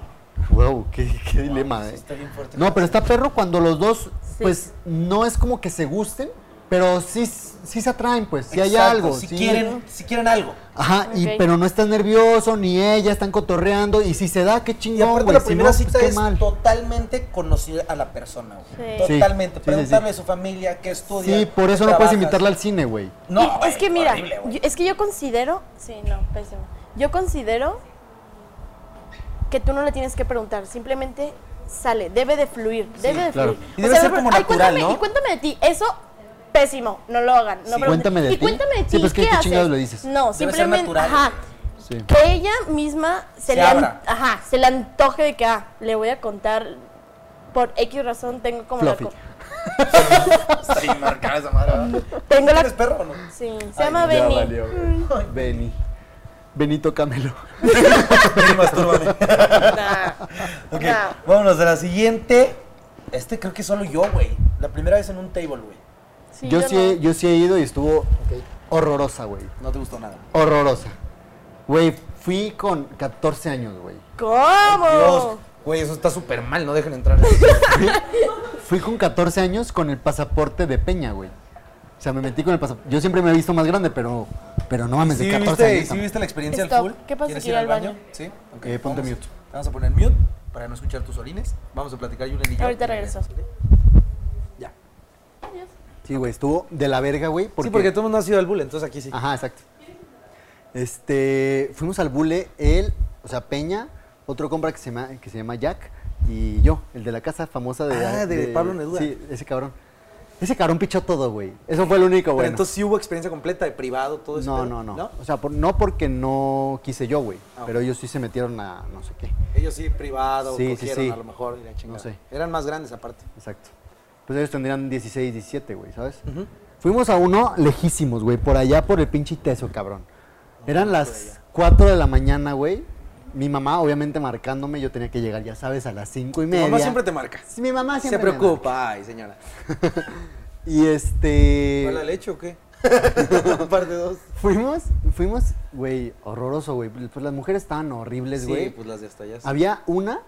B: Wow, qué, qué dilema, eh.
A: Está bien fuerte.
B: No, pero está perro cuando los dos,
C: Sí.
B: pues, no es como que se gusten, pero sí, sí se atraen, pues, si hay
A: Exacto,
B: algo.
A: Si
B: sí.
A: quieren, si quieren algo.
B: Ajá,
C: Ok.
B: y, pero no estás nervioso, ni ella, están cotorreando, y si se da, qué
A: Y
B: chingón,
A: aparte
B: güey.
A: la
B: si
A: primera
B: no, pues,
A: cita
B: qué
A: es
B: mal.
A: totalmente conocer a la persona, güey.
C: Sí.
B: Sí,
A: Totalmente.
B: sí, sí,
A: Preguntarle
B: sí.
A: de su familia, qué estudia.
B: Sí, por eso
A: qué
B: no puedes
A: trabajas.
B: invitarla al cine, güey.
A: No,
C: Y
A: güey,
C: es que mira,
A: horrible, güey.
C: yo- es que yo considero, sí, no, pésimo. Yo considero que tú no le tienes que preguntar, simplemente sale, debe de fluir, debe de
B: claro.
C: fluir.
A: Y debe ser
C: no,
A: como
C: ay,
A: natural,
C: cuéntame,
A: ¿no?
C: Y cuéntame de ti, eso pésimo, no lo hagan, no
A: Sí.
C: pregunten.
B: Cuéntame de
C: Y
B: ti.
C: cuéntame de ti,
B: Sí, pues, ¿qué-
C: ¿qué,
B: qué
C: haces?
B: chingados le dices?
C: No,
A: Debe ser
C: simplemente,
A: natural.
C: ajá,
B: Sí.
C: que ella misma se,
A: Se
C: le an-
A: abra.
C: ajá, se le antoje de que ah, le voy a contar por X razón tengo como la
B: Fluffy.
C: co-
A: Sí, marcada esa madre.
C: tengo la
A: ¿Eres perro o no?
C: Sí, se llama Benny. Mm.
B: Beni. Benito Camelo.
A: Sí, mastúrbame.
C: Nah.
A: Ok,
C: Nah.
A: vámonos a la siguiente. Este creo que solo yo, güey. La primera vez en un table, güey.
C: Sí,
B: yo, sí,
C: no.
B: he- yo sí he ido y estuvo horrorosa, güey.
A: No te gustó nada.
B: Horrorosa. Güey, fui con 14 años, güey.
C: ¿Cómo?
G: Dios, güey, eso está súper mal, no dejen entrar.
B: Fui con 14 años con el pasaporte de Peña, güey. O sea, me metí con el pasaporte. Yo siempre me he visto más grande, pero, pero no mames,
A: ¿Sí
B: de 14
A: viste,
B: años.
A: sí viste la experiencia al
C: Stop.
A: full?
C: ¿Qué pasa?
A: ¿Quieres
C: ¿Quiero
A: ir
C: ir
A: al
C: al
A: baño?
C: baño?
A: Sí. ok,
B: Eh, ponte
A: vamos-
B: mute.
A: Vamos a poner mute para no escuchar tus orines. Vamos a platicar, Julian y yo.
C: Ahorita regreso.
A: Ya.
B: Sí, güey, estuvo de la verga, güey.
G: Sí, porque todo el mundo ha sido al bull, entonces aquí sí.
B: Ajá, exacto. Este, fuimos al bule, él, o sea, Peña, otro compra que se llama, que se llama Jack, y yo, el de la casa famosa de...
G: Ah, de Pablo Neruda.
B: Sí, ese cabrón. Ese cabrón pichó todo, güey. Eso fue lo único,
G: Pero
B: güey.
G: entonces sí hubo experiencia completa de privado, todo eso.
B: No, no, no, O sea, por- no porque no quise yo, güey.
G: Ah, ok.
B: Pero ellos sí se metieron a no sé qué.
G: Ellos sí, privado,
B: Sí, sí,
G: cogieron
B: sí.
G: a lo mejor y la chingada.
B: No sé.
G: Eran más grandes aparte.
B: Exacto. Pues ellos tendrían 16, 17, güey, ¿sabes?
G: Ujú.
B: Fuimos a uno lejísimos, güey, por allá por el pinche Iteso, cabrón. Eran las 4 de la mañana, güey. Mi mamá, obviamente, marcándome, yo tenía que llegar, ya sabes, a las 5 y
G: Tu
B: media.
G: mamá siempre te marca.
B: Sí, Mi mamá
G: Se
B: siempre me
G: preocupa, ay, señora.
B: marca. Y este...
G: ¿Para la leche o qué? Parte dos.
B: Fuimos, fuimos, güey, horroroso, güey. Pues las mujeres estaban horribles,
G: Sí,
B: güey.
G: pues las de hasta allá. sí.
B: Había una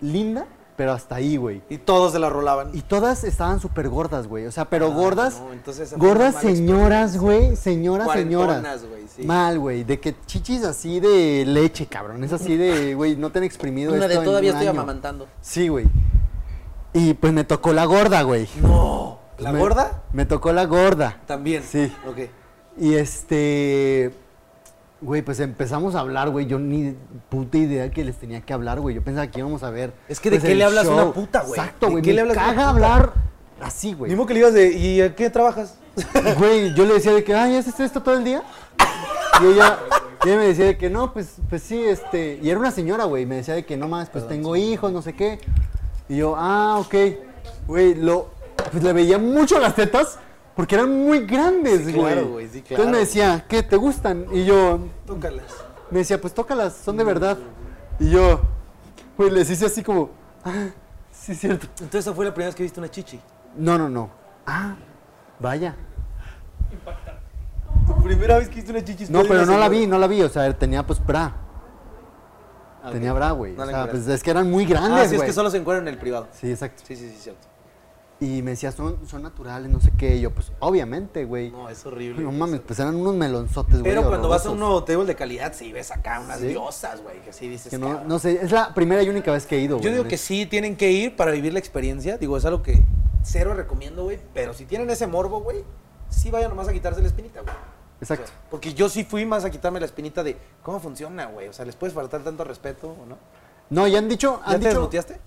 B: linda, pero hasta ahí, güey.
G: Y todos se la rolaban.
B: Y todas estaban súper gordas, güey. O sea, pero
G: Ah,
B: gordas.
G: no, entonces esa fue
B: gordas
G: una mala
B: señoras, güey. Señoras,
G: Cuarentonas,
B: señoras.
G: güey, sí.
B: Mal, güey. De que chichis así de leche, cabrón. Es así de, güey, no te han exprimido
G: Una
B: esto
G: de
B: en
G: todavía
B: un
G: estoy
B: año".
G: amamantando.
B: Sí, güey. Y pues me tocó la gorda, güey.
G: No. ¿La
B: Pues Me-
G: gorda?
B: Me tocó la gorda.
G: También.
B: Sí.
G: Ok.
B: Y este. Güey, pues empezamos a hablar, güey. Yo ni puta idea que les tenía que hablar, güey. Yo pensaba que íbamos a ver.
G: Es que ¿de
B: pues,
G: qué
B: el
G: le hablas a una puta, güey?
B: Exacto,
G: ¿De
B: güey.
G: qué
B: Me
G: le hablas a una
B: caga
G: puta?
B: hablar así, güey.
G: Ni modo que le ibas de, ¿y a qué trabajas?
B: Güey, yo le decía de que, ay, ¿haces esto todo el día? Y ella, y ella me decía de que no, pues, pues sí, este. Y era una señora, güey. Me decía de que no más, pues tengo hijos, no sé qué. Y yo, ah, ok. Güey, lo. Pues le veía mucho las tetas porque eran muy grandes,
G: Sí,
B: güey.
G: claro, güey, sí, claro.
B: Entonces me decía, ¿qué? ¿Te gustan? Y yo,
G: Tócalas.
B: me decía, pues tócalas, son de verdad. Y yo, güey, les hice así como, ah, sí, es cierto.
G: Entonces esa fue la primera vez que viste una chichi.
B: No, no, no. Ah, vaya.
G: Tu primera vez que viste una chichi.
B: No, pero no la vi, no la vi, o sea, tenía pues pra.
G: Ah,
B: Tenía
G: ok.
B: bra, güey.
G: No
B: o
G: la
B: sea,
G: encueraste.
B: pues es que eran muy grandes,
G: ah, sí, es
B: güey.
G: que solo se encuentran en el privado.
B: Sí, exacto.
G: Sí, sí, sí, cierto.
B: Y me decía, son, son naturales, no sé qué. Y yo, pues, obviamente, güey.
G: No, es horrible.
B: No mames, pues eran unos melonzotes, güey.
G: Pero cuando vas a
B: horrorosos.
G: un nuevo table de calidad, sí ves acá unas
B: Sí.
G: diosas, güey, que sí dices.
B: Que no,
G: "Cabrón".
B: no sé, es la primera y única vez que he ido, güey.
G: Yo digo
B: la
G: que
B: neta.
G: sí tienen que ir para vivir la experiencia. Digo, es algo que cero recomiendo, güey. Pero si tienen ese morbo, güey, sí vayan nomás a quitarse la espinita, güey.
B: Exacto.
G: O sea, porque yo sí fui más a quitarme la espinita de cómo funciona, güey. O sea, ¿les puedes faltar tanto respeto o no?
B: No, ya han dicho,
G: ¿Ya
B: han dicho,
G: te desmuteaste?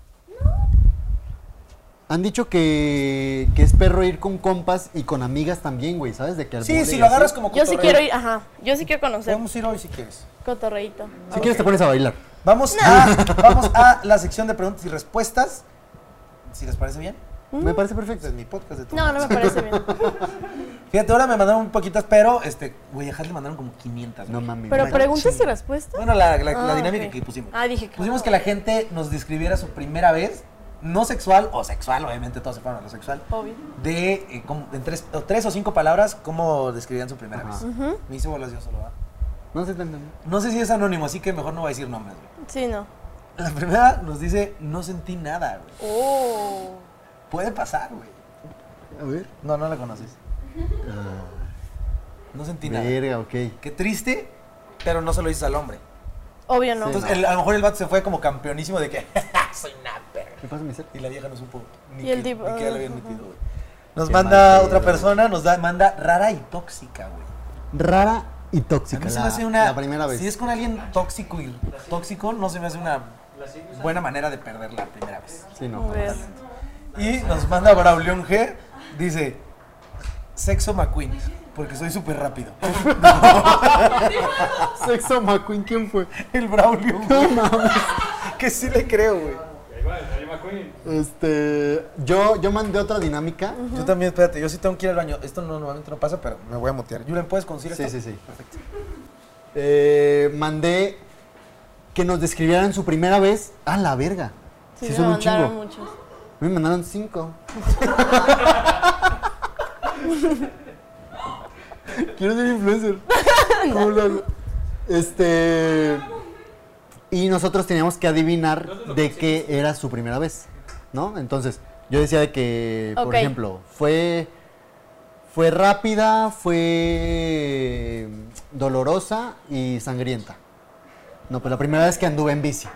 B: han dicho que, que es perro ir con compas y con amigas también, güey, ¿sabes? De que al
A: Sí,
B: mole
A: si
B: y
A: lo
B: así.
A: agarras como
H: Yo sí
A: cotorreo.
H: quiero ir, ajá. Yo sí quiero conocer
A: Podemos ir hoy si quieres.
H: cotorreíto.
B: Si quieres te pones a bailar.
A: Vamos, a, vamos a la sección de preguntas y respuestas. Si les parece bien.
B: Me
A: Este
B: parece perfecto.
A: es mi podcast de todo.
H: No, no me parece bien.
A: Fíjate, ahora me mandaron un poquitas, pero este, güey, a Hal le mandaron como 500.
B: No
A: güey.
B: mames.
H: Pero
B: güey.
H: preguntas y respuestas.
A: Bueno, la, la- la
H: Ah,
A: dinámica
H: ok.
A: que pusimos.
H: Ah, dije que-
A: Pusimos que la gente nos describiera su primera vez, no sexual o sexual, obviamente todos se fueron a lo sexual.
H: Obvio.
A: De eh, como- en tres o, tres o cinco palabras, ¿cómo describían su primera
B: Ajá.
A: vez? Me hice bolas yo solo, ¿va?
B: No sé tanto. ¿no?
A: No sé si es anónimo, así que mejor no voy a decir nombres, güey.
H: Sí, no.
A: La primera nos dice, no sentí nada, güey.
H: Oh.
A: Puede pasar, güey.
B: A ver.
A: No, no la conoces. No sentí nada.
B: Ah, Verga, ok.
A: Qué triste, pero no se lo dices al hombre.
H: Obvio no. Pues,
B: Sí.
A: Entonces, el- a lo mejor el vato se fue como campeonísimo de que soy una perra.
B: ¿Qué pasa, mi ser?
A: Y la vieja no supo ni,
H: Y el
A: que,
H: tipo,
A: ni que ya la habían
H: ajá.
A: metido, güey. Nos
B: Qué mal
A: manda
B: pedo,
A: otra
B: güey.
A: persona, nos da, manda rara y tóxica, güey.
B: Rara y
A: a
B: tóxica.
A: mí se
B: la,
A: me hace una.
B: la primera vez.
A: Si es con alguien tóxico y tóxico, no se me hace una buena manera de perder la primera vez.
B: Sí, no.
H: A ver.
A: Y nos manda Braulión G, dice: Sexo McQueen, porque soy súper rápido.
B: Sexo McQueen, ¿quién fue?
A: El Braulio,
B: No mames.
A: que sí le creo, güey.
E: Igual, ahí McQueen.
B: Este. Yo, yo mandé otra dinámica.
A: Yo también, espérate, yo sí tengo que ir al baño. Esto no, normalmente no pasa, pero me voy a mutear. Julen, ¿puedes conseguir
B: Sí,
A: esto?
B: sí, sí. Eh, mandé que nos describieran su primera vez. ¡Ah, la verga! Sí,
H: Sí, me
B: son un chingo.
H: mandaron muchos.
B: Me mandaron cinco. Quiero ser influencer. ¿Cómo lo hago? Este. Y nosotros teníamos que adivinar de qué era su primera vez, ¿no? Entonces, yo decía de que, por
H: Ok.
B: ejemplo, fue. Fue rápida, fue dolorosa y sangrienta. No, pues la primera vez que anduve en bici,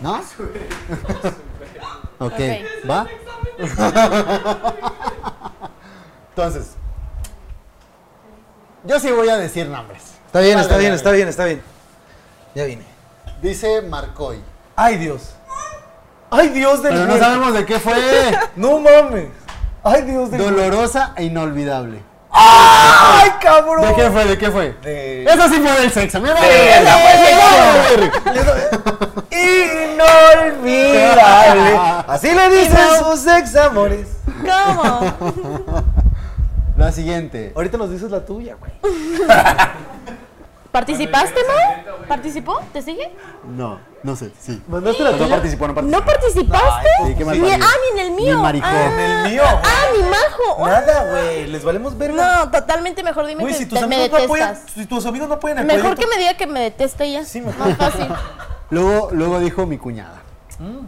B: ¿no? ok,
H: Ok.
B: ¿va? Entonces, yo sí voy a decir nombres.
A: Está bien,
B: Vale,
A: está bien,
B: vale.
A: está bien, está bien. Ya vine.
B: Dice Marcoy.
A: ¡Ay, Dios! ¡Ay, Dios del
B: Pero no
A: bien!
B: sabemos de qué fue.
A: ¡No mames! ¡Ay, Dios del bien!
B: Dolorosa e inolvidable.
A: ¡Ay, cabrón!
B: ¿De qué fue? ¿De qué fue?
A: De-
B: Eso sí fue del sexo. Mira, esa fue del sexo.
A: ¡Inolvidable! Así le dicen sus ex amores.
H: ¿Cómo?
B: La siguiente.
A: Ahorita nos dices la tuya, güey.
H: ¿Participaste, ma? ¿Participó? ¿Te sigue?
B: No, no sé, sí.
A: ¿Mandaste la
B: No
A: tuya?
B: participó, no participó.
H: ¿No participaste?
B: Sí, qué mal
H: Ni-
B: parido.
H: ah, ni en el mío.
B: Ni maricón.
A: En
H: Ah,
A: el mío.
H: ah, ni majo.
A: Nada, güey. Les valemos verga.
H: No, totalmente mejor dime
A: Güey,
H: que
A: si tus
H: te- me
A: amigos no apoyan,
H: detestas.
A: si tus amigos no apoyan el
H: Mejor que
A: proyecto,
H: me diga que me detesta ella.
A: Sí, mejor.
H: Más fácil.
B: Luego, luego dijo mi cuñada.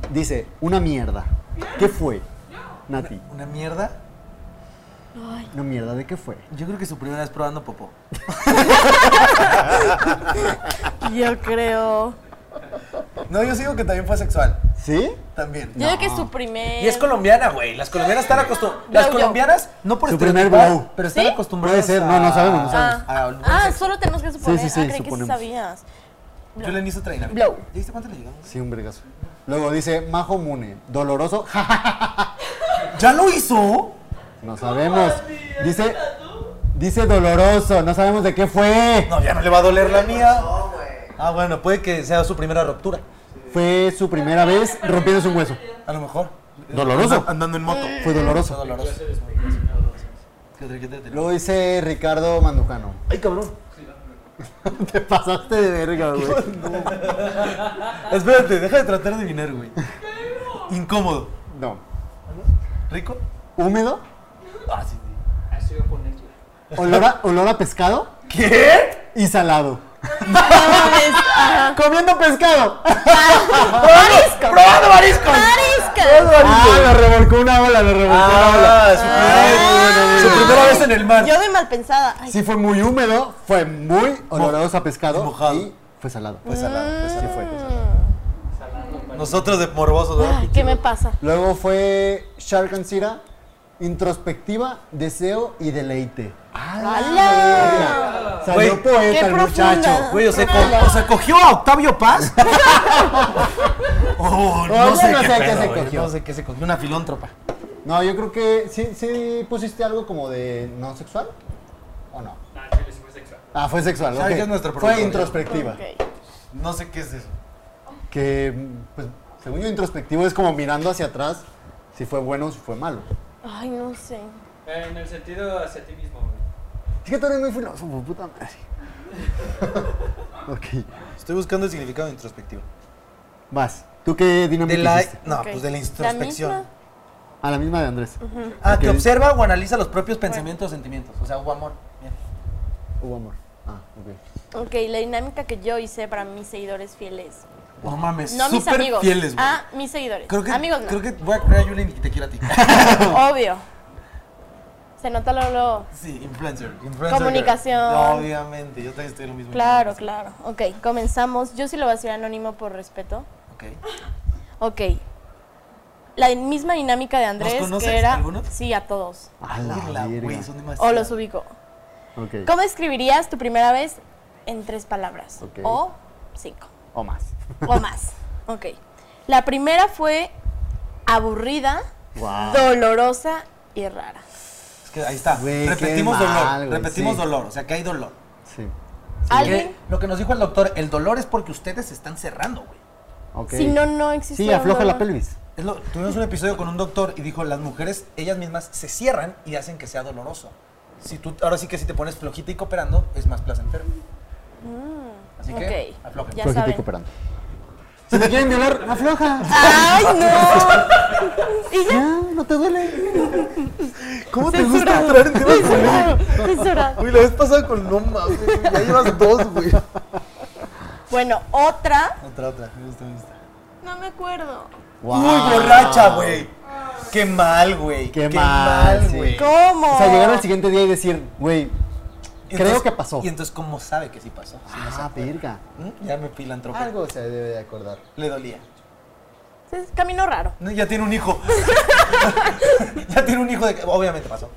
B: Dice, una mierda. ¿Qué fue? Nati,
A: Una mierda.
B: una mierda, ¿de qué fue?
A: Yo creo que su primera vez probando popó.
H: Yo creo.
A: No, yo sigo que también fue sexual.
B: ¿Sí?
A: También.
H: Yo creo que es su primer.
A: Y es colombiana, güey. Las colombianas están acostumbradas. Las
H: Blow job.
A: colombianas, no por
B: Su primer
A: estereotipar,
B: blow.
A: pero están
H: ¿Sí?
A: acostumbradas.
B: Puede ser, no, no sabemos, no sabemos.
H: Ah,
A: a- a- al buen
H: ah,
A: sexo.
H: solo tenemos que suponer.
B: Sí, sí, sí,
H: ah, creí que sí
B: suponemos.
H: sabías.
A: Yo le hice otra dinámica.
H: Blow.
A: ¿Ya viste cuánto le llegamos?
B: Sí, un vergazo. Luego dice, Majo Mune, doloroso. Ja,
A: ¿Ya lo hizo?
B: no sabemos. Dice, dice doloroso, no sabemos de qué fue.
A: No, ya no le va a doler la mía. Ah, bueno, puede que sea su primera ruptura.
B: Fue su primera vez rompiéndose un hueso.
A: A lo mejor.
B: Doloroso.
A: Andando- Andando en moto.
H: Mm.
B: Fue
A: Fue
B: doloroso.
A: doloroso. ¿Qué otra- qué otra tenemos?
B: Luego dice Ricardo Manducano.
A: Ay, cabrón.
B: Te pasaste de verga, güey.
A: Espérate, deja de tratar de adivinar, güey. Incómodo.
B: No.
A: ¿Rico?
B: ¿Húmedo?
A: Ah, sí, sí.
B: Olor a, olor a pescado
A: ¿Qué?
B: y salado. Comiendo pescado.
A: Ah,
C: ¡Marisco!
A: ¡Probando marisco!
C: ¡Marisco!
B: Ah, lo revolcó una ola, lo revolcó una ola.
A: Ah,
B: Ah,
A: Su primera vez en el mar.
C: Ah, Yo de mal pensada. Ay,
B: Sí fue muy húmedo, fue muy oloroso a pescado
A: mojado.
B: y fue salado.
A: Pues
C: Ah.
A: salado, pues
B: Sí fue.
A: Nosotros de morbosos, ¿verdad?
C: ay, ¿Qué me pasa?
B: Luego fue Shark and Sira, introspectiva, deseo y deleite.
A: Ah,
C: ¡Hala!
B: Salió
A: Güey,
B: poeta el
C: Ah. qué profunda.
B: muchacho.
A: Güey, o sea, co- o sea, cogió a Octavio Paz. oh, no,
B: Oye,
A: sé,
B: no
A: qué
B: sé qué
A: pedo,
B: se
A: güey,
B: cogió.
A: No sé qué se cogió. Una filóntropa.
B: No, yo creo que sí, sí pusiste algo como de no sexual o no.
E: Nah, chile, sí fue sexual.
B: Ah, fue sexual.
A: Shark
B: ok.
A: es nuestro
B: fue
A: productor.
B: introspectiva.
C: Ok.
A: No sé qué es eso.
B: Que, mm, pues, según yo, introspectivo es como mirando hacia atrás si fue bueno o si fue malo.
C: Ay, no sé.
E: Pero en el sentido hacia ti mismo, güey.
B: Es que tú eres muy filósofo, puta madre. ok,
A: Estoy buscando el significado introspectivo.
B: vas. ¿Tú qué
A: De
B: dinámica
A: la,
B: hiciste?
A: no,
C: Ok.
A: pues de la
C: ¿La
A: introspección.
C: misma?
B: A la misma de Andrés.
A: Ah, que
B: Ok.
A: observa o analiza los propios pensamientos o sentimientos. O sea, hubo amor. Bien.
B: Hubo amor. Ah, ok.
C: Ok, la dinámica que yo hice para mis seguidores fieles.
A: No mames,
C: No mis
A: súper
C: amigos.
A: fieles, güey.
C: Ah, mis seguidores.
A: creo que,
C: amigos no.
A: creo que voy a creer a Yulin y te quiero a ti.
C: Obvio. Se nota luego, luego.
A: sí, influencer. influencer
C: Comunicación.
A: girl. Obviamente, yo también estoy en lo mismo.
C: Claro, claro. Ok, comenzamos. Yo sí lo voy a decir anónimo por respeto.
A: Ok.
C: Ok. La misma dinámica de Andrés
A: conoces
C: que era.
A: alguno?
C: Sí, a todos.
B: A la
A: Hola,
B: verga.
A: güey, son demasiado.
C: O los ubico.
B: Ok.
C: ¿Cómo escribirías tu primera vez en tres palabras?
B: Ok.
C: O cinco.
B: O más.
C: O más. Ok. La primera fue aburrida,
B: Wow.
C: dolorosa y rara.
A: Es que ahí está.
B: Güey, qué
A: repetimos dolor.
B: mal, güey,
A: repetimos
B: sí.
A: dolor. O sea, que hay dolor.
B: Sí.
C: ¿Alguien?
A: Que Lo que nos dijo el doctor, el dolor es porque ustedes se están cerrando, güey.
B: Ok.
C: Si no, no existe.
B: sí,
C: un
B: afloja la
C: dolor.
B: pelvis.
A: Es lo- tuvimos un episodio con un doctor y dijo, las mujeres, ellas mismas se cierran y hacen que sea doloroso. Si tú, ahora sí que si te pones flojita y cooperando, es más placentero. Así que,
C: Mm. ok.
A: aflojen.
C: Ya
B: Flojita y
C: saben.
B: cooperando. Si te quieren violar, afloja.
C: ¡Ay, no! Y ya.
B: Ya, no te duele.
A: ¿Cómo
C: Censurado. Censurado. Censurado.
A: Uy, la vez pasada con no mames, ya llevas dos, güey.
C: Bueno, otra.
A: Otra, otra, me gusta, me gusta.
C: No me acuerdo.
B: Wow.
A: Uy, borracha, güey. Qué mal, güey.
B: Qué mal, sí.
A: güey.
C: ¿Cómo?
B: O sea, llegar al siguiente día y decir, güey,
A: Y
B: creo
A: entonces-
B: que pasó.
A: Y entonces, ¿cómo sabe que sí pasó? Si no
B: Ah, verga.
A: sabe. ¿Mm? Ya me pilantropo.
B: Algo se debe de acordar.
A: Le dolía.
C: Es camino raro.
A: No, ya tiene un hijo. ya tiene un hijo de... Obviamente pasó.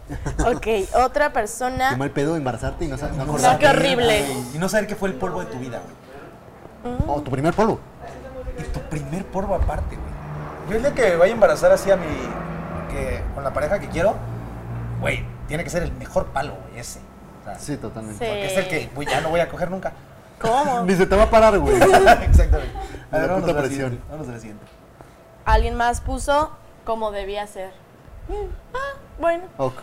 C: Ok, otra
B: Qué
C: persona.
B: mal pedo embarazarte y no, sa- no
C: No,
B: acordarte.
C: Ah, qué horrible.
A: Güey, Y no saber que fue el polvo de tu vida, güey.
B: O tu primer polvo.
A: Y tu primer polvo aparte, güey. Yo el día que vaya a embarazar así a mi... Que, con la pareja que quiero, güey, tiene que ser el mejor palo, güey, ese. O sea,
B: Sí, totalmente.
C: Sí.
A: Porque es el que güey, ya no voy a coger nunca.
C: ¿Cómo?
B: Ni se te va a parar, güey.
A: Exactamente. A
B: La
A: ver, vámonos
B: puta
A: a la
B: presión.
A: siguiente. Vámonos a la siguiente.
C: Alguien más puso como debía ser. Mm, Ah, bueno.
B: Ok.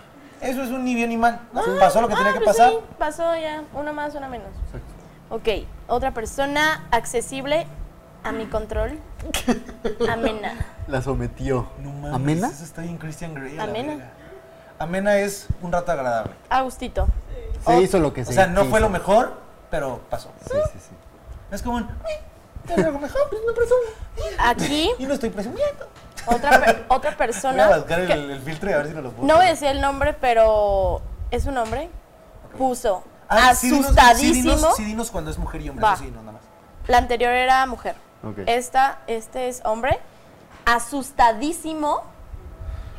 A: Eso es un ni bien ni mal. ¿no?
C: Ah,
A: Pasó lo que tenía
C: ah,
A: que
C: pues
A: pasar.
C: sí, pasó ya. Una más, una menos.
B: Exacto.
C: Ok, otra persona accesible a mi control. Amena.
B: La sometió.
A: No mames,
B: ¿Amena?
A: Eso está bien Christian Grey. a la
C: Amena.
A: verga. Amena es un rato agradable.
C: Agustito.
B: Se hizo lo que
A: O
B: se
A: sea, no
B: quiso.
A: fue lo mejor, pero pasó.
B: Sí, sí, sí.
A: Es como un... "Uy, Yo lo mejor, pues no presumo.
C: Aquí,
A: Y no estoy presumiendo.
C: otra, per- otra
A: Voy a
C: persona.
A: buscar el,
C: que-
A: el filtro y a ver si no lo puedo.
C: no voy a decir el nombre, pero es un hombre. Puso
A: Ah, sí dinos-
C: asustadísimo.
A: Sí dinos, sí dinos cuando es mujer y hombre.
C: Va.
A: eso sí, no, nada más.
C: La anterior era mujer.
B: Ok.
C: Esta, este es hombre. Asustadísimo,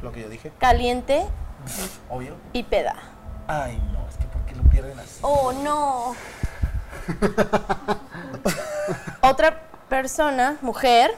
A: Lo que yo dije,
C: caliente
A: obvio.
C: y peda.
A: Ay, no, es que ¿por qué lo pierden así?
C: Oh, no. Otra persona, mujer,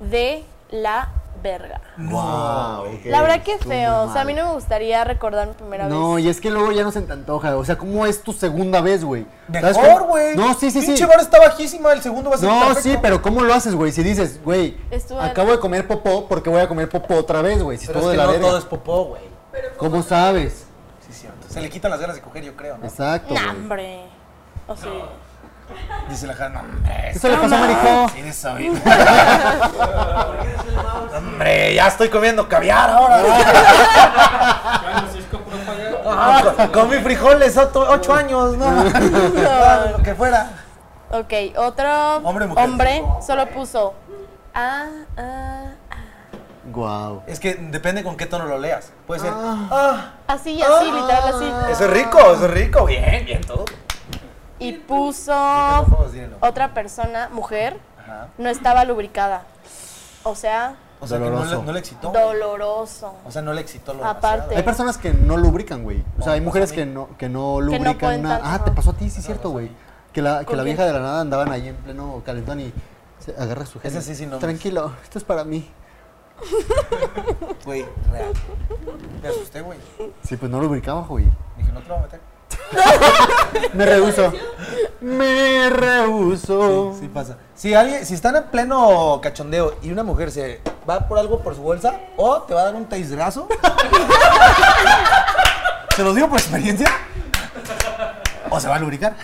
C: de la verga.
B: Wow, ok.
C: La verdad que
B: Estuvo
C: feo.
B: muy
C: O sea, a mí
B: mal.
C: no me gustaría recordar mi primera
B: No,
C: vez.
B: y es que luego ya no se te antoja. O sea, ¿cómo es tu segunda vez, güey? ¿Sabes
A: Mejor,
B: cómo?
A: güey.
B: No, sí, sí, sí.
A: Pinche bar está bajísima, el segundo va a ser
B: No,
A: perfecto.
B: sí, pero ¿cómo lo haces, güey? Si dices, güey,
C: Estuvo de-
B: acabo de comer popó, ¿por qué voy a comer popó otra vez, güey? Si
A: Pero es
B: todo de
A: que
B: la
A: no
B: verga.
A: todo es popó, güey.
B: ¿Cómo sabes?
A: Sí, cierto. Se le quitan las ganas de coger, yo creo, ¿no?
B: Exacto.
C: Nah,
B: güey.
C: hombre. O sea,
A: Dice la Jana, hombre,
B: Eso le pasó a Marijo.
A: ¿quién es hoy? hombre, ya estoy comiendo caviar ahora.
E: Francisco Prófaga.
G: No, comí frijoles oto- ocho años, no. Ah, Lo que fuera.
C: Ok, otro
A: Hombre o mujer.
C: hombre solo puso. Ah, ah, ah.
B: Guau.
A: Es que depende con qué tono lo leas. Puede ser. Ah,
C: así, así, literal, así.
A: eso es rico, eso es rico. Bien, bien, todo.
C: Y puso
A: Micrófonos, díganlo.
C: otra persona, mujer,
A: Ajá.
C: no estaba lubricada. O sea,
A: O sea, que no le,
B: Doloroso.
A: no le excitó. güey.
C: doloroso.
A: O sea, no le excitó lo
C: Aparte.
A: demasiado.
B: Hay personas que no lubrican, güey. O sea, hay
A: me
B: mujeres
C: pues,
A: pasó a
B: que
A: mí.
B: no, que no lubrican
C: pueden
B: nada.
C: tanto,
B: Ah,
C: ajá.
B: te pasó a ti, sí, es cierto, güey. Que la, que
C: ¿Con
B: la
C: quién?
B: vieja de la nada andaban ahí en pleno calentón y se agarra su gel.
A: Ese sí, sí, no.
B: Tranquilo, esto es para mí.
A: Güey, real. Me asusté, güey.
B: Sí, pues no lubricaba, güey.
A: Dije, no te lo voy a meter.
B: Me rehuso. Me rehuso.
A: Sí pasa. Si alguien, si están en pleno cachondeo y una mujer se va por algo por su bolsa, o te va a dar un taisrazo. se los digo por experiencia. O se va a lubricar.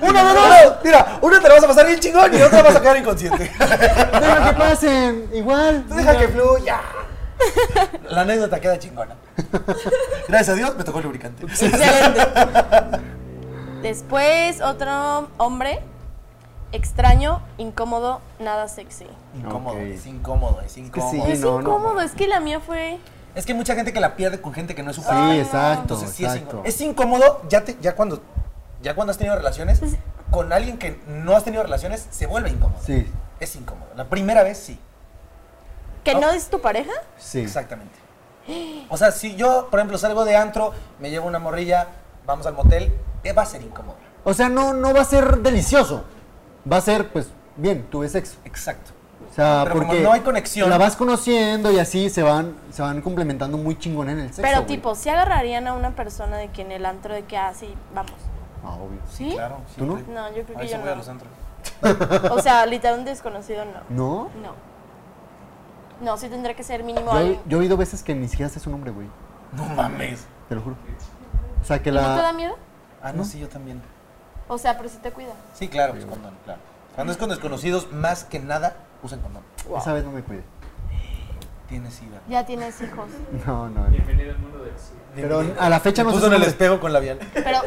A: una de dos. Mira, una te la vas a pasar bien chingón y otra vas a quedar inconsciente.
B: Deja que pasen, igual.
A: Tú Deja que fluya. La anécdota queda chingona. Gracias a Dios me tocó el lubricante.
C: Después otro hombre, extraño, incómodo, nada sexy.
A: Incómodo,
B: Ok.
A: es incómodo, es
B: que sí.
A: incómodo.
C: es
B: no, no,
C: incómodo,
B: no.
C: es que la mía fue.
A: Es que hay mucha gente que la pierde con gente que Ah, no es su
B: Sí,
A: familia.
B: exacto,
A: Entonces sí es
B: exacto.
A: incómodo. Es incómodo ya, te- ya, cuando, ya cuando has tenido relaciones,
C: Pues,
A: con alguien que no has tenido relaciones, se vuelve incómodo.
B: Sí,
A: Es incómodo. La primera vez sí,
C: ¿Que
A: Ah.
C: no es tu pareja?
B: sí.
A: exactamente. O sea, si yo, por ejemplo, salgo de antro, me llevo una morrilla, vamos al motel, eh, va a ser incómodo.
B: O sea, no, no va a ser delicioso. Va a ser, pues, bien, tuve sexo.
A: Exacto.
B: O sea,
A: Pero como
B: porque
A: no hay conexión.
B: La vas conociendo y así se van, se van complementando muy chingón en el sexo.
C: Pero
B: güey.
C: tipo, ¿se agarrarían a una persona de que en el antro de que así, vamos?
B: Ah, obvio.
C: ¿Sí?
A: Claro.
B: ¿Tú no?
A: siempre.
C: No, yo creo
A: Ahí
C: que
A: se
C: yo
A: voy a los
C: no.
A: antros.
C: O sea, literal un desconocido no.
B: ¿No?
C: No. No, sí tendría que ser mínimo
B: Yo,
C: alguien.
B: yo he oído veces que ni siquiera sé su nombre, güey.
A: No mames.
B: Te lo juro. O sea, que
C: ¿Y no te da
B: la.
C: miedo?
A: Ah, no, sí, yo también.
C: O sea, pero sí te cuida.
A: Sí, claro, pues, condón, claro. Cuando es con desconocidos, más que nada, usen condón.
B: Esa vez no me cuide.
A: Tienes ida.
C: Ya tienes hijos.
B: No, no. no.
E: Bienvenido al mundo del cine.
B: Pero a la fecha no sé
A: puso
B: su
A: en el
B: nombre.
A: espejo con labial.
C: Pero.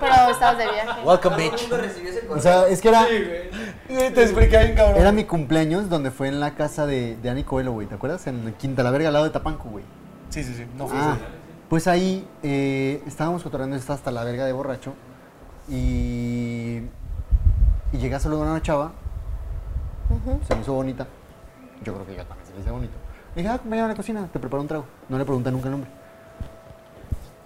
C: Pero estabas de viaje.
A: Welcome,
F: Todo el
A: bitch.
F: mundo recibió ese
B: O
F: correo.
B: sea, es que era,
A: Te expliqué bien, cabrón.
B: era mi cumpleaños donde fue en la casa de, de Ani Coelho, güey. ¿Te acuerdas? En Quinta la Verga, al lado de Tapanco, güey.
A: Sí, sí, sí. No fue
B: Ah, pues ahí eh, estábamos cotorreando está hasta la verga de borracho y, y llegué a saludar a una chava, se me hizo bonita, yo creo que yo también se me hizo bonito. Le dije, ah, mañana a la cocina, te preparo un trago. No le pregunté nunca el nombre.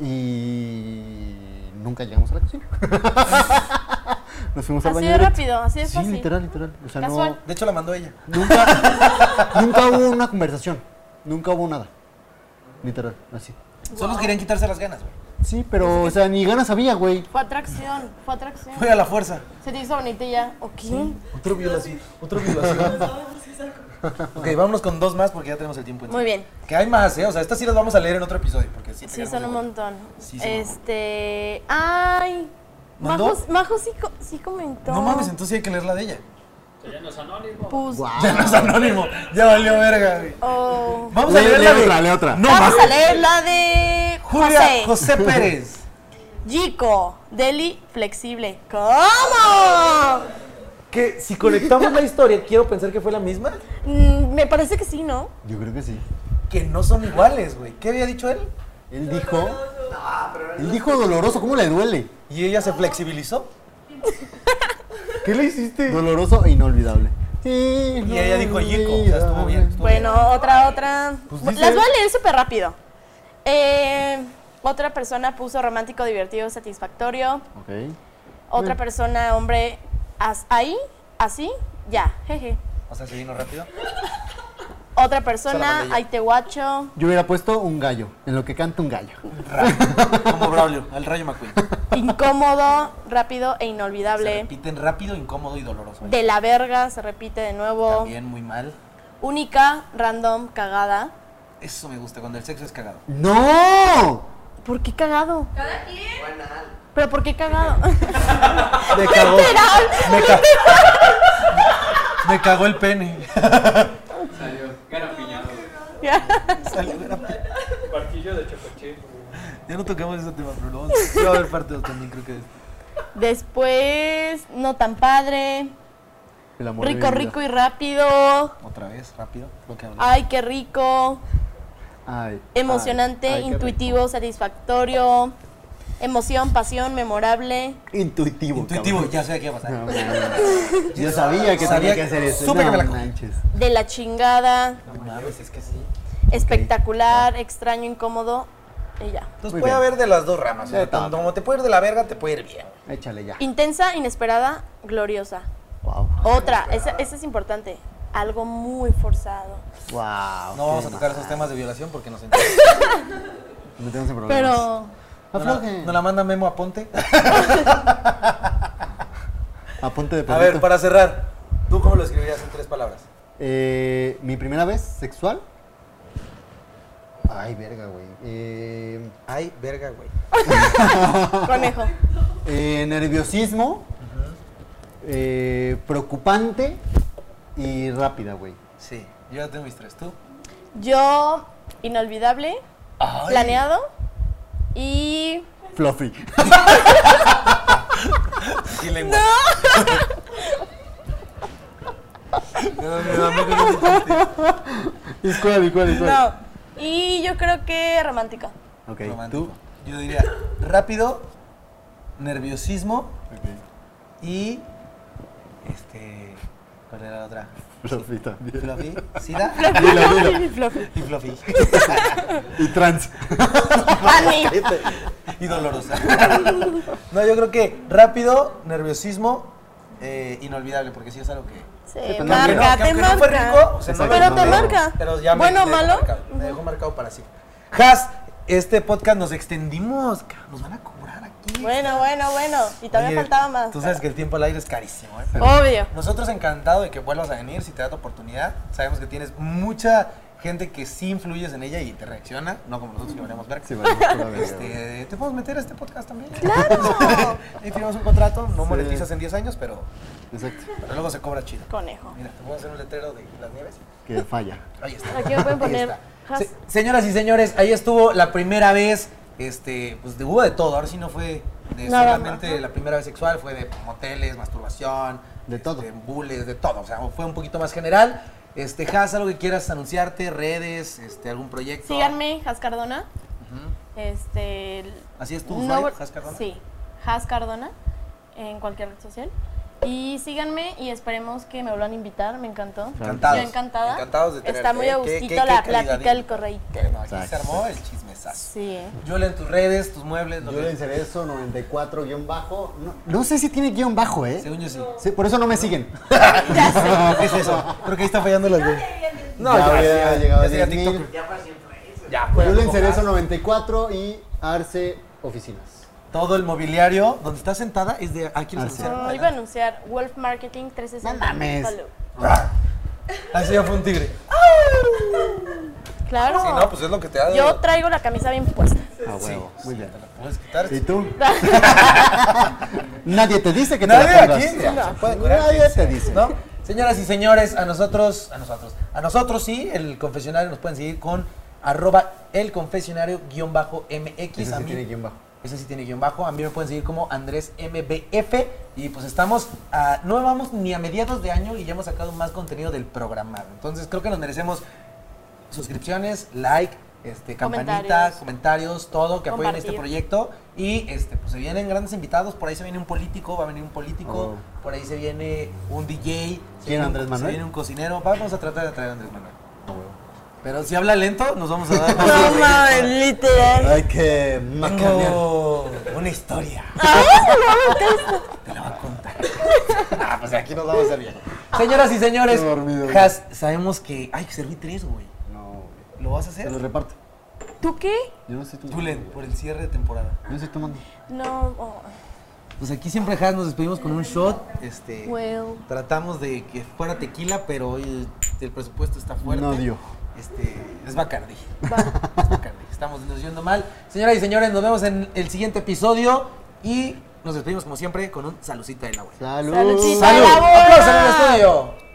B: Y nunca llegamos a la cocina. Nos fuimos al
C: Así
B: baño.
C: de
B: directo.
C: rápido, así de
B: Sí,
C: fácil.
B: literal, literal. O sea, no,
C: Casual.
A: De hecho, la mandó ella.
B: nunca, nunca hubo una conversación, nunca hubo nada. Literal, así.
A: Solo querían quitarse las ganas, güey.
B: Sí, pero, o sea, ni ganas había, güey.
C: Fue atracción, fue atracción.
A: Fue a la fuerza.
C: Se te hizo bonita y ya. ¿O quién?
A: Otro violación. Otro violación. ok, vámonos con dos más porque ya tenemos el tiempo. encima.
C: Muy bien.
A: Que hay más, ¿eh? O sea, estas sí las vamos a leer en otro episodio. Porque sí,
C: Sí,
A: pegaron
C: son un
A: mucho.
C: montón.
A: Sí, son un montón.
C: este. ¡Ay!
A: ¿Mandó?
C: Majo, Majo sí, co- sí comentó.
A: No mames, entonces sí hay que leer la de ella.
E: Ya no es anónimo.
C: Pus-
A: Ya no es anónimo. Ya valió verga, güey.
C: Oh.
A: Vamos a
B: Lee-
A: leer
B: lee
A: la de...
B: otra, lee otra.
A: No
C: Vamos
A: mames.
C: a leer la de
A: Julia
C: José.
A: José Pérez.
C: Gico, Deli flexible. ¿Cómo?
G: Que si conectamos la historia, quiero pensar que fue la misma.
C: Mm, me parece que sí, ¿no?
B: Yo creo que sí.
A: que no son iguales, güey. ¿Qué había dicho él?
B: Él dijo. Él dijo doloroso, ¿cómo le duele?
A: Y ella se flexibilizó.
B: ¿Qué le hiciste? Doloroso e inolvidable. Sí,
A: Y ella dijo, Yico, o sea, estuvo bien. estuvo
C: Bueno, otra, otra.
A: pues
C: Las voy a leer súper rápido. Eh, otra persona puso romántico, divertido, satisfactorio.
B: Ok.
C: Otra
A: Mm.
C: persona, hombre, as- ahí, así, ya, jeje.
A: bien. O sea, se vino rápido.
C: Otra
A: Se la
C: persona,
A: mandé yo.
C: ahí te guacho.
B: Yo hubiera puesto un gallo, en lo que canta un gallo.
A: Como Braulio, al Rayo McQueen.
C: Incómodo, rápido e
A: Se
C: inolvidable.
A: repiten rápido, incómodo y doloroso.
C: De la verga, se repite de nuevo.
A: También muy mal.
C: Única, random, cagada.
A: Eso me gusta, cuando el sexo es cagado.
B: ¡No!
C: ¿Por qué cagado?
F: ¿Cada quien?
C: ¿Pero por qué cagado?
A: Me cagó. Me, ca- me cagó el pene.
E: Salió. Garapiñado.
A: Salió, era pi-
E: Barquillo de chocochip.
A: Ya no tocamos ese tema, pero lo vamos a- sí va a haber parte dos también, creo que es.
C: Después, no tan padre.
B: El amor de
C: Rico,
B: mi vida.
C: rico y rápido.
A: Otra vez, rápido, lo que hablamos.
C: Ay, qué rico.
B: Ay,
C: Emocionante,
B: ay, ay, qué
C: intuitivo, satisfactorio. Emoción, pasión, memorable.
B: rico. Intuitivo.
A: Intuitivo,
B: cabrón.
A: ya sé qué va a pasar.
B: No, mames. Yo sabía que
A: Sabía
B: tenía que hacer
A: que-
B: eso.
A: supe que
B: no,
A: me la co-
B: manches.
C: De la chingada.
A: No mames, es que sí.
C: Espectacular,
B: Ah.
C: extraño, incómodo. Y ya.
A: Entonces
B: Muy
A: puede
B: bien.
A: haber de las dos ramas. o sea,
B: De todo.
A: tanto como te puede ir de la verga, te puede ir bien.
B: Échale ya.
C: Intensa, inesperada, gloriosa.
B: Wow.
C: Otra, esa, esa es importante. Algo muy forzado.
B: Wow.
A: No vamos a tocar esos temas de violación porque nos enteramos.
B: No tenemos problemas.
C: Pero
A: ¿No la,
B: Afloje.
A: no la manda Memo a Ponte?
B: Apunte de
A: A
B: perrito.
A: ver, para cerrar, ¿tú cómo lo escribirías en tres palabras?
B: Eh, Mi primera vez sexual. Ay, verga, güey. Eh,
A: Ay, verga, güey.
C: conejo.
B: eh, nerviosismo. eh, preocupante. Y rápida, güey.
A: Sí, yo ya tengo mis tres. ¿Tú?
C: Yo, inolvidable,
A: Ay.
C: planeado y
B: Fluffy.
A: Y lengua. ¡No! no, no, no, no, no.
B: ¿Y cuál? ¿Y cuál? ¿Y cuál?
C: no. Y yo creo que romántica.
B: Ok,
A: Romántico.
B: tú.
A: Yo diría rápido, nerviosismo
B: Ok.
A: y. Este. ¿Cuál era la otra?
B: Fluffy también.
A: ¿Fluffy? ¿Sida?
B: Dilo, dilo.
A: Y fluffy.
B: Y trans.
C: Ani.
A: y dolorosa. no, yo creo que rápido, nerviosismo, eh, inolvidable, porque sí es algo que.
C: Se
B: no,
A: Aunque no, que
C: marca, te
A: aunque no
C: marca.
A: fue rico, o sea, no
B: Exacto,
A: me
C: Pero
A: gustó,
C: te marca.
A: Pero ya me-
C: bueno,
A: me, dejó
C: malo.
A: marcado, me dejó marcado para siempre. Has, este podcast nos extendimos. ca- Nos van a cobrar aquí.
C: Bueno, bueno, bueno. Y todavía
A: Oye,
C: faltaba más.
A: Tú sabes que el tiempo al aire es carísimo, ¿eh?
C: Obvio.
A: Nosotros encantado de que vuelvas a venir si te da tu oportunidad. Sabemos que tienes mucha gente que sí influyes en ella y te reacciona, no como nosotros que veremos ver.
B: Sí, vale, pura verga, güey.
A: Este, te podemos meter a este podcast también. ¡Claro! y firmamos un contrato, no
B: Sí.
A: monetizas en 10 años, pero,
B: Exacto.
A: pero luego se cobra chido.
C: Conejo.
A: Mira, te voy a hacer un letrero de las nieves.
B: Que falla.
A: Ahí está.
C: Aquí me pueden
A: Ahí
C: poner.
A: está. Se- señoras y señores, ahí estuvo la primera vez, este, pues de, hubo de todo, ahora sí no fue de
C: Nada
A: solamente la primera vez sexual, fue de moteles, masturbación,
B: De
A: este,
B: todo.
A: bules, de todo, o sea, fue un poquito más general. Este, Has, algo que quieras anunciarte, redes, este, algún proyecto.
C: Síganme, Has Cardona.
A: Ujú.
C: Este. el-
A: Así es tu usuario, Has Cardona.
C: Sí, Has Cardona en cualquier red social. Y síganme y esperemos que me vuelvan a invitar, me encantó.
A: Encantados.
C: Yo encantada.
A: Encantados de tenerte,
C: Está muy a
A: ¿eh? Qué-
C: gustito
A: qué-
C: la
A: qué
C: plática,
A: calidad. ¿eh?
C: el correíto.
A: Bueno, aquí se
B: Exacto.
A: armó el chismesazo.
C: Sí, ¿eh?
A: Yola en tus redes, tus muebles, lo
B: Yo
A: que-
B: le encerré eso, 94 guión bajo. No, no sé si tiene guión bajo, ¿eh?
A: Según yo sí.
B: Sí, por eso no me siguen.
A: ¿Qué es eso? Creo que ahí está fallando las redes. No,
B: Ya hubiera llegado a
A: sería
B: 10,000.
A: TikTok.
F: Ya pasé influencer.
A: Ya, pues.
B: Yo le encerré eso, 94 y Arce Oficinas.
A: Todo el mobiliario donde está sentada es de aquí
B: Ah,
A: los
B: sí.
C: Mm, iba a anunciar Wolf Marketing 360.
B: No mames.
C: Follow.
A: Así Ah, ya fue un tigre.
C: Claro.
A: Sí, no, pues es lo que te da. de-
C: Yo traigo la camisa bien puesta.
A: Ah,
B: A huevo. Muy bien.
A: Te la puedes quitar.
B: ¿Y tú? Nadie te dice que te
A: Nadie
B: la pongas.
A: aquí ya, se puede curar,
B: Nadie
A: sí,
B: te
A: sí,
B: dice.
A: ¿no? Señoras y señores, a nosotros, a nosotros, a nosotros sí, el confesionario nos pueden seguir con arroba el confesionario guión bajo MX.
B: Ese
A: a
B: sí
A: mí-
B: tiene guión bajo.
A: Ese sí tiene guión bajo. A mí me pueden seguir como Andrés MBF. Y pues estamos, a- no vamos ni a mediados de año y ya hemos sacado más contenido del programado. Entonces creo que nos merecemos suscripciones, like, este, campanitas,
C: Comentarios.
A: comentarios, todo, que apoyen este
C: Compartir.
A: proyecto. Y este, pues se vienen grandes invitados. Por ahí se viene un político, va a venir un político.
B: Oh.
A: Por ahí se viene un DJ. se
B: ¿Quién,
A: viene un-
B: Andrés Manuel? Oh,
A: Se viene un cocinero. Vamos a tratar de traer a Andrés Manuel. Pero si habla lento, nos vamos a dar.
C: mames, literal.
B: Hay que macanear.
A: Tengo una historia. Te la voy a contar. Ah, pues aquí nos vamos a hacer bien. Señoras y señores,
B: Estoy dormido, güey.
A: Has, sabemos que hay que servir tres, güey.
B: No, güey.
A: ¿Lo vas a
B: te lo
A: hacer?
B: reparto.
C: ¿Tú qué?
B: Yo no estoy tomando.
A: Julen, por el cierre de temporada.
B: Yo no estoy tomando.
C: No. oh,
A: Pues aquí siempre Has nos despedimos con un shot. Este,
C: well.
A: tratamos de que fuera tequila, pero hoy el presupuesto está fuerte.
B: No dio.
A: Este, es Bacardi. Es Bacardi. Estamos nos yendo mal. Señoras y señores, nos vemos en el siguiente episodio y nos despedimos como siempre con un salucita de la web.
B: Salud.
C: Saludcita.
A: ¡Salud!
C: ¡Bravo!
A: ¡Aplausos en el estudio!